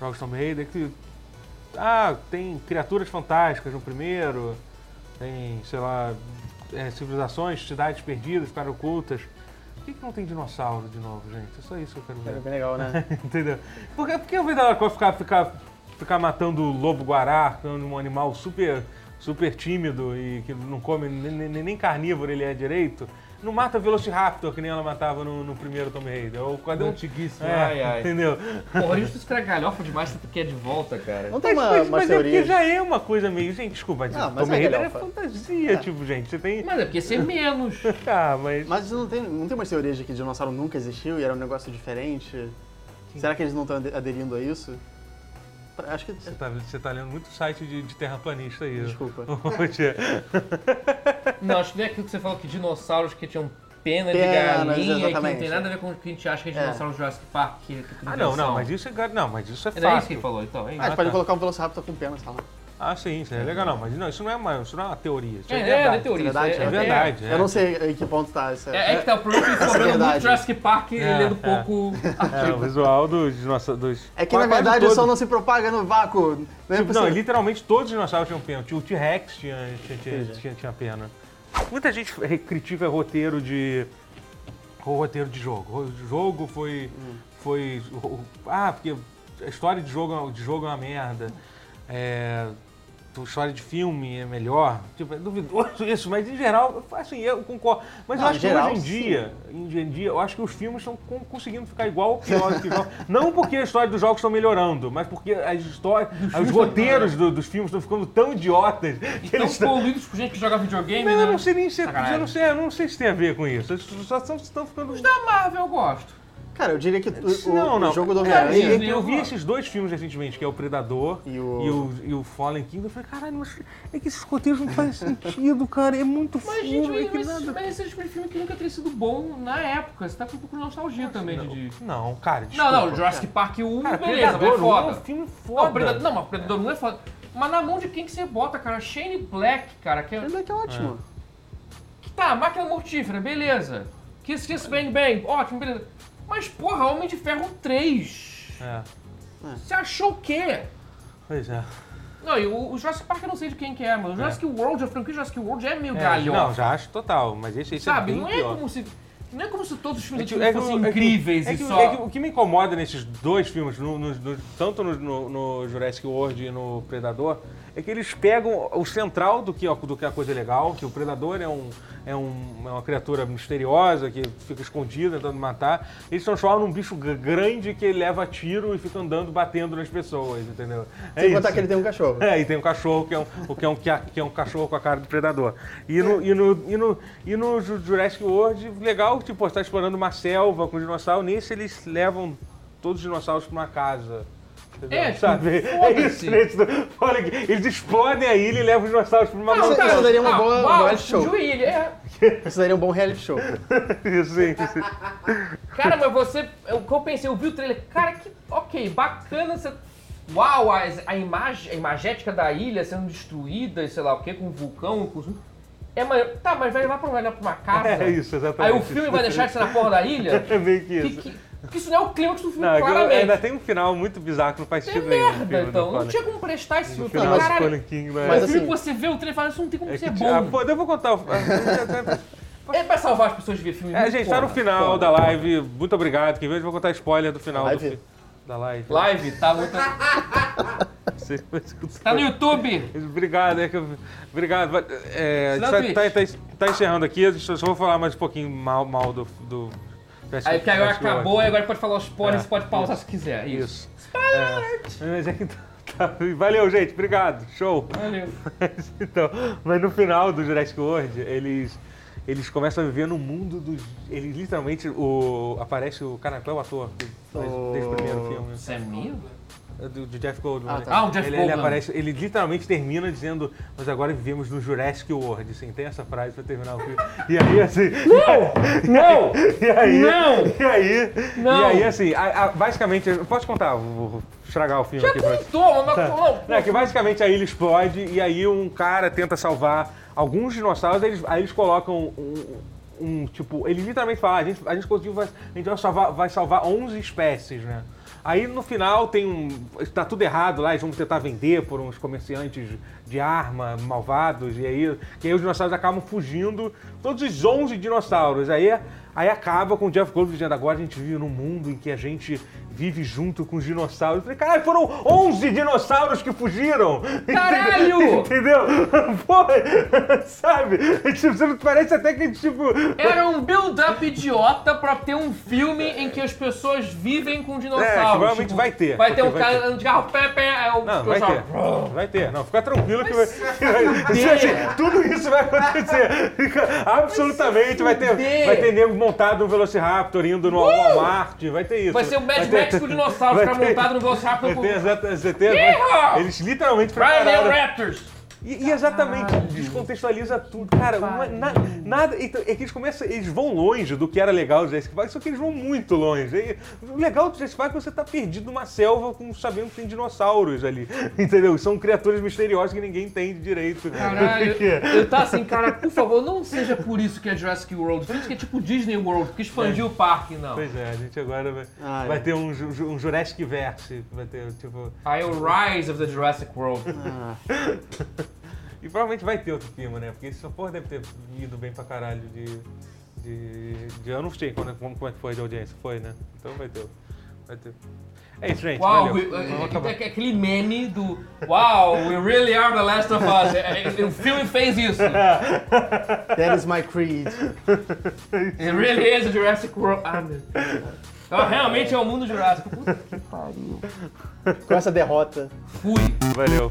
S1: jogos Tomb Raider que ah, tem criaturas fantásticas no primeiro, tem, sei lá, é, civilizações, cidades perdidas, ficaram ocultas. Por que, que não tem dinossauro de novo, gente? É só isso que eu quero ver.
S2: É bem legal, né?
S1: Entendeu? Porque, porque eu vejo da hora que eu ficar, ficar, ficar matando o lobo guará, que é um animal super, super tímido e que não come nem, nem- nem carnívoro ele é direito. Não mata Velociraptor, que nem ela matava no, no primeiro Tomb Raider. Ou cadê um
S3: Antiguíssimo,
S1: É,
S3: ai, ai.
S1: Entendeu?
S3: Porra, isso era galhofa demais, você quer de volta, cara.
S2: Não tem
S1: Mas,
S2: uma,
S1: mas,
S2: umas
S1: mas é porque
S2: teorias.
S1: já é uma coisa meio. Gente, desculpa, mas
S2: Ah, mas
S1: Tomb
S2: é
S1: Raider é
S2: galhofa.
S1: fantasia,
S2: É.
S1: tipo, gente. Você tem.
S3: Mas é porque ser menos.
S1: Ah, mas.
S2: Mas não tem, não tem umas teorias de que dinossauro nunca existiu e era um negócio diferente? Será que eles não estão aderindo a isso? Pra- Acho que.
S1: Você tá, você tá lendo muito site de, de terraplanista aí.
S2: Desculpa.
S1: Hoje.
S3: Não, acho que não é aquilo que você falou que dinossauros que tinham pena de
S2: Penas,
S3: galinha, que não tem
S2: exatamente.
S3: nada a ver com o que a gente acha que é
S2: É.
S3: dinossauro do Jurassic Park. Que, que tudo
S1: Ah, não,
S3: invenção.
S1: não, mas isso é, gar- não, mas isso é
S3: Não é isso que
S1: fácil.
S3: ele falou, então. hein?
S2: Ah, a gente pode
S1: tá.
S2: colocar um Velociraptor com pena, sei lá.
S1: Ah, sim, isso é legal, não, mas não, isso não é uma, isso não é uma teoria, isso
S3: É,
S1: é,
S3: é, não é
S1: verdade.
S3: teoria. isso
S2: verdade,
S1: É verdade, é.
S2: Eu não sei em que ponto tá essa.
S3: É, é que tá o problema que eles cobrando muito
S2: verdade.
S3: Jurassic Park e
S1: É,
S3: lendo
S1: é.
S3: pouco. Ah,
S1: É, o visual dos dinossauros. Dos...
S2: É que na verdade o sol não se propaga no vácuo. Não é
S1: Tipo, não,
S2: possível.
S1: literalmente todos os dinossauros tinham pena. O T-Rex tinha, tinha, tinha, tinha, tinha pena. Muita gente re- critica roteiro de. o roteiro de jogo. O jogo foi.
S2: Hum.
S1: foi o- ah, porque a história de jogo, é uma- de jogo é uma merda. É, tu- história de filme é melhor. Tipo, é duvidoso isso, mas em geral, assim, eu concordo. Mas
S2: Não,
S1: eu
S2: em
S1: acho
S2: geral,
S1: que hoje em
S2: sim.
S1: dia, em, em dia, eu acho que os filmes estão con- conseguindo ficar igual ou pior do que igual. Não porque a história dos jogos estão melhorando, mas porque as histórias, os roteiros do- dos filmes estão ficando tão idiotas que
S3: Estão
S1: eles estão
S3: poluídos por gente que joga videogame,
S1: não, eu
S3: né?
S1: não sei nem se. é
S3: Sacanagem.
S1: Eu não sei, eu não sei se tem a ver com isso. Eles só estão ficando.
S3: Da Marvel eu gosto.
S2: Cara, eu diria que o, o-
S1: Não, É,
S2: o
S1: não.
S2: jogo do
S1: Cara,
S2: Homem-Aranha.
S1: eu, eu vi esses dois filmes recentemente, que é o Predador
S2: E
S1: e
S2: o-
S1: o, e o, Fallen Kingdom. Eu falei, caralho, mas é que esses roteiros não fazem sentido, cara. É muito
S3: Mas,
S1: fumo,
S3: gente,
S1: é
S3: mas,
S1: que
S3: mas,
S1: nada.
S3: mas esse tipo de filme que nunca teria sido bom na época. Você tá com um pouco de nostalgia também de. de-
S1: Não, cara, desculpa.
S3: é Não, não, Jurassic Park 1,
S1: Cara,
S3: beleza, mas é
S1: Predador um é
S3: foda.
S1: um filme
S3: Não,
S1: foda.
S3: Predador, não, mas Predador 1 é foda. Mas na mão de quem que você bota, cara? Shane Black, cara, que é.
S2: Ele é que é ótimo.
S3: que Tá, máquina mortífera, beleza. Kiss Kiss Bang Bang, ótimo, beleza. Mas, porra, Homem de Ferro 3.
S1: É,
S3: Você achou o quê?
S1: pois é.
S3: Não, e o, o Jurassic Park eu não sei de quem que é, mano. O Jurassic World, a franquia Jurassic World é meio
S1: É,
S3: galhão.
S1: Não, já acho total, mas esse, esse
S3: Sabe,
S1: é bem
S3: não é
S1: pior.
S3: como se. Não é como se todos os
S1: É
S3: filmes
S1: que-
S3: do
S1: é que-
S3: fossem
S1: é que-
S3: incríveis
S1: é
S3: e
S1: que-
S3: só.
S1: é que o que me incomoda nesses dois filmes, no- no- no- tanto no, no- no Jurassic World e no Predador, é que eles pegam o central do que, do que é a coisa legal, que o Predador é, um, é, um- é uma criatura misteriosa que fica escondida tentando matar. Eles transformam num bicho gr- grande que leva tiro e fica andando batendo nas pessoas, entendeu? É
S2: Sem contar
S1: isso.
S2: que ele tem um cachorro.
S1: É, e tem um cachorro que é um, o que é um, que é- que é um cachorro com a cara do predador. E no, e no, e no, e no Ju- Jurassic World, legal, tipo, você tá explorando uma selva com dinossauro, nesse eles levam todos os dinossauros pra uma casa. Entendeu?
S3: É, tipo,
S1: sabe? É isso,
S3: foda-se.
S1: né? Isso do- Olha aqui, eles explodem a ilha e levam os dinossauros pra uma
S2: Não,
S1: montanha.
S2: cara, isso daria uma boa-
S3: ah, uau,
S2: boa show.
S3: surgiu ele, é.
S2: Isso daria um bom reality show.
S1: Isso, isso.
S3: tá Cara, mas você. é O que eu pensei, eu vi o trailer. Cara, que. Ok, bacana você. Uau, a, a imagem, a imagética da ilha sendo destruída, e sei lá o que, com um vulcão, com. É, mas. Tá, mas vai levar pra, vai levar pra uma casa.
S1: É isso, exatamente.
S3: Aí o filme vai deixar de ser na porra da ilha?
S1: É meio que
S3: Que-
S1: isso.
S3: que- Porque isso não é o clímax do filme,
S1: Não, aquilo-
S3: claramente.
S1: ainda tem um final muito bizarro que não faz
S3: É
S1: sentido nenhum. no
S3: merda,
S1: filme do
S3: então. Não
S1: Colin.
S3: tinha como prestar esse filme.
S1: O é final do
S3: Caralho,
S1: Colin King, né?
S2: Mas
S3: o filme que
S2: assim,
S3: você vê o trailer e fala, isso não tem como
S1: É
S3: ser
S1: que-
S3: bom.
S1: ah, foda, eu vou contar. o-
S3: É pra salvar as pessoas de ver filme.
S1: É, gente, tá no final da live. Muito obrigado. Quem veio, eu vou contar spoiler do final
S2: Live?
S1: do fi- da live.
S3: Live, tá muito.
S1: Você vai escutar.
S3: Tá no YouTube!
S1: Obrigado, é que eu- obrigado. vai- É,
S3: Sinal
S1: tá,
S3: Twitch.
S1: tá- tá- tá encerrando aqui, eu só só vou falar mais um pouquinho mal, mal do. do Jurassic-
S3: Aí porque agora
S1: Jurassic World.
S3: acabou e agora pode falar os spoilers,
S1: É,
S3: você pode pausar se quiser. Isso.
S1: Isso. É, mas é que tá- tá- valeu, gente. Obrigado. Show.
S3: Valeu.
S1: Mas, então, mas no final do Jurassic World, eles, eles começam a viver no mundo dos. Eles literalmente. O, aparece o cara, qual é o ator? que faz
S2: O-
S1: Desde o primeiro filme.
S3: Isso é meu?
S1: Do, do Jeff Goldblum.
S2: Ah,
S1: né?
S2: tá.
S3: Ah, o Jeff
S1: ele,
S3: Goldblum.
S1: Ele, aparece, ele literalmente termina dizendo, mas agora vivemos no Jurassic World, assim, tem essa frase pra terminar o filme. E aí, assim... Não!
S3: Não!
S1: E aí...
S3: Não!
S1: E aí...
S3: Não!
S1: E aí, assim, a- a- basicamente... eu Posso contar? Vou vou estragar o filme aqui pra
S3: Toma, mas não,
S1: não, é que basicamente a ilha explode e aí um cara tenta salvar alguns dinossauros, aí eles, aí eles colocam um, um- um, tipo. Ele literalmente fala, "Ah, a gente, a gente conseguiu, vai, a gente vai salvar, vai salvar 11 espécies, né? Aí no final tem um. Tá tudo errado lá, eles vão tentar vender por uns comerciantes de arma malvados, e aí, e aí os dinossauros acabam fugindo, todos os 11 dinossauros. Aí, é, aí acaba com o Jeff Goldblum dizendo: agora a gente vive num mundo em que a gente vive junto com os dinossauros. Eu falei: caralho, foram 11 dinossauros que fugiram!
S3: Caralho!
S1: Entendeu? Foi! Sabe? Tipo, Parece até que, tipo.
S3: Era um build-up idiota pra ter um filme em que as pessoas vivem com dinossauros.
S1: É, que provavelmente
S3: Tipo,
S1: vai ter,
S3: Vai ter
S1: porque
S3: um
S1: vai
S3: cara
S1: ter.
S3: andando de carro, pé, pé, é o
S1: Não, vai
S3: dinossauro.
S1: ter. Vai ter. Não, fica tranquilo que vai. que vai- Assim, tudo isso vai acontecer. Fica- Absolutamente. Vai ter,
S3: fuder. Uh!
S1: vai ter nego montado no Velociraptor indo no Walmart. Vai ter isso.
S3: Vai ser o Mad
S1: ter-
S3: Max com dinossauros,
S1: vai
S3: cara
S1: ter-
S3: montado no Velociraptor
S1: Vai
S3: com...
S1: ter exata- certeza.
S3: Yeehaw!
S1: Eles literalmente
S3: Friday
S1: prepararam.
S3: Raptors!
S1: E, e exatamente, descontextualiza tudo. Cara, uma- na- nada. Então, é que eles começam. Eles vão longe do que era legal do Jurassic Park, só que eles vão muito longe. E o legal do Jurassic Park é que você tá perdido numa selva com sabendo que tem dinossauros ali. Entendeu? São criaturas misteriosas que ninguém entende direito.
S3: Caralho,
S1: O que que é.
S3: eu tava assim, cara, por favor, não seja por isso que é Jurassic World. Por isso que é tipo Disney World, que expandiu o parque, não.
S1: Pois é, a gente agora vai,
S2: Ah, é.
S1: vai ter um, Ju- Ju- um Jurassic
S3: é
S1: Verse. Vai ter, tipo.
S2: Ah,
S3: Aí o Rise of the Jurassic World.
S1: E provavelmente vai ter outro filme, né? Porque esse porra deve ter ido bem pra caralho de. de, de- eu não sei quando, como, como é que foi de audiência. Foi, né? Então vai ter. Vai ter. É isso, gente.
S3: Uau,
S1: valeu.
S3: we-
S1: Vamos
S3: é,
S1: acabar.
S3: é, é aquele meme do Uau, we really are the last of us. É, é, o filme fez isso.
S2: That is my creed.
S3: It really is a Jurassic World. Ah, meu Deus. Então, realmente é o mundo Jurássico. Puta,
S2: Com essa derrota.
S3: fui.
S1: Valeu.